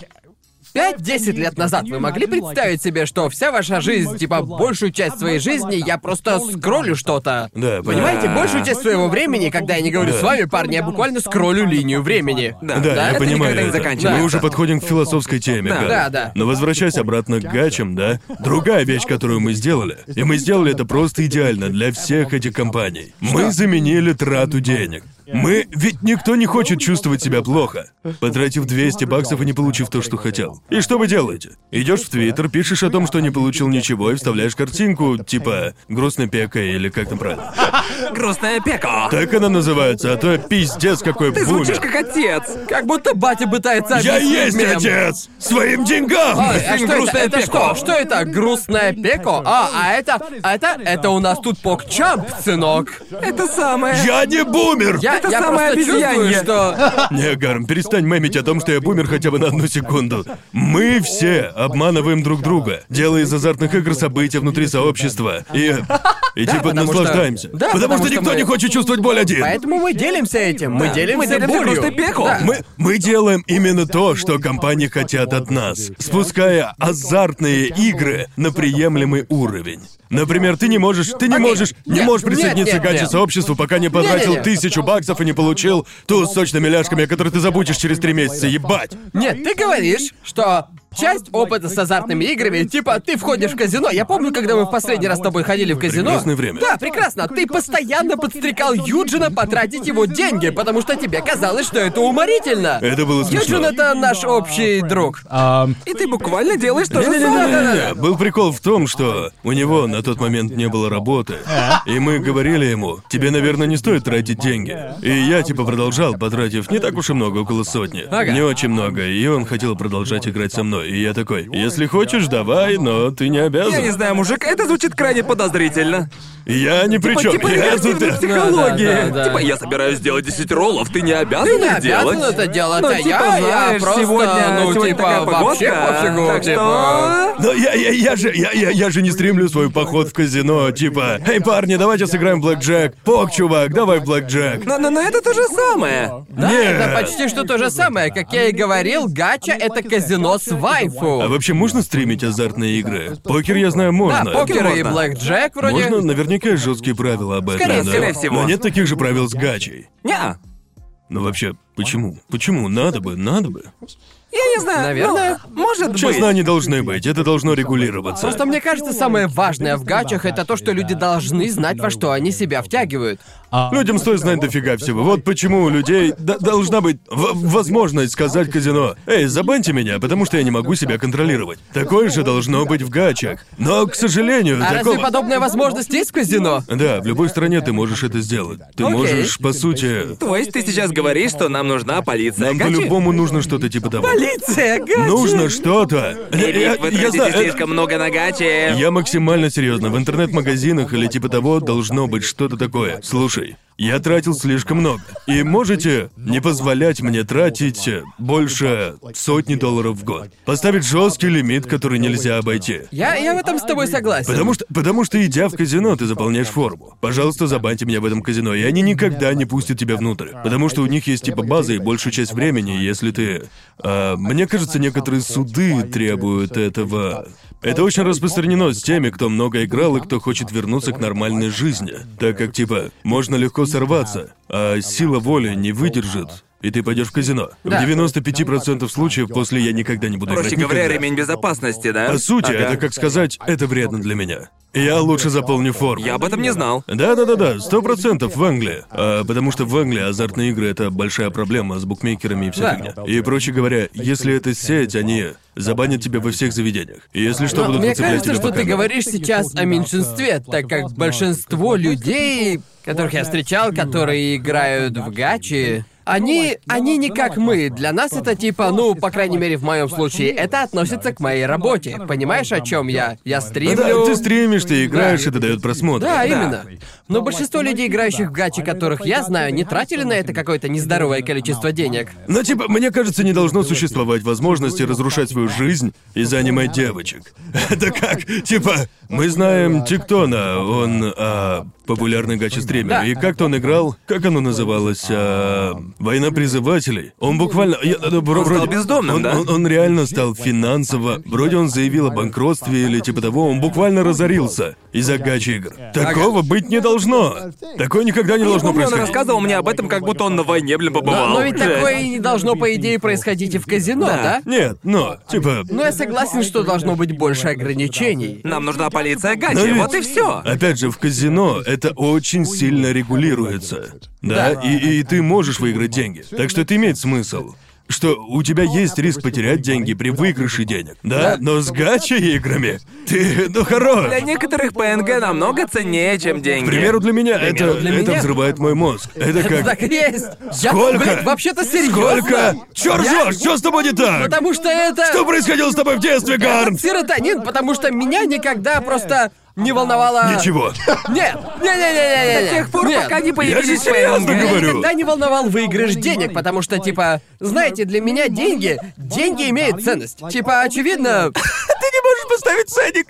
5-10 лет назад вы могли представить себе, что вся ваша жизнь, типа большую часть своей жизни я просто скроллю что-то.
Да,
Понимаете,
понятно.
большую часть своего времени, когда я не говорю
Да.
с вами, парни, я буквально скроллю линию времени.
Да.
Да, я
это
понимаю.
никогда не
это.
заканчивается.
Мы уже подходим к философской теме.
Да.
Да, да.
Но возвращаясь обратно к гачам, да? Другая вещь, которую мы сделали, и мы сделали это просто идеально для всех этих компаний. Мы заменили трату денег. Мы... Ведь никто не хочет чувствовать себя плохо, потратив 200 баксов и не получив то, что хотел. И что вы делаете? Идешь в Твиттер, пишешь о том, что не получил ничего, и вставляешь картинку, типа «грустно пека» или как там правильно.
Грустная пека.
Так она называется, а то пиздец какой
Ты звучишь
бумер.
как отец.
Как будто батя пытается
Я
объяснить
есть
мне.
отец! Своим деньгам!
Ой, а что это?
грустное
Это
пеко.
что? Что это? Грустное пеко? А, а это... а это... Это у нас тут покчамп, сынок.
Это самое.
Я не бумер!
Я,
Это
я
самое
просто чувствую,
обезьянье.
что...
Не, Гарм, перестань мемить о том, что я бумер хотя бы на одну секунду. Мы все обманываем друг друга, делая из азартных игр события внутри сообщества. И... И типа
потому что-
наслаждаемся.
да,
потому,
потому
что
что
никто
мы-
не хочет чувствовать боль один.
Поэтому мы делимся этим. Мы
Мы
делимся
делимся
болью.
грустной пеко.
Да.
Мы, мы делаем именно то, что компании хотят от нас, спуская азартные игры на приемлемый уровень. Например, ты не можешь, ты не
Окей.
можешь, не
Нет,
можешь
нет,
присоединиться
нет,
к гаче
нет.
сообществу, пока не потратил
Не-не-не.
тысячу баксов и не получил ту с сочными ляжками, о которой ты забудешь через три месяца, ебать.
Нет, ты говоришь, что часть опыта с азартными играми, типа ты входишь в казино. Я помню, когда мы в последний раз с тобой ходили в казино.
Прекрасное время.
Да, прекрасно. Ты постоянно подстрекал Юджина потратить его деньги, потому что тебе казалось, что это уморительно.
Это было
Юджин
смешно.
это наш общий друг.
И ты буквально делаешь то же самое.
Не-не-не-не-не. Был прикол в том, что у него на тот момент не было работы. И мы говорили ему, тебе, наверное, не стоит тратить деньги. И я, типа, продолжал, потратив не так уж и много, около сотни. Не очень много, и он хотел продолжать играть со мной. И я такой, если хочешь, давай, но ты не
Я не
обязан.
знаю, мужик, это звучит крайне подозрительно.
Я ни при чем.
типа
Я
реверсивный
тут... э,
психология.
Да, да, да.
Типа, я собираюсь сделать 10 роллов, ты не обязан
Ты не
их
обязан
делать.
это делать,
ну,
а
типа,
я,
знаешь,
просто,
сегодня,
ну,
сегодня
типа,
такая погодка,
вообще пофигу,
так
типа.
что...
Но я, я, я же, я, я, я же не стримлю свой поход в казино, типа, «Эй, парни, давайте сыграем в блэкджек». «Пок, чувак, давай в блэкджек».
Но, но, но ну, это то же самое.
Да,
Нет.
это почти что то же самое. Как я и говорил, гача — это казино с
А
вайфу.
вообще можно стримить азартные игры? Покер, я знаю,
Да,
можно.
покер и
Можно.
блэк джек вроде.
Можно, наверняка есть жесткие правила об этом. да.
Скорее всего.
Скорее всего.
Но нет таких же правил с гачей.
Неа.
Ну вообще, почему? Почему? Надо бы, надо бы.
Я не знаю.
Наверное.
ну, может
Честно,
быть.
они должны быть, это должно регулироваться.
Просто мне кажется, самое важное в гачах это то, что люди должны знать, во что они себя втягивают. А.
Людям стоит знать дофига всего. Вот почему у людей д- должна быть в- возможность сказать казино. Эй, забаньте меня, потому что я не могу себя контролировать. Такое же должно быть в гачах. Но, к сожалению,
А разве
такого...
подобная возможность есть в казино?
Да, в любой стране ты можешь это сделать. Ты
Окей.
можешь, по сути...
То есть ты сейчас говоришь, что нам нужна полиция
Нам
Гачи?
по-любому нужно что-то типа того.
Полиция, гачи!
Нужно что-то. Я,
Рик, вы
я- я
тратите
знаю, это-
слишком много на Гачи.
я максимально серьезно. В интернет-магазинах или типа того должно быть что-то такое. Слушай, Я тратил слишком много. И можете не позволять мне тратить э, больше сотни долларов в год. Поставить жесткий лимит, который нельзя обойти.
Я, я в этом с тобой согласен.
Потому что, потому что идя в казино, ты заполняешь форму. Пожалуйста, забаньте меня в этом казино, и они никогда не пустят тебя внутрь. Потому что у них есть типа база, и большую часть времени, если ты... А, мне кажется, некоторые суды требуют этого. Это очень распространено с теми, кто много играл и кто хочет вернуться к нормальной жизни. Так как, типа, можно легко сорваться, а сила воли не выдержит, и ты пойдешь в казино.
Да.
В 95% случаев после я никогда не буду
Проще
играть.
говоря,
никогда.
ремень безопасности, да?
По сути,
Э, Ага.
А это как сказать, это вредно для меня. Я лучше заполню форму.
Я об этом не знал.
Да-да-да-да, сто процентов в Англии. А, потому что в Англии азартные игры — это большая проблема с букмекерами и вся
Да.
фигня. И, проще говоря, если это сеть, они забанят тебя во всех заведениях. И если что,
Но
будут
Ну, мне
выцеплять
кажется,
тебя
что
по
ты
камерам.
говоришь сейчас о меньшинстве, так как большинство людей, которых я встречал, которые играют в гачи, они, они не как мы. Для нас это типа, ну, по крайней мере, в моем случае, это относится к моей работе. Понимаешь, о чем я? Я
Ну
стримлю.
Да, ты стримишь, ты играешь,
Да.
это дает просмотр.
Да, именно. Но большинство людей, играющих в гачи, которых я знаю, не тратили на это какое-то нездоровое количество денег.
Но типа, мне кажется, не должно существовать возможности разрушать свою жизнь из-за аниме девочек. Это как, типа, мы знаем Тиктона, он а, популярный гачи-стример.
Да.
И как-то он играл, как оно называлось, а, «Война призывателей». Он буквально... я- ну, вро-
Он стал
вроде-
бездомным,
он-
да?
он- он реально стал финансово... Вроде он заявил о банкротстве или типа того, он буквально разорился из-за гачи-игр. Такого быть не должно. Такое никогда не
Я
должно
помню, Ну, он
происходить.
рассказывал мне об этом, как будто он на войне, блин, побывал.
Но ведь
Жесть.
такое и не должно, по идее, происходить и в казино, да?
Да.
Нет, но, типа...
Но я согласен, что должно быть больше ограничений.
Нам нужна полиция Гачи,
Но ведь-
вот и все.
Опять же, в казино это очень сильно регулируется. Да, и, и ты можешь выиграть деньги. Так что это имеет смысл. Что у тебя есть риск потерять деньги при выигрыше денег, да? Но с гача играми ты, ну хорош.
Для некоторых ПНГ намного ценнее, чем деньги.
К примеру, для меня это,
для
это
меня.
взрывает мой мозг. Это
Это
как...
Ну, так и есть. Я,
Сколько?
блин, вообще-то серьезно.
Сколько? Чё ржёшь? Чё с тобой не так?
Потому что это...
Что происходило с тобой в детстве, Гарн?
Серотонин, потому что меня никогда просто не волновало...
Ничего.
Нет, не, не, не, не, не,
До тех пор, пока не появились
Я же серьезно
ПНГ.
говорю.
Меня никогда не волновал выигрыш денег, потому что, типа, знаете, для меня деньги, деньги имеют ценность. Типа, очевидно,
Ты не можешь поставить ценник.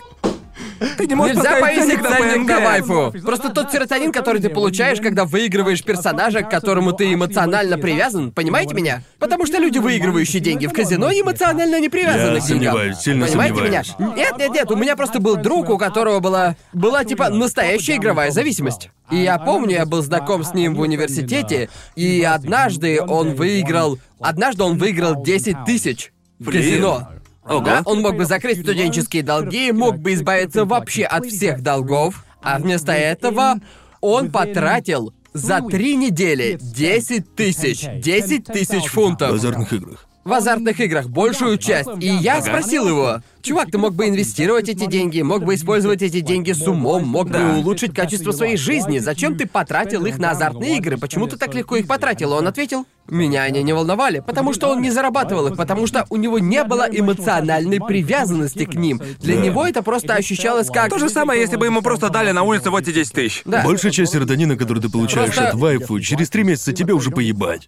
Ты не можешь
нельзя
поставить
повесить
ценник на
ценник
ПНГ.
на вайфу. Просто тот серотонин, который ты получаешь, когда выигрываешь персонажа, к которому ты эмоционально привязан, понимаете меня? Потому что люди, выигрывающие деньги в казино, эмоционально не привязаны
Я
к деньгам.
сомневаюсь, сильно
понимаете
сомневаюсь.
меня? Нет, нет, нет, у меня просто был друг, у которого была, была типа настоящая игровая зависимость. И я помню, я был знаком с ним в университете, и однажды он выиграл... Однажды он выиграл 10 тысяч в
Блин.
казино.
Ого.
Да, он мог бы закрыть студенческие долги, мог бы избавиться вообще от всех долгов, а вместо этого он потратил за три недели 10 тысяч, 10 тысяч
В
фунтов
азартных играх.
в азартных играх большую часть. И я спросил его, чувак, ты мог бы инвестировать эти деньги, мог бы использовать эти деньги с умом, мог бы
Да.
улучшить качество своей жизни. Зачем ты потратил их на азартные игры? Почему ты так легко их потратил? Он ответил, меня они не волновали, потому что он не зарабатывал их, потому что у него не было эмоциональной привязанности к ним. Для него это просто ощущалось как...
То же самое, если бы ему просто дали на улице вот и 10 тысяч.
Да.
Большая часть серотонина, который ты получаешь
Просто-
от вайфу, через три месяца тебе уже поебать.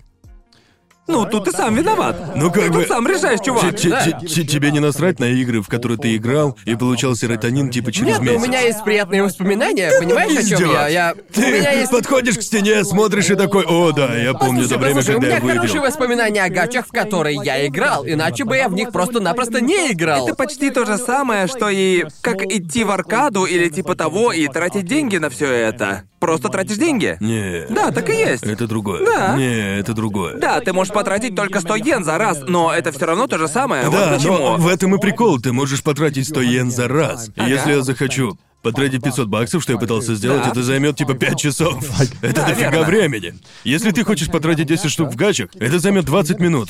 Ну, тут ты сам виноват.
Ну как
ты
бы-
тут сам решаешь,
Те-
чувак.
те-
Да.
те- те- Тебе не насрать на игры, в которые ты играл, и получал серотонин типа через
Нет, но у
месяц.
меня есть приятные воспоминания, понимаешь, о чем
пиздёж.
я? Я... У
Ты
меня есть
подходишь к стене, смотришь и такой, о, да, я помню то
Послушай,
время,
послушай,
когда я
у меня хорошие
выиграл.
воспоминания о гачах, в которые я играл, иначе бы я в них просто-напросто не играл.
Это почти то же самое, что и как идти в аркаду или типа того и тратить деньги на все это. Просто тратишь деньги.
Не,
Да, так и есть.
это другое.
Да.
Не, это другое.
Да, ты можешь потратить только 100 йен за раз, но это все равно то же самое.
Да,
вот почему.
но в этом и прикол, ты можешь потратить 100 йен за раз. И Если я захочу потратить 500 баксов, что я пытался сделать, это займет типа 5 часов. Это дофига
верно.
времени. Если ты хочешь потратить 10 штук в гачах, это займет 20 минут.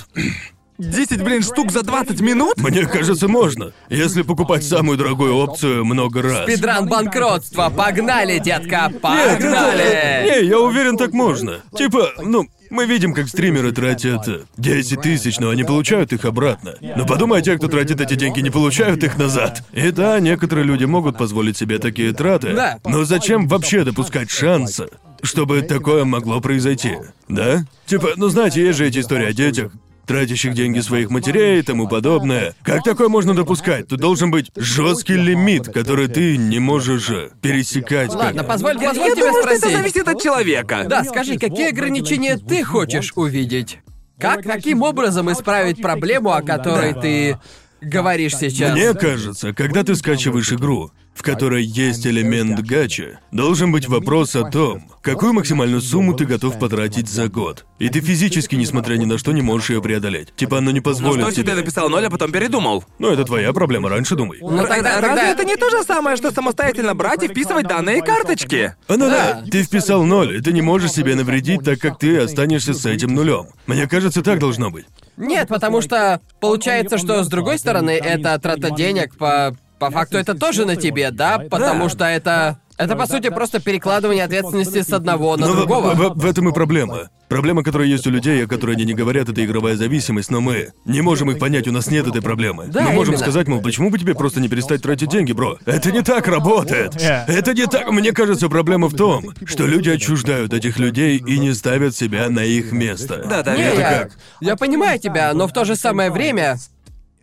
10, блин, штук за 20 минут?
Мне кажется, можно, если покупать самую дорогую опцию много раз.
Педран банкротства, погнали, детка,
Нет, это-
погнали!
Не, я уверен, так можно. Типа, ну, мы видим, как стримеры тратят э, 10 тысяч, но они получают их обратно. Но подумай о тех, кто тратит эти деньги, не получают их назад. И да, некоторые люди могут позволить себе такие траты.
Да.
Но зачем вообще допускать шанса чтобы такое могло произойти, да? Типа, ну знаете, есть же эти истории о детях, тратящих деньги своих матерей и тому подобное. Как такое можно допускать? Тут должен быть жесткий лимит, который ты не можешь э, пересекать. как-
Ладно, позволь,
Я,
позволь тебя
думаю, что это
спросить.
зависит от человека.
Да, скажи, какие ограничения ты хочешь увидеть? Как, каким образом исправить проблему, о которой ты говоришь сейчас?
Мне кажется, когда ты скачиваешь игру, в которой есть элемент гача, должен быть вопрос о том, какую максимальную сумму ты готов потратить за год. И ты физически, несмотря ни на что, не можешь ее преодолеть. Типа оно не
Ну
позволит
что
тебе.
тебе написал ноль, а потом передумал?
Ну, это твоя проблема, раньше думай.
Ну
Р-
тогда-
Разве
тогда-
это не то же самое, что самостоятельно брать и вписывать данные карточки?
Она А, ну да. Ты вписал ноль, и ты не можешь себе навредить, так как ты останешься с этим нулем. Мне кажется, так должно быть.
Нет, Ну, потому что получается, что с другой стороны, это трата денег по по факту это тоже на тебе, да? Потому что это это по сути просто перекладывание ответственности с одного на
Но в-
другого.
В, в- в этом и проблема. Проблема, которая есть у людей, о которой они не говорят, это игровая зависимость, но мы не можем их понять, у нас нет этой проблемы.
Да,
мы можем
именно.
сказать, мол, почему бы тебе просто не перестать тратить деньги, бро? Это не так работает. Это не так. Мне кажется, проблема в том, что люди отчуждают этих людей и не ставят себя на их место.
Да, да,
И
Не,
это
я,
как?
я понимаю тебя, но в то же самое время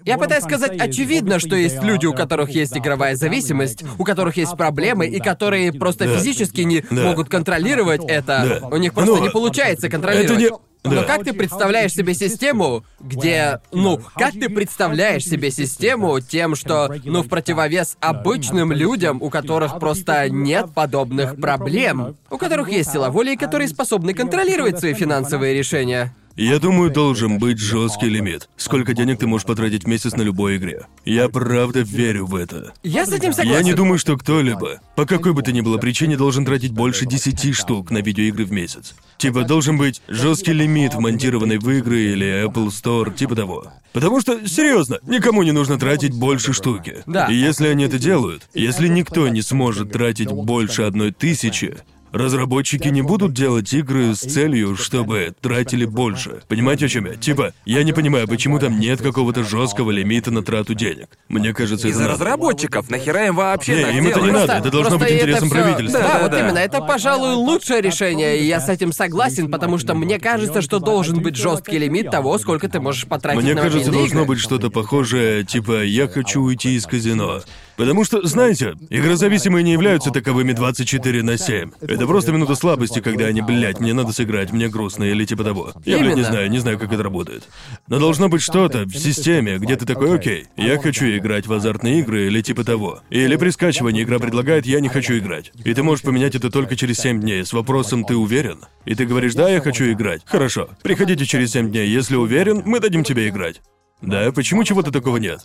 я пытаюсь сказать, очевидно, что есть люди, у которых есть игровая зависимость, у которых есть проблемы, и которые просто
Да.
физически не
Да.
могут контролировать это.
Да.
У них просто
Ну,
не получается контролировать.
это не- да.
Но как ты представляешь себе систему, где, ну, как ты представляешь себе систему тем, что, ну, в противовес обычным людям, у которых просто нет подобных проблем, у которых есть сила воли, и которые способны контролировать свои финансовые решения?
Я думаю, должен быть жесткий лимит. Сколько денег ты можешь потратить в месяц на любой игре? Я правда верю в это.
Я с этим согласен.
Я не думаю, что кто-либо, по какой бы то ни было причине, должен тратить больше 10 штук на видеоигры в месяц. Типа должен быть жесткий лимит вмонтированный в игры или Apple Store, типа того. Потому что, серьезно, никому не нужно тратить больше штуки.
Да.
И если они это делают, если никто не сможет тратить больше одной тысячи, Разработчики не будут делать игры с целью, чтобы тратили больше. Понимаете, о чем я? Типа, я не понимаю, почему там нет какого-то жесткого лимита на трату денег. Мне кажется, это
Из-за
надо.
разработчиков. Нахера им вообще
Не,
так
им это не
делать?
надо, это должно
просто
быть интересом
это всё-
правительства.
Да,
Да,
вот
да.
именно. Это, пожалуй, лучшее решение, и я с этим согласен, потому что мне кажется, что должен быть жесткий лимит того, сколько ты можешь потратить
Мне
на
кажется,
мобильные
должно
игры.
быть что-то похожее, типа «я хочу уйти из казино». Потому что, знаете, игрозависимые не являются
Ну, э,
таковыми 24 на 7. Это просто минута слабости, когда они, блядь, мне надо сыграть, мне грустно или типа того. Я, блядь, не
Именно. Ну,
знаю, не знаю, как это работает. Но должно быть что-то в системе, где ты такой «Окей, я хочу играть в азартные игры» или типа того. Или при скачивании игра предлагает «я не хочу играть». И ты можешь поменять это только через 7 дней с вопросом «ты уверен?» И ты говоришь «да, я хочу играть». Хорошо, приходите через 7 дней, если уверен, мы дадим тебе играть. Да, почему чего-то такого нет?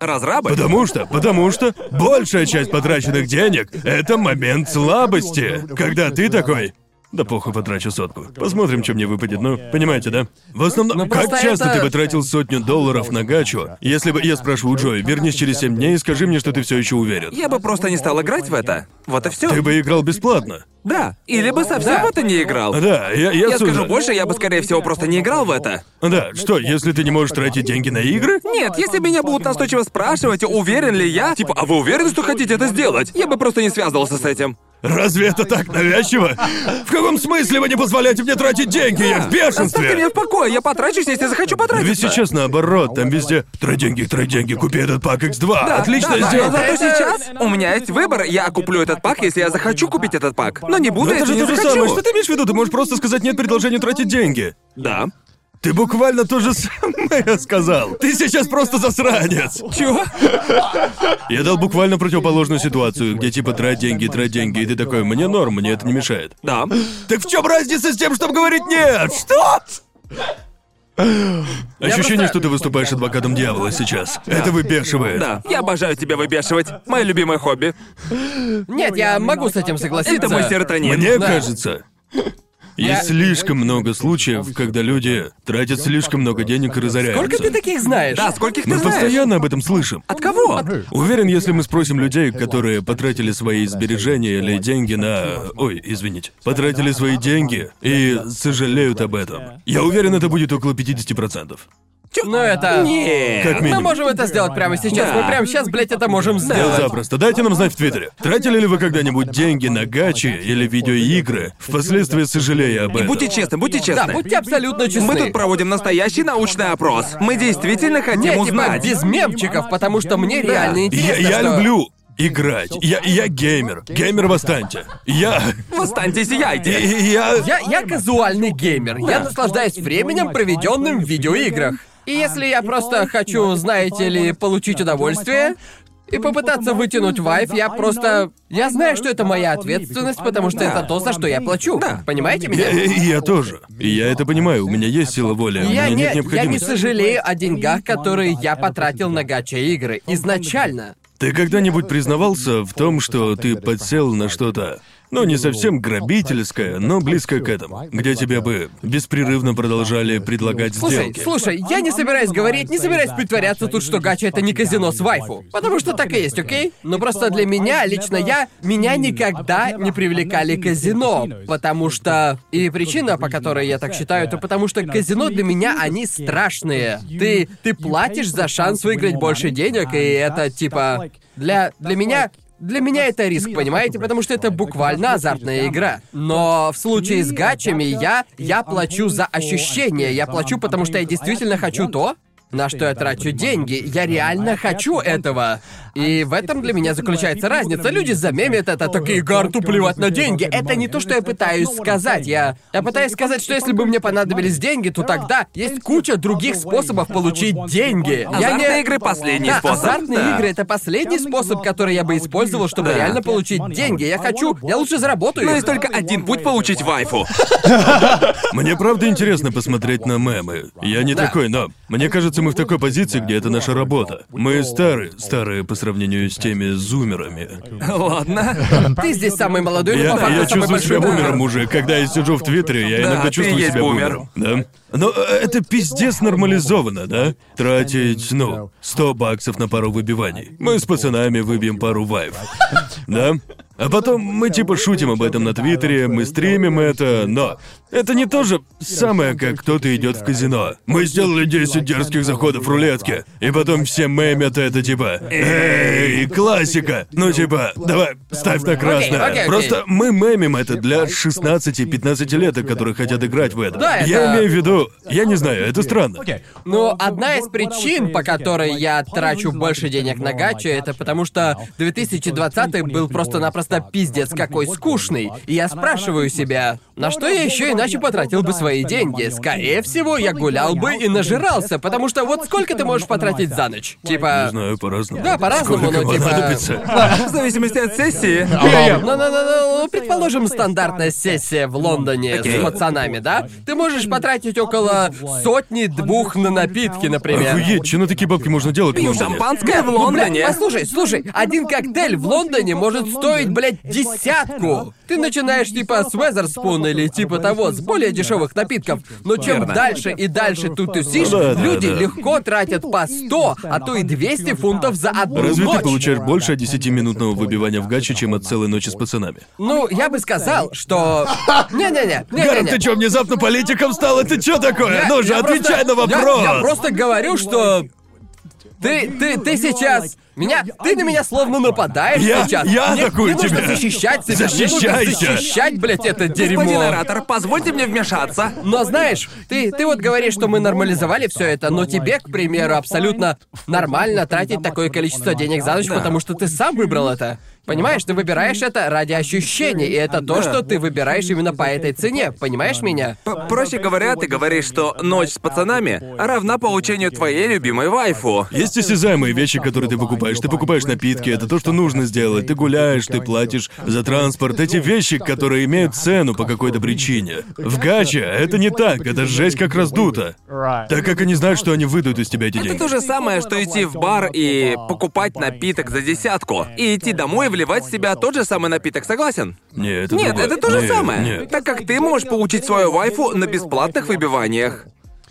Разрабы?
Потому что, потому что большая часть потраченных денег — это момент слабости, когда ты такой... Да похуй, потрачу сотку. Посмотрим, что мне выпадет. Ну, понимаете, да? В основном, как
просто
часто
это-
ты бы тратил сотню долларов на гачу, если бы я спрашиваю Джой, вернись через 7 дней и скажи мне, что ты все еще уверен.
Я бы просто не стал играть в это. Вот и все.
Ты бы играл бесплатно.
Да. Или бы совсем в это не играл.
Да, я, я,
Я скажу
сужу.
больше, я бы, скорее всего, просто не играл в это.
Да, что, если ты не можешь тратить деньги на игры?
Нет, если меня будут настойчиво спрашивать, уверен ли я, типа, а вы уверены, что хотите это сделать? Я бы просто не связывался с этим.
Разве это так навязчиво? В каком смысле вы не позволяете мне тратить деньги? Я в
Оставьте меня
бешенстве!
в покое, я потрачусь, если захочу
Но ведь
потратиться.
сейчас наоборот, там везде «Трать деньги, трать деньги, купи этот пак X2». Отлично
да,
сделано.
Но зато сейчас у меня есть выбор, я куплю этот пак, если я захочу купить этот пак. Но не
Но
буду,
Ну, это же
если не
то же
захочу.
самое. Что ты имеешь в виду? Ты можешь просто сказать «нет предложению тратить деньги».
Да.
Ты буквально то же самое сказал. Ты сейчас просто засранец.
Чего?
Я дал буквально противоположную ситуацию, где типа «трать деньги, трать деньги», и ты такой «мне норм, мне это не мешает».
Да.
Так в чем разница с тем, чтобы говорить «нет»? Что? Ощущение,
просто-
что ты выступаешь адвокатом дьявола сейчас. Это выбешивает.
Да. Я обожаю тебя выбешивать. Мое любимое хобби.
Нет, я могу с этим согласиться.
Это мой серотонин.
Мне кажется, есть слишком много случаев, когда люди тратят слишком много денег и разоряются.
Сколько ты таких знаешь?
Да, скольких ты
Мы
знаешь?
постоянно об этом слышим.
От кого?
Уверен, если мы спросим людей, которые потратили свои сбережения или деньги на... Ой, извините. Потратили свои деньги и сожалеют об этом. Я уверен, это будет около 50%.
Чё?
Но Ну, это...
Нет.
Как
Мы
минимум.
можем это сделать прямо сейчас.
Да.
Мы прямо сейчас, блядь, это можем
Да
сделать.
запросто. Дайте нам знать в Твиттере. Тратили ли вы когда-нибудь деньги на гачи или видеоигры, впоследствии сожалея об этом?
Будьте честны, будьте честны.
Да, будьте абсолютно честны.
Мы тут проводим настоящий научный опрос. Мы действительно хотим
Не, типа,
узнать.
без мемчиков, потому что мне
Да.
реально
Я,
интересно,
я
что-
люблю играть. Я, я геймер. Геймер восстаньте. Я...
Восстаньте,
и-
сияйте.
и Я...
Я, я казуальный геймер. Я наслаждаюсь временем, проведенным в видеоиграх. И если я просто хочу, знаете ли, получить удовольствие и попытаться вытянуть вайф, я просто... Я знаю, что это моя ответственность, потому что это то, за что я плачу.
Да.
Понимаете
Я,
меня?
и я тоже. И Я это понимаю, у меня есть сила воли, у меня
Я
нет
не, я не
необходимости.
сожалею о деньгах, которые я потратил на гача-игры. Изначально.
Ты когда-нибудь признавался в том, что ты подсел на что-то, ну, не совсем грабительское, но близко к этому, где тебе бы беспрерывно продолжали предлагать
Слушай,
сделки?
слушай, я не собираюсь говорить, не собираюсь притворяться тут, что гача это не казино с вайфу. Потому что так и есть, окей? Но просто для меня, лично я, меня никогда не привлекали казино. Потому что... И причина, по которой я так считаю, это потому что казино для меня, они страшные. Ты... Ты платишь за шанс выиграть больше денег, и это типа... Для... Для меня... Для меня это риск, понимаете? Потому что это буквально азартная игра. Но в случае с гачами я... Я плачу за ощущение. Я плачу, потому что а я действительно хочу то, на что я трачу деньги. А Я реально хочу этого. И в этом для меня заключается разница. Люди замемят это, такие гарту плевать на деньги. Это не то, что я пытаюсь сказать. Я, я пытаюсь сказать, что если бы мне понадобились деньги, то тогда есть куча других способов получить деньги. Я
Азартные
не...
игры последний
Да,
способ.
азартные
Да.
игры это последний способ, который я бы использовал, чтобы
Да.
реально получить деньги. Я хочу, я лучше заработаю.
Но есть только один путь получить вайфу.
Мне правда интересно посмотреть на мемы. Я не
Да.
такой, но мне кажется, мы в такой позиции, где это наша работа. Мы старые, старые по сравнению с теми зумерами.
Ладно.
Ты здесь самый молодой, но
Я,
по факту
я
самый
чувствую себя
большой.
бумером уже. Когда я сижу в Твиттере, я
Да,
иногда
ты
чувствую
есть
себя бумером. Да? Но э, это пиздец нормализовано, да? Тратить, ну, 100 баксов на пару выбиваний. Мы с пацанами выбьем пару вайв. Да? А потом мы типа шутим об этом на Твиттере, мы стримим это, но... Это не то же самое, как кто-то идет в казино. Мы сделали 10 дерзких заходов рулетки, и потом все мемят это типа «Эй, классика!» Ну типа «Давай, ставь на красное».
Окей, окей, окей.
Просто мы мемим это для 16-15 леток, которые хотят играть в это.
Да,
Я
это-
имею в виду, я не знаю, это странно.
Но одна из причин, по которой я трачу больше денег на гачи, это потому что 2020 был просто-напросто пиздец какой скучный. И я спрашиваю себя, на что я еще иначе потратил бы свои деньги? Скорее всего, я гулял бы и нажирался, потому что вот сколько ты можешь потратить за ночь?
Не
Типа...
знаю, по-разному.
Да, по-разному,
Сколько
но типа-
понадобится.
В зависимости от сессии.
Ну, ну, ну, ну, ну, предположим, стандартная
ну,
сессия в Лондоне
Окей.
с пацанами, да? Ты можешь потратить
а
около сотни-двух на напитки, например.
ну, Охуеть, что на такие бабки можно делать? в
Пью
Лондоне?
шампанское в
Ну, блядь,
Лондоне.
послушай, слушай,
Ну,
один коктейль в Лондоне может стоить, блядь,
ну,
десятку. Ты начинаешь типа с Уэзерспуна или типа того, с более
ну,
дешевых напитков. Но чем
Верно.
дальше и дальше ты тусишь,
ну, Да, да,
люди
да.
легко тратят по 100, а то и 200 фунтов за одну
Разве
ночь.
ты получаешь больше от 10-минутного выбивания в гаче, чем от целой ночи с пацанами?
Ну, я бы сказал, что... Не-не-не,
Гарн,
не-не-не.
ты чё, внезапно политиком стал? Это чё такое?
Я-
ну же,
я просто-
отвечай на
я-
вопрос!
Я, просто говорю, что ты, ты, ты сейчас меня, ты на меня словно нападаешь
Я-
сейчас.
я
Мне-
атакую
мне нужно
тебя.
защищать себя. мне нужно
Защищайся.
защищать, блядь, это дерьмо.
Господин оратор, позвольте мне вмешаться.
Но знаешь, ты, ты вот говоришь, что мы нормализовали все это, но тебе, к примеру, абсолютно нормально тратить такое количество денег за ночь, потому что ты сам выбрал это. Понимаешь, ты выбираешь это ради ощущений, и это то, что ты выбираешь именно по этой цене. Понимаешь меня?
П- Проще говоря, ты говоришь, что ночь с пацанами равна получению твоей любимой вайфу.
Есть осязаемые вещи, которые ты покупаешь. Ты покупаешь напитки, это то, что нужно сделать. Ты гуляешь, ты платишь за транспорт. Эти вещи, которые имеют цену по какой-то причине. В гаче это не так, это жесть как раздута. Так как они знают, что они выдают из тебя эти
Это
деньги.
то же самое, что идти в бар и покупать напиток за десятку. И идти домой и вливать в себя тот же самый напиток, согласен?
Нет, это
Нет,
другое.
это то же
Нет,
самое.
нет.
Так как ты можешь получить свою вайфу на бесплатных выбиваниях.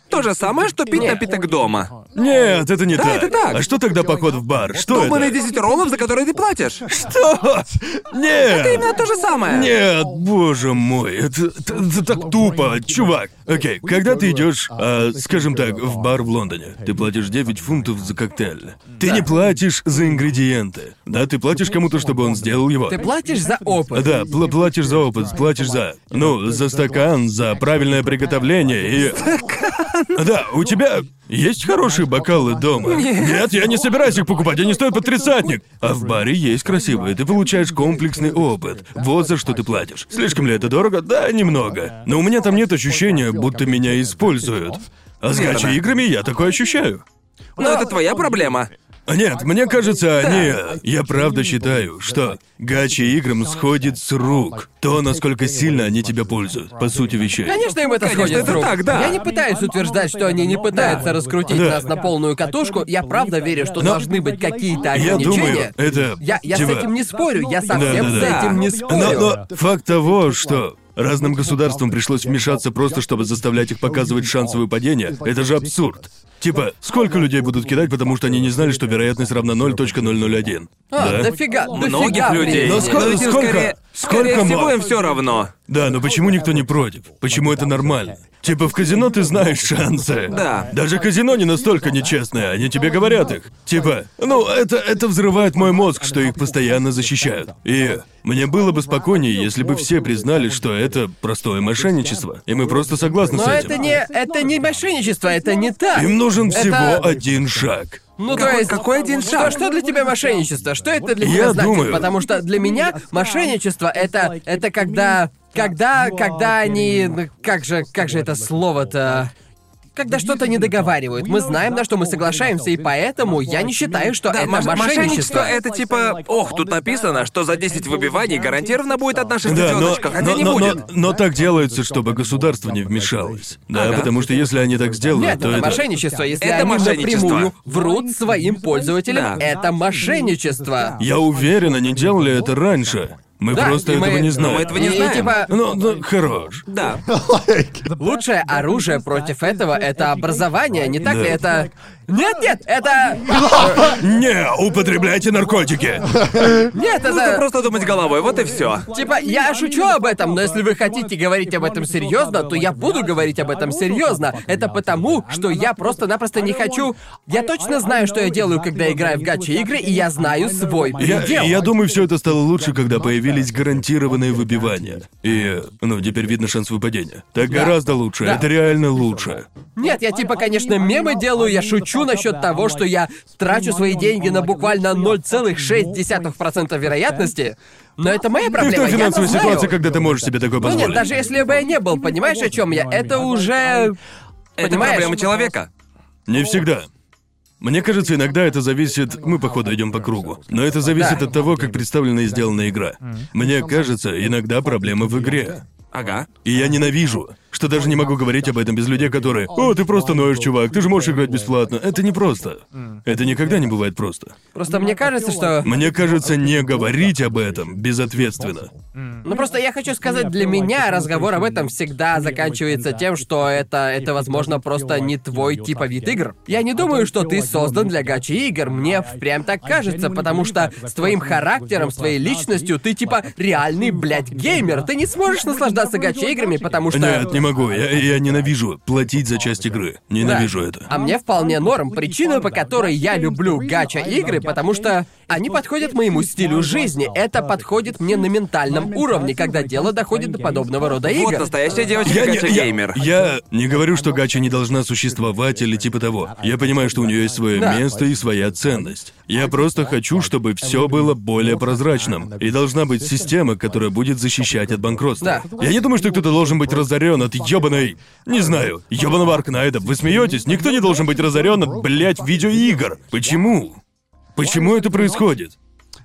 То же самое, что пить напиток дома.
Нет, это не
Да,
так.
это так.
А что тогда поход в бар? Что
Долбанные
это?
10 роллов, за которые ты платишь.
Что? Нет.
Именно то же самое.
Нет, боже мой, это, это- это так тупо, чувак. Окей, когда ты идешь, а, скажем так, в бар в Лондоне, ты платишь 9 фунтов за коктейль. Ты не платишь за ингредиенты. Да, ты платишь кому-то, чтобы он сделал его.
Ты платишь за опыт.
Да, пла- платишь за опыт, платишь за, ну, за стакан, за правильное приготовление и... Да, у тебя есть хорошие бокалы дома?
Нет.
я не собираюсь их покупать, они стоят по тридцатник. А в баре есть красивые, ты получаешь комплексный опыт. Вот за что ты платишь. Слишком ли это дорого? Да, немного. Но у меня там нет ощущения, будто меня используют. А с гачи играми я такое ощущаю.
Но это твоя проблема.
Нет, мне кажется, они... Я правда считаю, что гачи играм сходит с рук то, насколько сильно они тебя пользуют, по сути вещей.
Конечно, им это
Конечно,
сходит
это
с рук.
так, да.
Я не пытаюсь утверждать, что они не пытаются
Да.
раскрутить
Да.
нас на полную катушку. Я правда верю, что
Но-
должны быть какие-то
Я думаю,
ограничения.
это...
Я, я
типа-
с этим не спорю, я совсем
Да, да, да.
с этим не
Но-
спорю.
Но, но факт того, что разным государствам пришлось вмешаться просто, чтобы заставлять их показывать шансовые падения, это же абсурд. Типа, сколько людей будут кидать, потому что они не знали, что вероятность равна 0.001?
А,
да?
дофига,
Многих
дофига
людей.
Но
времени.
Ну, сколько-
ведь им
сколько-
Ну, скорее,
сколько
скорее всего,
мало?
им все равно.
Да, но почему никто не против? Почему это нормально? Типа в казино ты знаешь шансы.
Да.
Даже казино не настолько нечестное, они тебе говорят их. Типа, ну, это, это взрывает мой мозг, что их постоянно защищают. И мне было бы спокойнее, если бы все признали, что это простое мошенничество. И мы просто согласны с
Но
этим.
это не, это не мошенничество, это не так.
Им нужен всего
Это-
один шаг.
Ну,
Какой-
то есть,
какой один
что-
шаг?
Что, для тебя мошенничество? Что это для
Я
тебя значит?
думаю-
Потому что для меня мошенничество это это когда когда когда они ну, как же как же это слово-то когда что-то не договаривают. Мы знаем, на что мы соглашаемся, и поэтому я не считаю, что
Да,
это
Маш-
мошенничество.
это типа... Ох, тут написано, что за 10 выбиваний гарантированно будет одна шестерёночка, хотя
но,
Ну, не
но-
будет.
но- но так делается, чтобы государство не вмешалось. Да, потому что если они так сделают,
Нет,
Ну, то
это
это...
мошенничество, если
Это
они
мошенничество.
напрямую врут своим пользователям.
Да.
Это мошенничество.
Я уверен, они делали это раньше. Мы
Да,
просто
и
этого
мы-
не
но
знаем.
мы этого не
И,
знаем.
типа,
Ну, ну, хорош.
Да.
Лучшее оружие против этого — это образование, не так ли?
Да.
Это... Нет-нет, это...
Не, употребляйте наркотики.
Нет,
Нужно
это...
просто думать головой, вот и все.
Типа, я шучу об этом, но если вы хотите говорить об этом серьезно, то я буду говорить об этом серьезно. Это потому, что я просто-напросто не хочу... Я точно знаю, что я делаю, когда играю в гачи-игры, и я знаю свой
Я,
предел.
я думаю, все это стало лучше, когда появились гарантированные выбивания. И, ну, теперь видно шанс выпадения. Так гораздо лучше.
Да.
Это реально лучше.
Нет, я типа, конечно, мемы делаю, я шучу насчет того, что я трачу свои деньги на буквально 0,6% вероятности, но это моя
Ты в
проблема,
той
я
финансовой
знаю.
ситуации, когда ты можешь себе такое
Ну
позволить?
нет, даже если бы я не был, понимаешь, о чем я? Это уже...
Это
Понимаешь?
проблема человека.
Не всегда. Мне кажется, иногда это зависит. Мы, походу, идем по кругу. Но это зависит
Да.
от того, как представлена и сделана игра. Мне кажется, иногда проблема в игре.
Ага.
И я ненавижу, что даже не могу говорить об этом без людей, которые «О, ты просто ноешь, чувак, ты же можешь играть бесплатно». Это не просто. Это никогда не бывает просто.
Просто мне кажется, что...
Мне кажется, не говорить об этом безответственно.
Ну просто я хочу сказать, для меня разговор об этом всегда заканчивается тем, что это, это возможно, просто не твой типа вид игр. Я не думаю, что ты создан для гачи игр, мне прям так кажется, потому что с твоим характером, с твоей личностью, ты типа реальный, блядь, геймер. Ты не сможешь наслаждаться гачи играми, потому что...
Нет, не могу. Я, я ненавижу платить за часть игры.
Да.
Ненавижу
А
это.
мне вполне норм. Причина, по которой я люблю гача-игры, потому что они подходят моему стилю жизни. Это подходит мне на ментальном уровне, когда дело доходит до подобного рода
Вот
игр.
настоящая
Я,
девочка
не, я,
геймер.
я не говорю, что гача не должна существовать или типа того. Я понимаю, что у нее есть свое
Да.
место и своя ценность. Я просто хочу, чтобы все было более прозрачным. И должна быть система, которая будет защищать от банкротства.
Да.
Я не думаю, что кто-то должен быть разорен от ебаной... Не знаю, ебаного Аркнайда. Вы смеетесь? Никто не должен быть разорен от, блядь, видеоигр. Почему? Почему это происходит?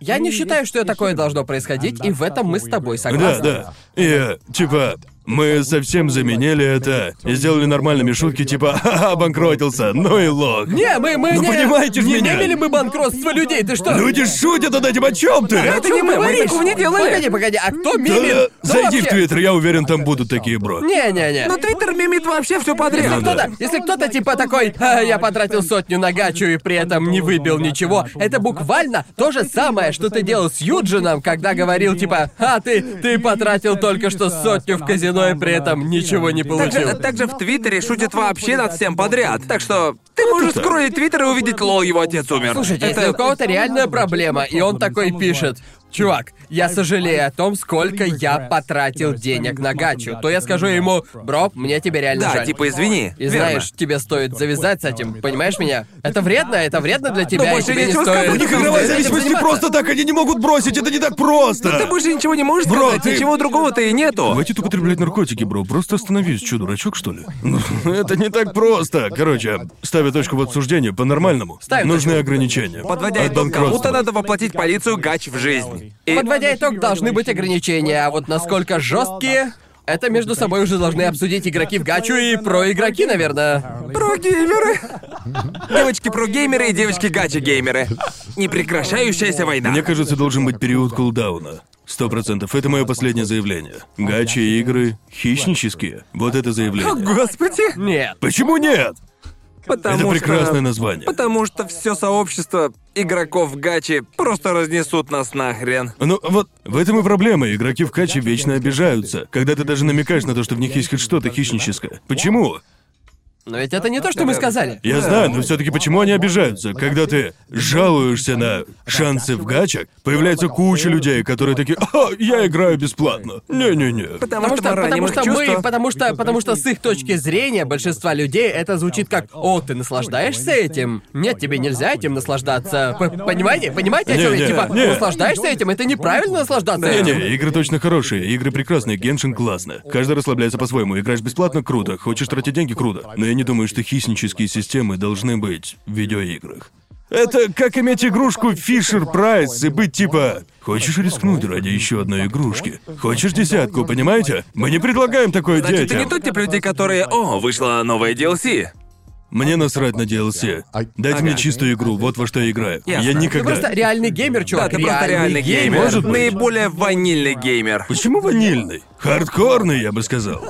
Я не считаю, что такое должно происходить, и в этом мы с тобой
Да,
согласны.
да. И, типа, мы совсем заменили это и сделали нормальными шутки, типа, ха-ха, обанкротился, ну и лох.
Не, мы, мы
Ну,
не...
понимаете ж
не
меня. Ну,
мемили мы банкротство людей, ты что?
Люди шутят над этим, о чем ты?
Да
Это
ты
не мы, мы
говоришь?
такого не делали.
Погоди, погоди, а кто
Да,
мемит? Кто
Зайди в
вообще-
Твиттер, я уверен, там будут такие, бро.
Не-не-не.
Но Твиттер мимит вообще все
Если
подряд.
кто-то, если кто-то типа такой, «А, я потратил сотню на гачу и при этом не выбил ничего, это буквально то же самое, что ты делал с Юджином, когда говорил типа, а ты, ты потратил только что сотню в казино и при этом ничего не получил.
Также, также в Твиттере шутят вообще над всем подряд. Так что ты можешь скроллить Твиттер и увидеть, лол, его отец умер.
Слушайте,
это...
если у кого-то реальная проблема, и он такой пишет, Чувак, я сожалею о том, сколько я потратил денег на гачу. То я скажу ему, бро, мне тебе реально
Да,
жаль.
типа, извини.
И
верно.
знаешь, тебе стоит завязать с этим, понимаешь меня? Это вредно, это вредно для тебя,
больше
и тебе не
нечего
стоит...
сказать.
У них
Ты
игровая
этим
зависимость не
заниматься.
просто так, они не могут бросить, это не так
Ты
просто.
больше ничего не можешь
Бро,
сказать,
ты-
ничего другого-то и нету.
Хватит употреблять наркотики, бро. Просто остановись, чё, дурачок, что ли? Ну, это не так просто. Короче, ставя точку в обсуждении по-нормальному.
Ставим
Нужны
точку.
ограничения.
Подводя
От
итог, кому-то
банкротства.
надо воплотить полицию гач в жизнь. И-
Подводя итог, должны быть ограничения, а вот насколько жесткие, это между собой уже должны обсудить игроки в гачу и про игроки, наверное.
Прогеймеры. Девочки прогеймеры и девочки гачи геймеры. Непрекращающаяся война.
Мне кажется, должен быть период кулдауна. Сто процентов. Это мое последнее заявление. Гачи игры хищнические. Вот это
О,
заявление.
господи.
Нет.
Почему нет?
Потому
это прекрасное
что...
название.
Потому что все сообщество игроков гачи просто разнесут нас нахрен.
Ну, вот в этом и проблема. Игроки в каче вечно обижаются, когда ты даже намекаешь на то, что в них есть хоть что-то хищническое. Почему?
Но ведь это не то, что мы сказали.
Я знаю, но все-таки почему они обижаются? Когда ты жалуешься на шансы в гачах, появляется куча людей, которые такие, а, я играю бесплатно. Не-не-не.
Потому,
Потому
что,
что,
мы раним
потому
их
что мы,
чувства.
потому что, потому что с их точки зрения большинства людей это звучит как «О, ты наслаждаешься этим? Нет, тебе нельзя этим наслаждаться». П- Понимаете? Понимаете, о чем
Не,
я?
не,
Типа,
не.
наслаждаешься этим, это неправильно наслаждаться этим.
Не-не, игры точно хорошие, игры прекрасные, Геншин классно. Каждый расслабляется по-своему, играешь бесплатно — круто, хочешь тратить деньги — круто. Но я не думаю, что хищнические системы должны быть в видеоиграх. Это как иметь игрушку Фишер Прайс и быть типа... Хочешь рискнуть ради еще одной игрушки? Хочешь десятку, понимаете? Мы не предлагаем такое
Значит, ты
детям.
не тот тип людей, которые «О, вышла новая DLC».
Мне насрать на DLC. Дайте мне чистую игру, вот во что я играю.
Ясно.
Я
Ты
никогда...
просто реальный геймер,
Да,
чувак.
А ты просто реальный геймер.
Может быть.
Наиболее ванильный геймер.
Почему ванильный? Хардкорный, я бы сказал.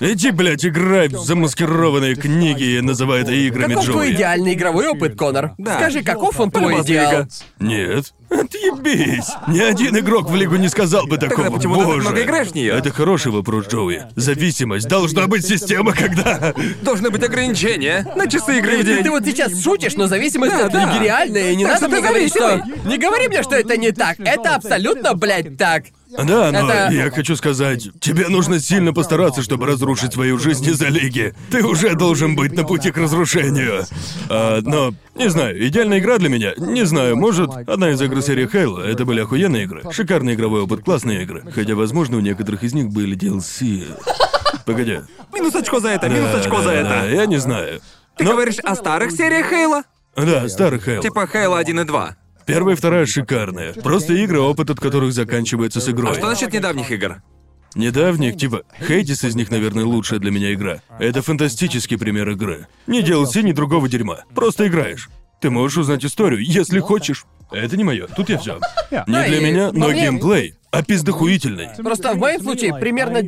Иди, блядь, играй в замаскированные книги и называй это играми,
Каков твой
Джоуи.
идеальный игровой опыт, Конор?
Да.
Скажи, каков он твой
Подмозга.
идеал?
Нет. Отъебись. Ни один игрок в лигу не сказал бы такого.
почему ты так
Боже.
много играешь в неё?
Это хороший вопрос, Джоуи. Зависимость. Должна быть система, когда...
Должны быть ограничения на часы игры в
Ты,
день.
ты вот сейчас шутишь, но зависимость
Да,
от
да.
книги реальная, и не
Так
надо
что
мне
ты
говорить, что...
зависимый.
Не говори мне, что это не так. Это абсолютно, блядь, так.
Да, но
Это-
я хочу сказать, тебе нужно сильно постараться, чтобы разрушить свою жизнь из-за лиги. Ты уже должен быть на пути к разрушению. А, но, не знаю, идеальная игра для меня. Не знаю, может, одна из игр серии Halo. Это были охуенные игры. Шикарный игровой опыт, классные игры. Хотя, возможно, у некоторых из них были DLC. Погоди.
Минус очко за это, минус очко за
Да,
это.
да, Ну. я не знаю.
Ты говоришь о старых сериях Хейла?
Да, старый Halo.
Типа Хейла 1 и 2.
Первая и вторая шикарные. Просто игры, опыт от которых заканчивается с игрой.
А Что насчет недавних игр?
Недавних, типа, Хейдис из них, наверное, лучшая для меня игра. Это фантастический пример игры. Не DLC, ни другого дерьма. Просто играешь. Ты можешь узнать историю, если хочешь. Это не мое, тут я все. Не
Да,
для
и
меня,
по
но
мне-
геймплей. Опиздохуительный.
Просто в моем случае примерно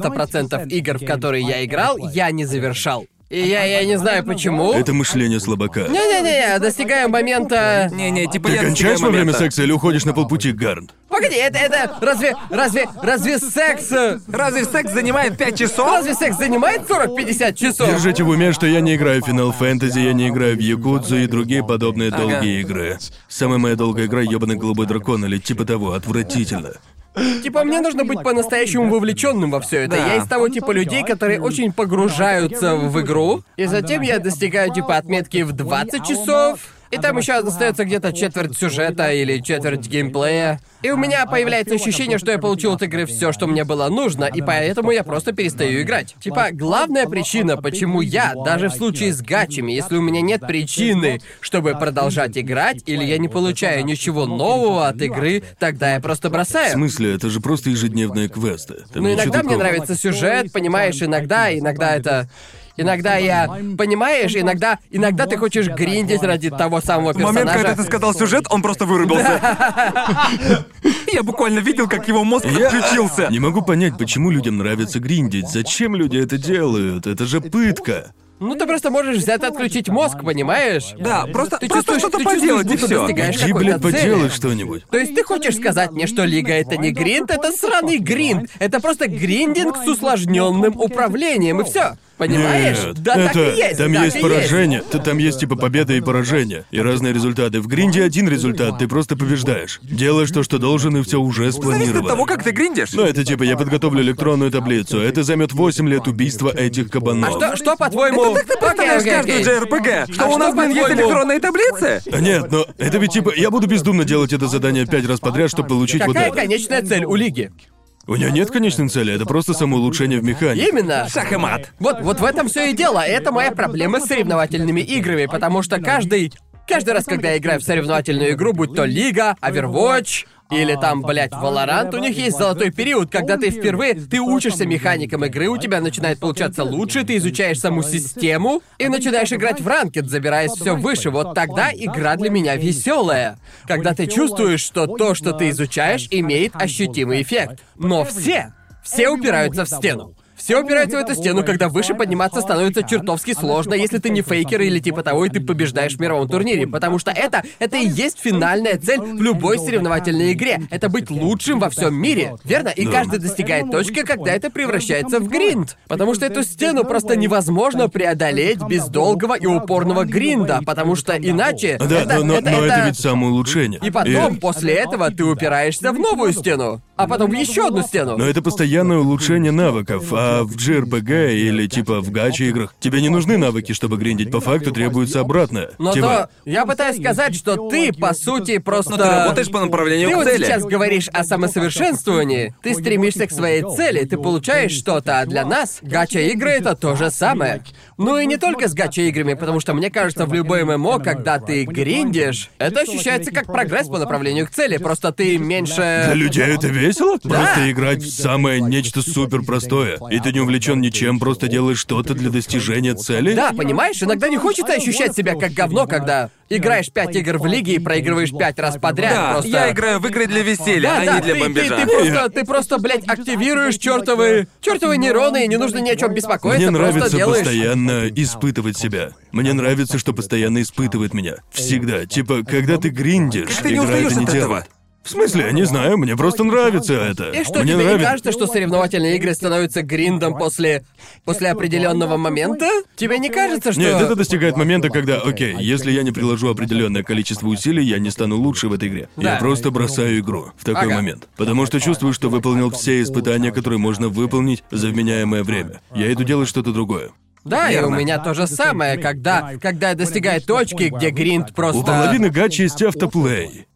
90% игр, в которые я играл, я не завершал. И я, я не знаю почему.
Это мышление слабака.
Не-не-не, я достигаю момента...
Не-не, типа
Ты
я
кончаешь во
достигаю
время
момента.
секса или уходишь на полпути, Гарн?
Погоди, это, это... Разве... Разве... Разве секс... э,
Разве секс занимает 5 часов?
Разве секс занимает 40-50 часов?
Держите в уме, что я не играю в Final Fantasy, я не играю в Якудзу и другие подобные долгие игры. Самая моя долгая игра — ёбаный голубой дракон или типа того, отвратительно.
Типа, мне нужно быть по-настоящему вовлеченным во все это.
Да.
Я из того типа людей, которые очень погружаются в игру, и затем я достигаю типа отметки в 20 часов. И там еще остается где-то четверть сюжета или четверть геймплея. И у меня появляется ощущение, что я получил от игры все, что мне было нужно, и поэтому я просто перестаю играть. Типа, главная причина, почему я, даже в случае с гачами, если у меня нет причины, чтобы продолжать играть, или я не получаю ничего нового от игры, тогда я просто
В
бросаю.
смысле, это же просто ежедневные квесты. Там
Ну,
ничего
иногда мне
такого.
нравится сюжет, понимаешь, иногда, иногда это... Иногда я... Понимаешь, иногда... Иногда ты хочешь гриндить ради того самого
В момент, когда ты
персонажа.
сказал сюжет, он просто вырубился. Я буквально видел, как его мозг отключился.
Не могу понять, почему людям нравится гриндить. Зачем люди это делают? Это же пытка.
Ну, ты просто можешь взять и отключить мозг, понимаешь?
Да, просто,
Ты
просто
чувствуешь,
что-то
ты
поделать, и
чувствуешь, будто
все.
достигаешь
Иди,
какой-то
блядь, поделай
цели.
что-нибудь.
То есть ты хочешь сказать мне, что Лига это не гринд, это сраный гринд. Это просто гриндинг с усложненным управлением, и все. Понимаешь?
Нет,
да, так
это-
и есть.
Там
так и
есть поражение, т- там есть типа победа и поражение. И разные результаты. В гринде один результат, ты просто побеждаешь. Делаешь то, что должен, и все уже
Зависит от
спланировано.
того, как ты гриндишь.
Ну, это типа, я подготовлю электронную таблицу. Это займет 8 лет убийства этих кабанов.
А Что, что по-твоему...
Ты
Окей,
представляешь
окей,
каждую
окей.
JRPG, что
А
у нас,
что,
блин, есть
по-твоему?
электронные таблицы?
А Нет, но это ведь типа, я буду бездумно делать это задание пять раз подряд, чтобы получить
Какая
вот это.
конечная цель у Лиги?
У нее нет конечной цели, это просто самоулучшение в механике.
Именно.
Шах и мат.
Вот, вот в этом все и дело. Это моя проблема с соревновательными играми, потому что каждый... Каждый раз, когда я играю в соревновательную игру, будь то Лига, Overwatch, или там, блядь, Valorant, у них есть золотой период, когда ты впервые, ты учишься механикам игры, у тебя начинает получаться лучше, ты изучаешь саму систему и начинаешь играть в ранкет, забираясь все выше. Вот тогда игра для меня веселая. Когда ты чувствуешь, что то, что ты изучаешь, имеет ощутимый эффект. Но все, все упираются в стену. Все упираются в эту стену, когда выше подниматься становится чертовски сложно, если ты не фейкер или типа того, и ты побеждаешь в мировом турнире, потому что это, это и есть финальная цель в любой соревновательной игре. Это быть лучшим во всем мире, верно? И каждый достигает точки, когда это превращается в гринд. Потому что эту стену просто невозможно преодолеть без долгого и упорного гринда, потому что иначе...
Да, но, но- но это ведь самоулучшение.
И потом, после этого, ты упираешься в новую стену, а потом еще одну стену.
Но это постоянное улучшение навыков, а в JRPG или типа в гаче играх тебе не нужны навыки, чтобы гриндить, по факту требуется обратное.
Но
типа,
то я пытаюсь сказать, что ты, по сути, просто...
Ты работаешь по направлению
Ты
к
вот
цели.
сейчас говоришь о самосовершенствовании, ты стремишься к своей цели, ты получаешь что-то, а для нас гача-игры — это то же самое. Ну и не только с гача-играми, потому что мне кажется, в любой ММО, когда ты гриндишь, это ощущается как прогресс по направлению к цели, просто ты
Для
меньше...
людей это весело? Просто играть в самое нечто супер простое. И ты не увлечен ничем, просто делаешь что-то для достижения цели?
Да, понимаешь, иногда не хочется ощущать себя как говно, когда играешь пять игр в лиге и проигрываешь пять раз подряд.
Да,
просто...
я играю в игры для веселья, а не для
ты-
бомбежа.
Ты, ты просто, ты просто, блядь, активируешь чертовы, чертовы нейроны, и не нужно ни о чем беспокоиться,
Мне
просто
нравится
делаешь.
постоянно испытывать себя. Мне нравится, что постоянно испытывает меня. Всегда. Типа, когда ты гриндишь,
Ты не
игра
узнаешь
это не
от
дело.
этого.
В смысле, я не знаю, мне просто нравится это.
И что,
мне
тебе не
нравится.
кажется, что соревновательные игры становятся гриндом после... после определенного момента? Тебе не кажется, что...
Нет, это достигает момента, когда, окей, если я не приложу определенное количество усилий, я не стану лучше в этой игре. Я
Да.
просто бросаю игру в такой
Ага.
момент. Потому что чувствую, что выполнил все испытания, которые можно выполнить за вменяемое время. Я иду делать что-то другое.
Да, и у
Верно.
меня то же самое, когда, когда я достигаю точки, где гринд просто...
У половины гачи есть автоплей.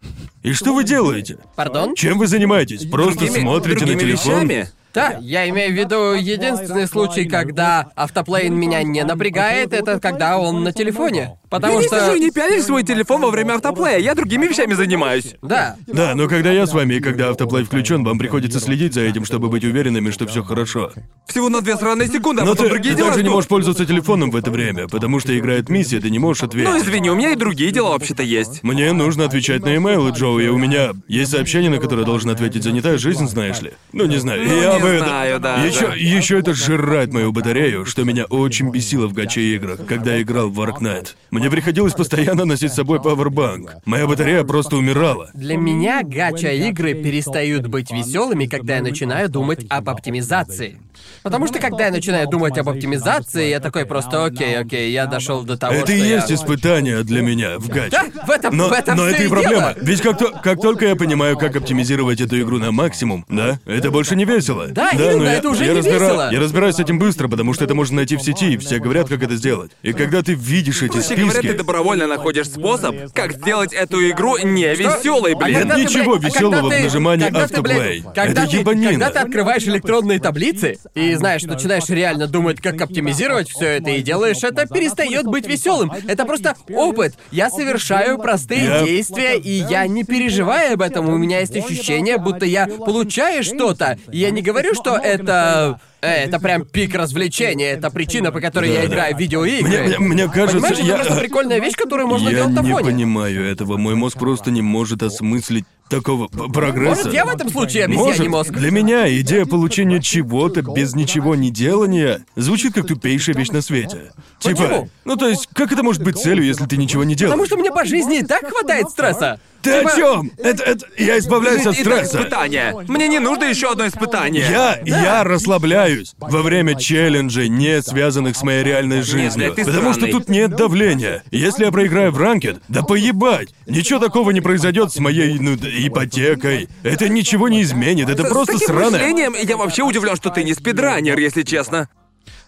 И что вы делаете?
Пардон?
Чем вы занимаетесь? Просто
Другими-
смотрите на
другими
телефон.
вещами?
Да, я имею в виду единственный случай, когда автоплейн меня не напрягает, это когда он на телефоне. Потому
Ты не
что...
сижу и не пялишь свой телефон во время автоплея, я другими вещами занимаюсь.
Да,
Да, но когда я с вами и когда автоплей включен, вам приходится следить за этим, чтобы быть уверенными, что все хорошо.
Всего на две сраные секунды, а
Но
потом
Ну, ты,
другие
ты
дела
также не
ждут.
можешь пользоваться телефоном в это время, потому что играет миссия, ты не можешь ответить.
Ну извини, у меня и другие дела вообще-то есть.
Мне нужно отвечать на имейлы, Джоуи. У меня есть сообщение, на которое должен ответить занятая жизнь, знаешь ли. Ну, не знаю.
Ну,
я
не
бы...
знаю, да,
Еще,
да.
еще это жрать мою батарею, что меня очень бесило в гаче играх, когда я играл в Arknight. Мне приходилось постоянно носить с собой пауэрбанк. Моя батарея просто умирала.
Для меня гача-игры перестают быть веселыми, когда я начинаю думать об оптимизации. Потому что когда я начинаю думать об оптимизации, я такой просто окей, окей, я дошел до того,
Это
что
и есть
я...
испытание для меня в гаче.
Да, в этом,
Но,
в этом
но
всё
это и
дело.
проблема. Ведь как, то, как только я понимаю, как оптимизировать эту игру на максимум, да, это больше не весело.
Да,
да
именно,
но я-
это уже
я
не
разбира-
весело.
Я разбираюсь с этим быстро, потому что это можно найти в сети, и все говорят, как это сделать. И когда ты видишь эти
Проще говоря,
риски.
ты добровольно находишь способ, как сделать эту игру не веселой,
А
блин.
когда ты- ничего веселого в нажимании автоплей.
когда
Это
ты,
ебанина.
Когда ты открываешь электронные таблицы и знаешь, начинаешь реально думать, как оптимизировать все это и делаешь это, перестает быть веселым. Это просто опыт. Я совершаю простые
Я-
действия, и я не переживаю об этом. У меня есть ощущение, будто я получаю что-то. И Я не говорю, что это... э, Это прям пик развлечения, это причина, по которой я
Да-да.
играю в видеоигры.
Мне, мне- мне кажется,
Понимаешь, это
я...
просто прикольная вещь, которую можно
я
делать на
не
фоне.
понимаю этого. Мой мозг просто не может осмыслить такого п- прогресса.
Может, я в этом случае обезьяний
Может,
мозг?
для меня идея получения чего-то без ничего не делания звучит как тупейшая вещь на свете. Типа,
Почему?
ну то есть, как это может быть целью, если ты ничего не делаешь?
Потому что мне по жизни и так хватает стресса.
Ты
Типа,
о чем? Это, это- я избавляюсь от
И так
стресса.
испытание. Мне не нужно еще одно испытание.
Я, я расслабляюсь во время челленджей, не связанных с моей реальной жизнью.
блядь, ты
потому что
сраный.
тут нет давления. Если я проиграю в ранкет, да поебать! Ничего такого не произойдет с моей ну, д- ипотекой. Это ничего не изменит, это
С-
просто
с таким
сраное.
мышлением я вообще удивлен, что ты не спидранер, если честно.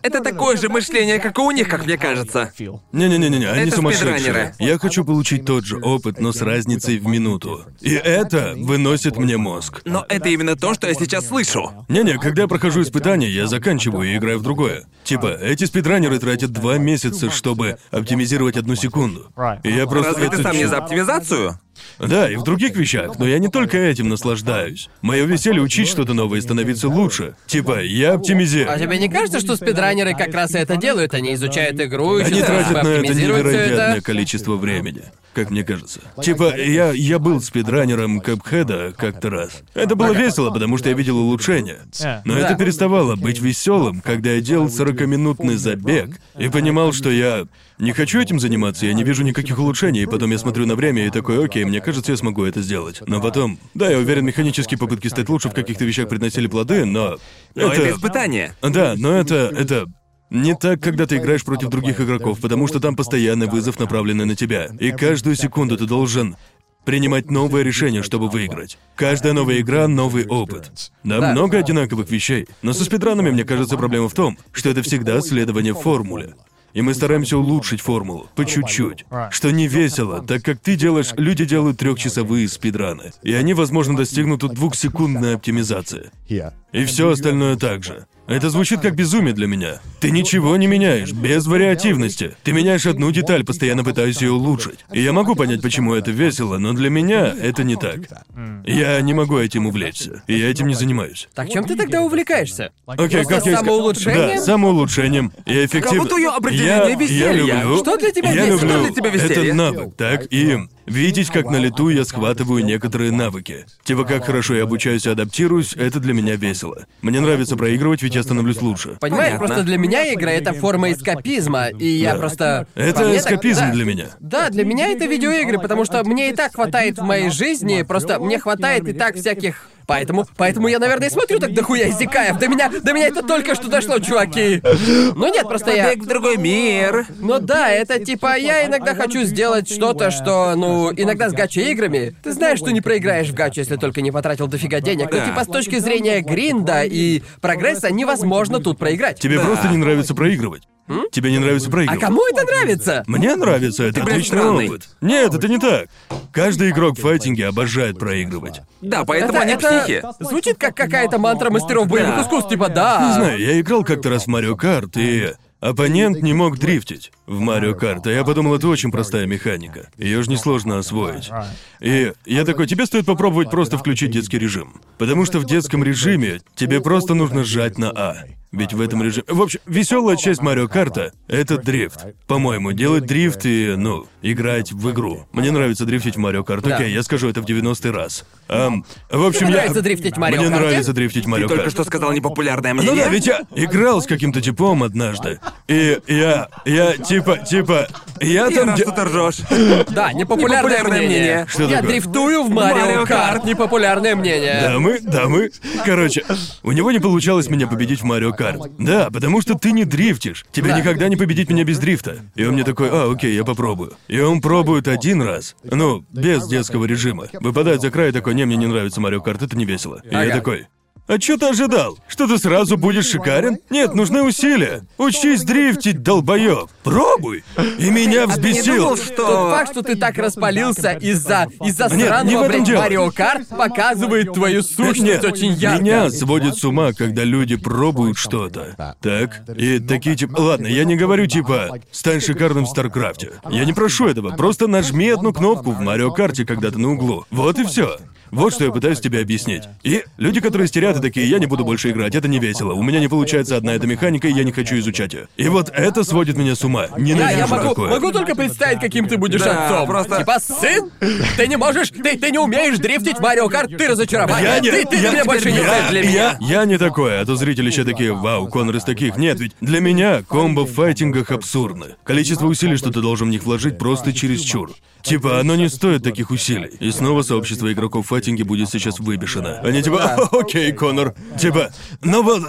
Это такое же мышление, как и у них, как мне кажется.
Не-не-не-не, они
Это
сумасшедшие.
спидранеры.
Я хочу получить тот же опыт, но с разницей в минуту. И это выносит мне мозг.
Но это именно то, что я сейчас слышу.
Не-не, когда я прохожу испытание, я заканчиваю и играю в другое. Типа, эти спидранеры тратят два месяца, чтобы оптимизировать одну секунду. И я просто...
Разве ты
это
сам не
чу-
за оптимизацию?
Да, и в других вещах, но я не только этим наслаждаюсь. Мое веселье учить что-то новое и становиться лучше. Типа, я оптимизирую.
А тебе не кажется, что спидранеры как раз и это делают? Они изучают игру,
Они
ищут
тратят
способы
на это
оптимизировать всё
невероятное
это.
количество времени, как мне кажется. Типа, я, я был спидранером Кэпхеда как-то раз. Это было весело, потому что я видел улучшения. Но
Да.
это переставало быть веселым, когда я делал 40-минутный забег и понимал, что я не хочу этим заниматься, я не вижу никаких улучшений, и потом я смотрю на время и такой, окей, мне кажется, я смогу это сделать. Но потом, да, я уверен, механические попытки стать лучше в каких-то вещах приносили плоды, но...
Но это испытание.
Да, но это... это... Не так, когда ты играешь против других игроков, потому что там постоянный вызов, направленный на тебя. И каждую секунду ты должен принимать новое решение, чтобы выиграть. Каждая новая игра — новый опыт. Да,
Да.
много одинаковых вещей. Но со спидранами, мне кажется, проблема в том, что это всегда следование формуле. И мы стараемся улучшить формулу по чуть-чуть, что не весело, так как ты делаешь, люди делают трехчасовые спидраны, и они, возможно, достигнут тут двухсекундной оптимизации. И все остальное так же. Это звучит как безумие для меня. Ты ничего не меняешь, без вариативности. Ты меняешь одну деталь, постоянно пытаясь ее улучшить. И я могу понять, почему это весело, но для меня это не так. Я не могу этим увлечься. И я этим не занимаюсь.
Так чем ты тогда увлекаешься?
Окей,
Просто
как я и ска-
самоулучшением? А
Да, самоулучшением и эффективно.
Работаю
я,
определение
я
веселья.
люблю.
Что для тебя
я
весело?
люблю.
Что для тебя веселье?
Это навык, так? И видеть, как на лету я схватываю некоторые навыки. Типа, как хорошо я обучаюсь и адаптируюсь, это для меня весело. Мне нравится проигрывать, ведь я становлюсь лучше.
Понимаешь,
Понятно.
просто для меня игра это форма эскапизма, и я просто. по
Это
мне так-
эскапизм
да.
для меня.
Да, для меня это видеоигры, потому что мне и так хватает в моей жизни, просто мне хватает и так всяких. Поэтому, поэтому я, наверное, и смотрю так дохуя Изикаев. До меня, до меня это только что дошло, чуваки. Ну нет, просто я...
Побег в другой мир.
Ну да, это типа я иногда хочу сделать что-то, что, ну, иногда с гача-играми. Ты знаешь, что не проиграешь в гаче, если только не потратил дофига денег. Но
Да.
типа с точки зрения гринда и прогресса невозможно тут проиграть.
Тебе просто не нравится проигрывать. Тебе не нравится
А
проигрывать.
кому это нравится?
Мне нравится, это
прям
отличный
странный.
опыт. Нет, это не так. Каждый игрок в файтинге обожает проигрывать.
Да, поэтому они психи.
звучит как какая-то мантра мастеров боевых
Да.
искусств, типа да.
Не знаю, я играл как-то раз в Марио Карт, и оппонент не мог дрифтить в Марио Карт, а я подумал, это очень простая механика. Ее же несложно освоить. И я такой, тебе стоит попробовать просто включить детский режим. Потому что в детском режиме тебе просто нужно сжать на А. Ведь в этом режиме... В общем, веселая часть Марио Карта — это дрифт. По-моему, делать дрифт и, ну, играть в игру. Мне нравится дрифтить в Марио Карт.
Да.
Окей, я скажу это в 90-й раз. Ам, в общем,
Тебе
я...
нравится дрифтить в Марио
Мне
Карте?
нравится дрифтить в Марио Карт.
Только что сказал непопулярное
Ну
мнение.
да, ведь я играл с каким-то типом однажды. И я, я типа, типа, я
И
там...
раз
де-
что ты ржешь.
Да, непопулярное
Непопулярное
мнение.
мнение.
Что
я
такое?
дрифтую в Марио
Марио
Карт.
Карт.
Непопулярное мнение.
Да мы, да мы. Короче, у него не получалось меня победить в Марио Карт. Да, потому что ты не дрифтишь. Тебе
Да.
никогда не победить меня без дрифта. И он мне такой, а, окей, я попробую. И он пробует один раз, ну, без детского режима. Выпадает за край и такой, не, мне не нравится Марио Карт, это не весело. И я
Ага.
такой, А чё ты ожидал? Что ты сразу будешь шикарен? Нет, нужны усилия. Учись дрифтить, долбоёб. Пробуй. И меня
А Не думал,
взбесил.
что...
Тот факт, что ты так распалился из-за из-за
Нет, не в
сраного,
этом
блядь,
дело.
Марио Карт, показывает твою сущность
Нет,
очень ярко.
Меня сводит с ума, когда люди пробуют что-то. Так? И такие типа... Ладно, я не говорю типа «стань шикарным в Старкрафте». Я не прошу этого, просто нажми одну кнопку в Марио Карте когда-то на углу. Вот и все. Вот что я пытаюсь тебе объяснить. И люди, которые стерят, и такие, я не буду больше играть, это не весело. У меня не получается одна эта механика, и я не хочу изучать ее. И вот это сводит меня с ума.
Да, я
Ненавижу
могу,
такое.
могу только представить, каким ты будешь
Да,
отцом.
просто-
Типа, сын, ты не можешь, ты, ты не умеешь дрифтить в Марио Карт, ты разочарован.
Я не...
Ты, ты
я,
для меня больше не
я-
цель для меня.
Я, я не такое, а то зрители еще такие, вау, Конор из таких. Нет, ведь для меня комбо в файтингах абсурдно. Количество усилий, что ты должен в них вложить, просто чересчур. Типа, оно не стоит таких усилий. И снова сообщество игроков в файтинге будет сейчас выбешено. Они типа, «А, окей, Конор. Типа, ну вот...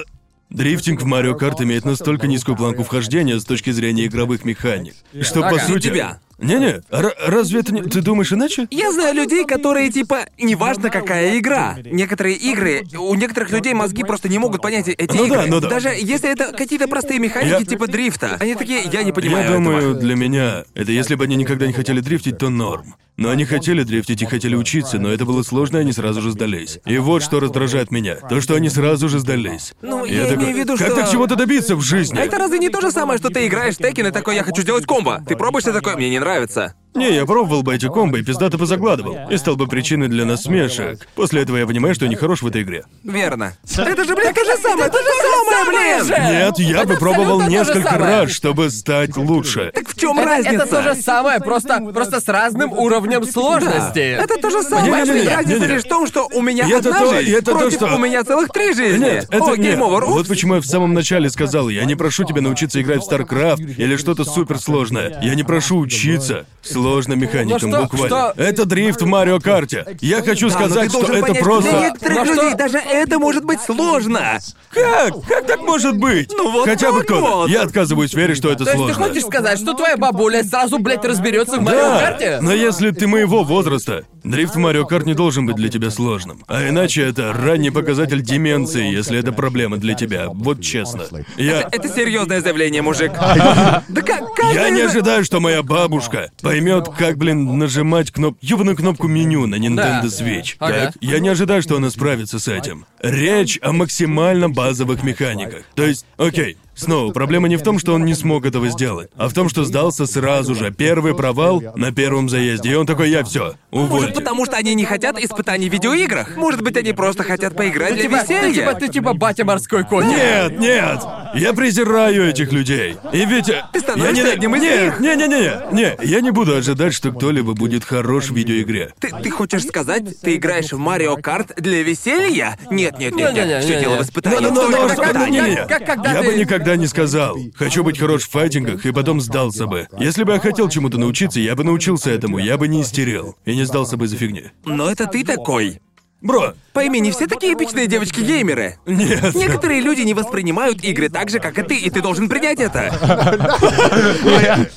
Дрифтинг в Марио Карт имеет настолько низкую планку вхождения с точки зрения игровых механик, что по
Ну,
Ага.
сути...
Тебя.
Не-не, р- разве это не... Ты думаешь иначе?
Я знаю людей, которые типа, неважно какая игра. Некоторые игры, у некоторых людей мозги просто не могут понять эти
Ну
игры.
да, ну да.
Даже если это какие-то простые механики
Я-
типа дрифта. Они такие, я не понимаю
Я думаю,
этого».
для меня, это если бы они никогда не хотели дрифтить, то норм. Но они хотели дрифтить и хотели учиться, но это было сложно, и они сразу же сдались. И вот что раздражает меня. То, что они сразу же сдались.
Ну, я имею в виду,
как
что-
так чего-то добиться в жизни?
А это разве не то же самое, что ты играешь в Tekken и такой, я хочу сделать комбо? Ты пробуешь и такой, мне не нравится.
Не, я пробовал бы эти комбо и пиздато бы загладывал. И стал бы причиной для насмешек. После этого я понимаю, что я не хорош в этой игре.
Верно. Это же, блядь, то же самое, то же самое, блин!
Нет, я бы
Это
пробовал
абсолютно то же
несколько
самое.
раз, чтобы стать лучше.
Так в чем
Это,
разница?
это то же самое, просто, просто с разным уровнем сложности.
Это то же самое.
Не-не-не-не,
Понимаешь, Разница
не-не.
лишь в том, что у меня
И это
одна
то-
жизнь
и это то,
против
что-
у меня целых три жизни.
Нет, это
О,
нет.
гейм овер.
Вот почему я в самом начале сказал, я не прошу тебя научиться играть в Старкрафт или что-то суперсложное. Я не прошу учиться сложным механикам,
Но что-
буквально.
что-
Это дрифт в Марио Карте. Я хочу
Ну Да, но А, ну ты
сказать, что
должен
это
понять, Для
просто...
некоторых
Но что-
людей даже это может быть сложно.
Как? Как так может быть?
Ну вот
Хотя бы
так
кто-то.
вот.
Я отказываюсь верить, что это
То есть ты
сложно.
хочешь сказать, что твоя бабуля сразу, блядь, разберется в Марио
Да,
Карте?
Ну,
но если ты моего возраста, дрифт в Марио Карт не должен быть для тебя сложным. А иначе это ранний показатель деменции, если это проблема для тебя. Вот честно. Я...
Это серьезное заявление, мужик. Да как? каждый
Я
из-
не ожидаю, что моя бабушка поймет, как, блин, нажимать кноп... ёбаную кнопку меню на Nintendo
Да.
Switch.
Ага.
Так? Я не ожидаю, что она справится с этим. Речь о максимально базовых механиках. То есть, окей, снова, проблема не в том, что он не смог этого сделать, а в том, что сдался сразу же. Первый провал на первом заезде, и он такой, я все,
Может,
увольте.
потому что они не хотят испытаний в видеоиграх? Может быть, они просто хотят
Ну,
поиграть для
Типа, ты, типа,
веселья?
ты типа батя морской конь.
Нет, нет! Я презираю этих людей. И ведь... Ты
становишься одним из
нет,
них.
не, не, не, не, не, я не буду ожидать, что кто-либо будет хорош в видеоигре.
Ты, ты хочешь сказать, ты играешь в Марио Карт для веселья? Нет, нет, нет,
Не-не-не,
нет. Все дело в
не-не.
испытании.
Ну, ну, ну,
Только
ну,
когда-
ну, не, не.
как- когда
я
ты-
бы никогда не сказал. Хочу быть хорош в файтингах и потом сдался бы. Если бы я хотел чему-то научиться, я бы научился этому, я бы не истерил и не сдался бы из-за фигни.
Но это ты такой.
Бро,
Пойми, не все такие обычные девочки-геймеры.
нет.
Некоторые люди не воспринимают игры так же, как и ты, и ты должен принять это.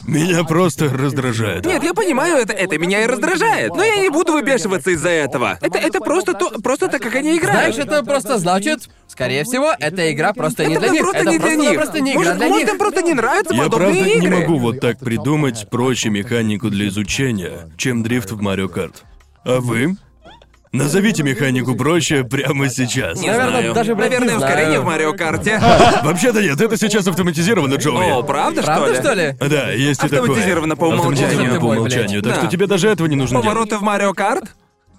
Меня просто раздражает.
Нет, я понимаю, это, это меня и раздражает. Но я не буду выбешиваться из-за этого. Это, это просто то, просто так, как они играют.
Знаешь, это просто значит, скорее всего, эта игра просто не
это
для них.
просто
это
не
просто,
для них.
просто не игра
может,
для
может,
них.
им просто не нравятся
Я
подобные
правда
игры.
не могу вот так придумать проще механику для изучения, чем дрифт в Марио Карт. А вы? Назовите механику проще прямо сейчас.
Не
Наверное,
знаю.
даже, блядь, не
Наверное,
знаю.
ускорение в Марио Карте.
Вообще-то нет, это сейчас автоматизировано, Джоуи.
О, правда, что ли?
Правда, что ли?
Да, есть и такое.
Автоматизировано по умолчанию.
Автоматизировано по
Боже ты мой,
умолчанию.
блядь.
Так что
Да.
тебе даже этого не нужно делать.
Повороты в Марио Карт?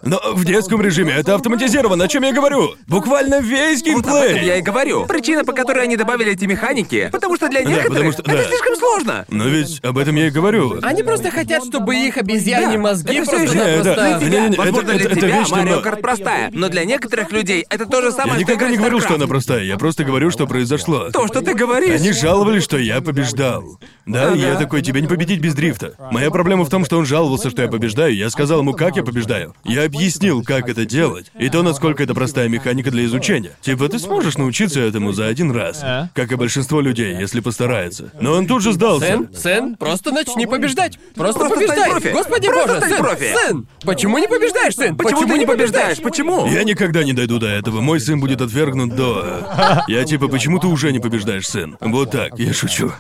Но в детском режиме это автоматизировано, о чем я говорю? Буквально весь
Вот об этом я и
геймплей.
говорю. Причина, по которой они добавили эти механики, потому что для некоторых
потому что-
это
да.
слишком сложно.
Но ведь об этом я и говорю.
Они просто хотят, чтобы их обезьяне
Да,
мозги
это всё
просто
ещё-
Не, это-
просто-
не,
Тебя,
не, не,
возможно,
это-
для
это- это
тебя
вечно,
Марио
но-
Карт простая, но для некоторых людей это то же самое,
Я
что
никогда не
играть в
говорил, что
StarCraft.
она простая, я просто говорю, что произошло.
То, что ты говоришь.
Они жаловались, что я побеждал. Да, и я
Ага.
такой, тебе не победить без дрифта. Моя проблема в том, что он жаловался, что я побеждаю. Я сказал ему, как я побеждаю. Я объяснил, как это делать, и то, насколько это простая механика для изучения. Типа, ты сможешь научиться этому за один раз, как и большинство людей, если постарается. Но он тут же сдался.
Сэн, Сэн, просто начни побеждать. Просто,
Просто стань
побеждай.
профи.
Господи
Просто
боже,
стань
Сэн,
профи.
Сэн, почему не побеждаешь, Сэн?
Почему, ты не побеждаешь? Почему?
Я никогда не дойду до этого. Мой сын будет отвергнут до... Я типа, почему ты уже не побеждаешь, сын? Вот так, я шучу.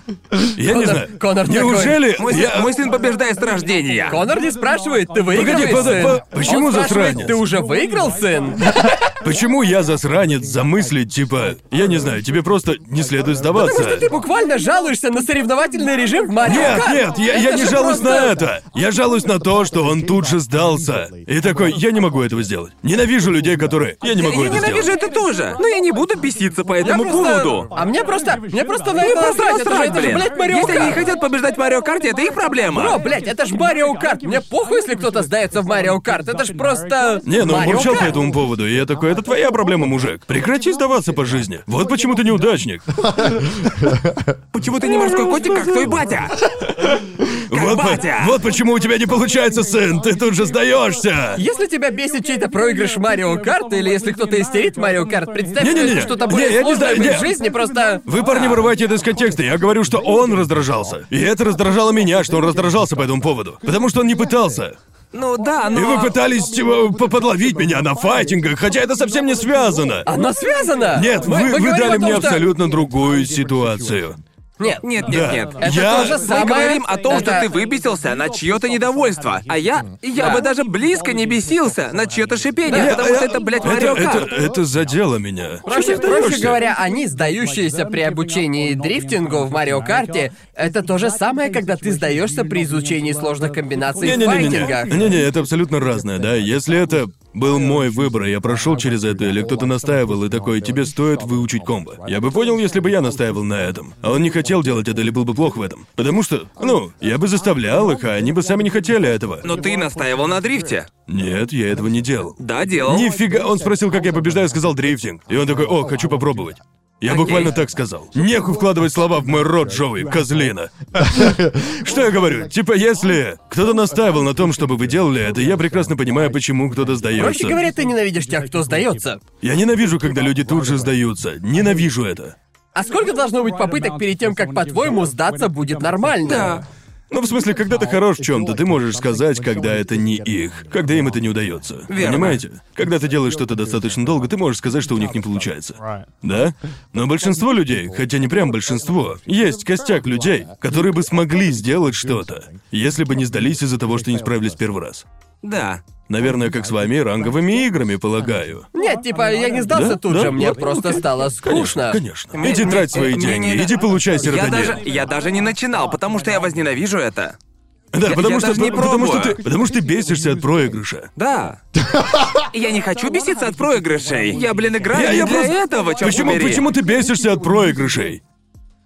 Я не
Конор-
знаю.
Конор такой.
Неужели...
Мой, сын-
я-
мой сын побеждает с рождения.
Конор не спрашивает, ты выигрываешь,
под-
Сэн?
по- почему
Он спрашивает,
засранец?
Ты уже выиграл, Сэн?
Почему я засранец за мысли, типа... Я не знаю, тебе просто не следует сдаваться.
Ты буквально жалуешься на соревновательный режим в Марио
Нет,
Карт.
нет, я, я
Это
не
же
жалуюсь
просто-
на это. Я жалуюсь на то, что он тут же сдался. И такой, я не могу этого сделать. Ненавижу людей, которые... Я не могу
я
это
ненавижу
сделать.
это тоже. Но я не буду беситься по
Я
этому
просто-
поводу.
А мне просто, мне просто на это
Просто
насрать, это же,
насрать,
это же,
блин.
блядь, Марио
Если они не
Карт.
хотят побеждать в Марио Карте, это их проблема.
Бро, блядь, это ж Марио Карт. Мне похуй, если кто-то сдается в Марио Карт. Это ж просто...
Не, ну он
Марио
бурчал по
Карт.
этому поводу, и я такой, это твоя проблема, мужик. Прекрати сдаваться по жизни. Вот почему ты неудачник.
Почему ты не морской котик, как твой батя?
Вот, по-
батя.
вот почему у тебя не получается, сын, ты тут же сдаешься.
Если тебя бесит чей-то проигрыш в Марио Карт, или если кто-то истерит в Марио Карт, представь, что
Не-не-не.
это что-то
Не,
более
я не
сложное
знаю,
в их
не.
жизни, просто...
Вы, парни, вырываете это из контекста. Я говорю, что он раздражался. И это раздражало меня, что он раздражался по этому поводу. Потому что он не пытался.
Ну да,
И
но...
вы пытались типа, по- подловить меня на файтингах, хотя это совсем не связано.
А,
Оно связано!
Нет, вы, вы
говорим
дали
о том,
мне
что-
абсолютно другую ситуацию.
Нет,
Нет,
нет.
нет,
Да.
нет.
Это
Мы
Я-
то же самое.
говорим о том, что
Это-
ты выбесился на чье-то недовольство. А я. Я
Да.
бы даже близко не бесился на чье-то шипение,
Я-
потому что
я-
это, блядь,
это,
Марио
это,
Карт.
это задело меня.
Проще,
Чё ты
проще
даёшься?
говоря, они, сдающиеся при обучении дрифтингу в Марио Карте, это то же самое, когда ты сдаешься при изучении сложных комбинаций в файтингах.
Не-не-не-не. Не-не, это абсолютно разное, да. Если это был мой выбор, и я прошел через это, или кто-то настаивал, и такой, тебе стоит выучить комбо. Я бы понял, если бы я настаивал на этом. А он не хотел делать это или был бы плох в этом. Потому что, ну, я бы заставлял их, а они бы сами не хотели этого.
Но ты настаивал на дрифте.
Нет, я этого не делал.
Да, делал.
Нифига, он спросил, как я побеждаю, сказал дрифтинг. И он такой, о, хочу попробовать. Я буквально так сказал. Неху вкладывать слова в мой рот, Джоуи, козлина. Что я говорю? Типа, если кто-то настаивал на том, чтобы вы делали это, я прекрасно понимаю, почему кто-то
Проще
сдается.
говоря, ты ненавидишь тех, кто сдается.
Я ненавижу, когда люди тут же сдаются. Ненавижу это.
А сколько должно быть попыток перед тем, как, по-твоему, сдаться будет нормально?
Да.
Ну, в смысле, когда ты хорош в чем-то, ты можешь сказать, когда это не их, когда им это не удается.
Верно.
Понимаете? Когда ты делаешь что-то достаточно долго, ты можешь сказать, что у них не получается. Да? Но большинство людей, хотя не прям большинство, есть костяк людей, которые бы смогли сделать что-то, если бы не сдались из-за того, что не справились первый раз.
Да.
Наверное, как с вами, ранговыми играми, полагаю.
Нет, типа, я не сдался
Да,
тут
да,
же, мне
окей,
просто стало скучно.
Конечно.
Мне-
Иди
мне-
трать свои
мне
деньги,
не-
иди получай серотонин.
Я даже, я даже не начинал, потому что я возненавижу это.
Да,
я-
потому
я
что
даже не
потому что
пробую.
ты потому что ты бесишься от проигрыша.
Да. Я не хочу беситься от проигрышей. Я, блин, играю
Я-
не
я
для
просто-
этого, чёрт
Почему,
побери.
почему ты бесишься от проигрышей?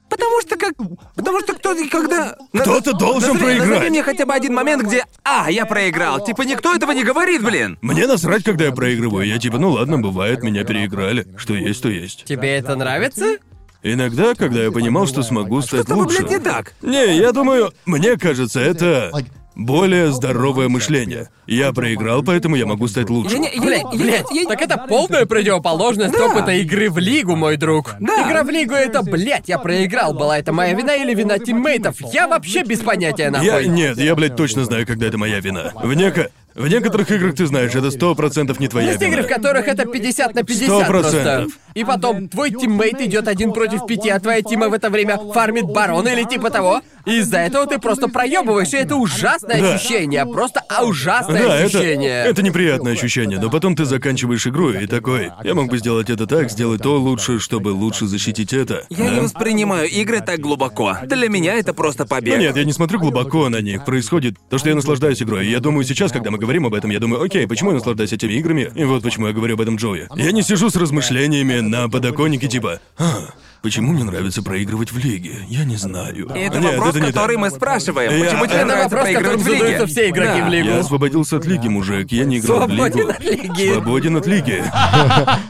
Потому что как... Потому что кто-то когда...
Кто-то должен
Назови-
проиграть.
Назови мне хотя бы один момент, где... А, я проиграл. Типа никто этого не говорит, блин.
Мне насрать, когда я проигрываю. Я типа, ну ладно, бывает, меня переиграли. Что есть, то есть.
Тебе это нравится?
Иногда, когда я понимал, что смогу стать
Что-то,
лучше.
ну, блядь, не так.
Не, я думаю, мне кажется, это более здоровое мышление. Я проиграл, поэтому я могу стать лучше.
Я не- я-
Блять,
я-
блять,
я-
так это полная противоположность
Да.
опыта игры в лигу, мой друг.
Да.
Игра в лигу это, блять, я проиграл, была это моя вина или вина тиммейтов. Я вообще без понятия нахуй.
Я нет, я, блядь, точно знаю, когда это моя вина. В, неко- в некоторых играх ты знаешь, это сто процентов не твоя
Есть игры, в
вина.
которых это 50 на 50
Сто
просто.
процентов.
И потом твой тиммейт идет один против пяти, а твоя тима в это время фармит барона или типа того. И из-за этого ты просто проебываешь, и это ужасное
Да.
ощущение. Просто а, ужасное
Да, это,
ощущение.
это неприятное ощущение, но потом ты заканчиваешь игру и такой, я мог бы сделать это так, сделать то лучше, чтобы лучше защитить это.
Я не
Да?
воспринимаю игры так глубоко. Для меня это просто
Ну
побег.
нет, я не смотрю глубоко на них. Происходит то, что я наслаждаюсь игрой. И Я думаю, сейчас, когда мы говорим об этом, я думаю, окей, почему я наслаждаюсь этими играми? И вот почему я говорю об этом Джоуи. Я не сижу с размышлениями на подоконнике типа «А, почему мне нравится проигрывать в лиге? Я не знаю».
И это
Нет,
вопрос,
это не
который
так.
мы спрашиваем.
Я-
Почему тебе
Это
нравится
вопрос,
проигрывать
которым
в лиге?
задаются все игроки
Да.
в лигу.
Я освободился от лиги, мужик. Я не играл в лигу.
Свободен от лиги.
Свободен от лиги.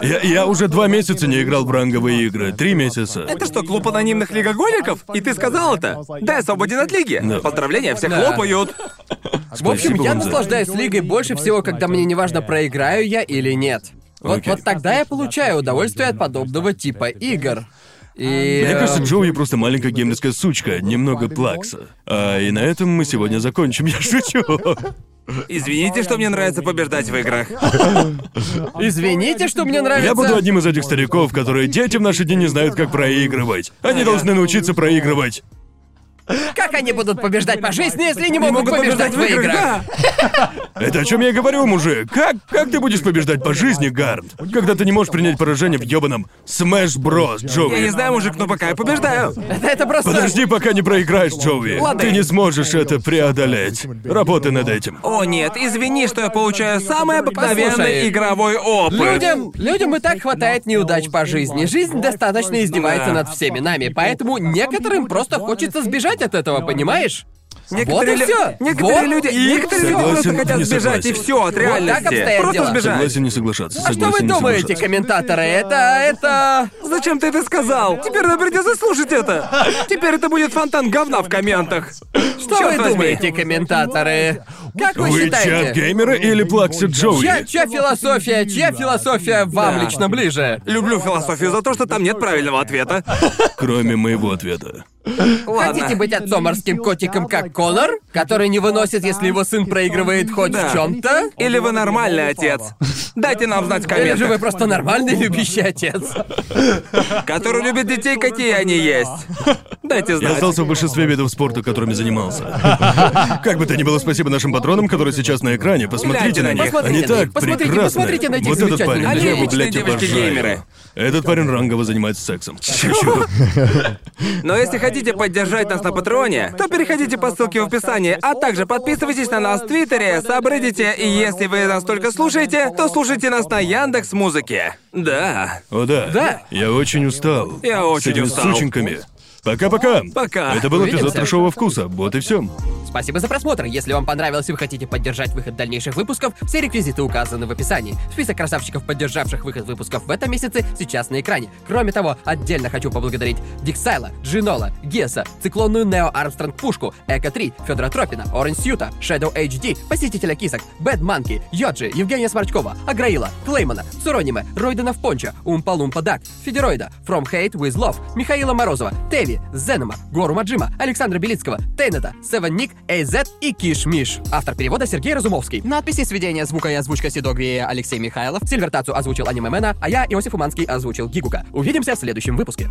Я, я уже два месяца не играл в ранговые игры. Три месяца.
Это что, клуб анонимных лигоголиков? И ты сказал это? Да, я свободен от лиги.
Да.
Поздравления, все
Да.
хлопают.
В общем,
Спасибо
я
вам за-
наслаждаюсь лигой больше всего, когда мне неважно, проиграю я или нет. Вот,
Окей.
вот тогда я получаю удовольствие от подобного типа игр. И...
Мне
э,
кажется, Джоуи просто маленькая геймерская сучка, немного плакса. А и на этом мы сегодня закончим, я шучу.
Извините, что мне нравится побеждать в играх.
э, Извините, что мне нравится.
Я буду одним из этих стариков, которые детям в наши дни не знают, как проигрывать. Они должны научиться проигрывать.
Как они будут побеждать по жизни, если не могут, побеждать, в играх?
Это о чем я и говорю, мужик. Как, как ты будешь побеждать по жизни, Гард, когда ты не можешь принять поражение в ёбаном Smash Bros,
Да. Я не
Джоуи?
знаю, мужик, но пока я побеждаю.
Это, это просто...
Подожди, пока не проиграешь, Джоуи.
Ладно.
Ты не сможешь это преодолеть. Работай над этим.
О нет, извини, что я получаю самый обыкновенный
Послушай,
игровой опыт.
Людям, людям и так хватает неудач по жизни. Жизнь достаточно издевается
Да.
над всеми нами, поэтому некоторым просто хочется сбежать от этого, понимаешь?
Некоторые,
вот
лю-
и всё.
некоторые
Вот
люди,
и
некоторые люди
Согласен,
просто хотят
не
сбежать и
согласен.
все от
Вот
реальности.
так обстоят
просто
дела.
сбежать.
Согласен не соглашаться.
А что вы
согласен, не
думаете,
соглашаться.
комментаторы? Это, это...
Зачем ты это сказал? Теперь нам придется слушать это. Теперь это будет фонтан говна в комментах.
Что
Чёрт
вы
возьми.
думаете, комментаторы? Как вы,
Вы чат
считаете?
геймеры или плакса Джоуи?
Чья, чья философия, чья философия вам
Да.
лично ближе?
Люблю философию за то, что там нет правильного ответа.
Кроме моего ответа.
Ладно.
Хотите быть отцоморским котиком, как Конор, который не выносит, если его сын проигрывает хоть
Да.
в чем-то?
Или вы нормальный отец? Дайте нам знать в
Или же вы
комментах.
просто нормальный любящий отец?
Который любит детей, какие они есть. Дайте
Я
знать.
остался в большинстве видов спорта, которыми занимался. Как бы то ни было, спасибо нашим патронам, которые сейчас на экране. Посмотрите
Гляньте на
на них.
них.
Они так
Посмотрите на них. Посмотрите,
прекрасны.
посмотрите на этих
Вот этот парень,
замечательных
я его,
девочек.
блядь,
Девочки
обожаю.
геймеры.
Этот парень рангово занимается сексом. Шучу.
Но если хотите поддержать нас на Патреоне, то переходите по ссылке в описании, а также подписывайтесь на нас в Твиттере, Сабреддите, и если вы нас только слушаете, то слушайте нас на Яндекс Музыке. Да.
О, да.
Да.
Я очень устал.
Я
С
очень
этими
устал.
сученьками. Пока-пока.
Пока.
Это был эпизод
Увидимся.
трешового вкуса. Вот и все.
Спасибо за просмотр. Если вам понравилось и вы хотите поддержать выход дальнейших выпусков, все реквизиты указаны в описании. Список красавчиков, поддержавших выход выпусков в этом месяце, сейчас на экране. Кроме того, отдельно хочу поблагодарить Диксайла, Джинола, Геса, Циклонную Нео Армстронг Пушку, Эко 3, Федора Тропина, Оранж Сьюта, Shadow HD, Посетителя Кисок, Бэд Манки, Йоджи, Евгения Сморчкова, Аграила, Клеймана, Сурониме, Ройдена в Понча, Умпа Лумпа Дак, Федероида, From Hate With Love, Михаила Морозова, Теви, Зенома, Гору Маджима, Александра Белицкого, Тейнета, Севен Ник, Эйзет и Киш Миш. Автор перевода Сергей Разумовский. Надписи, сведения, звука и озвучка Седо Грея Алексей Михайлов, Сильвертацию озвучил Аниме Мэна, а я, Иосиф Уманский, озвучил Гигука. Увидимся в следующем выпуске.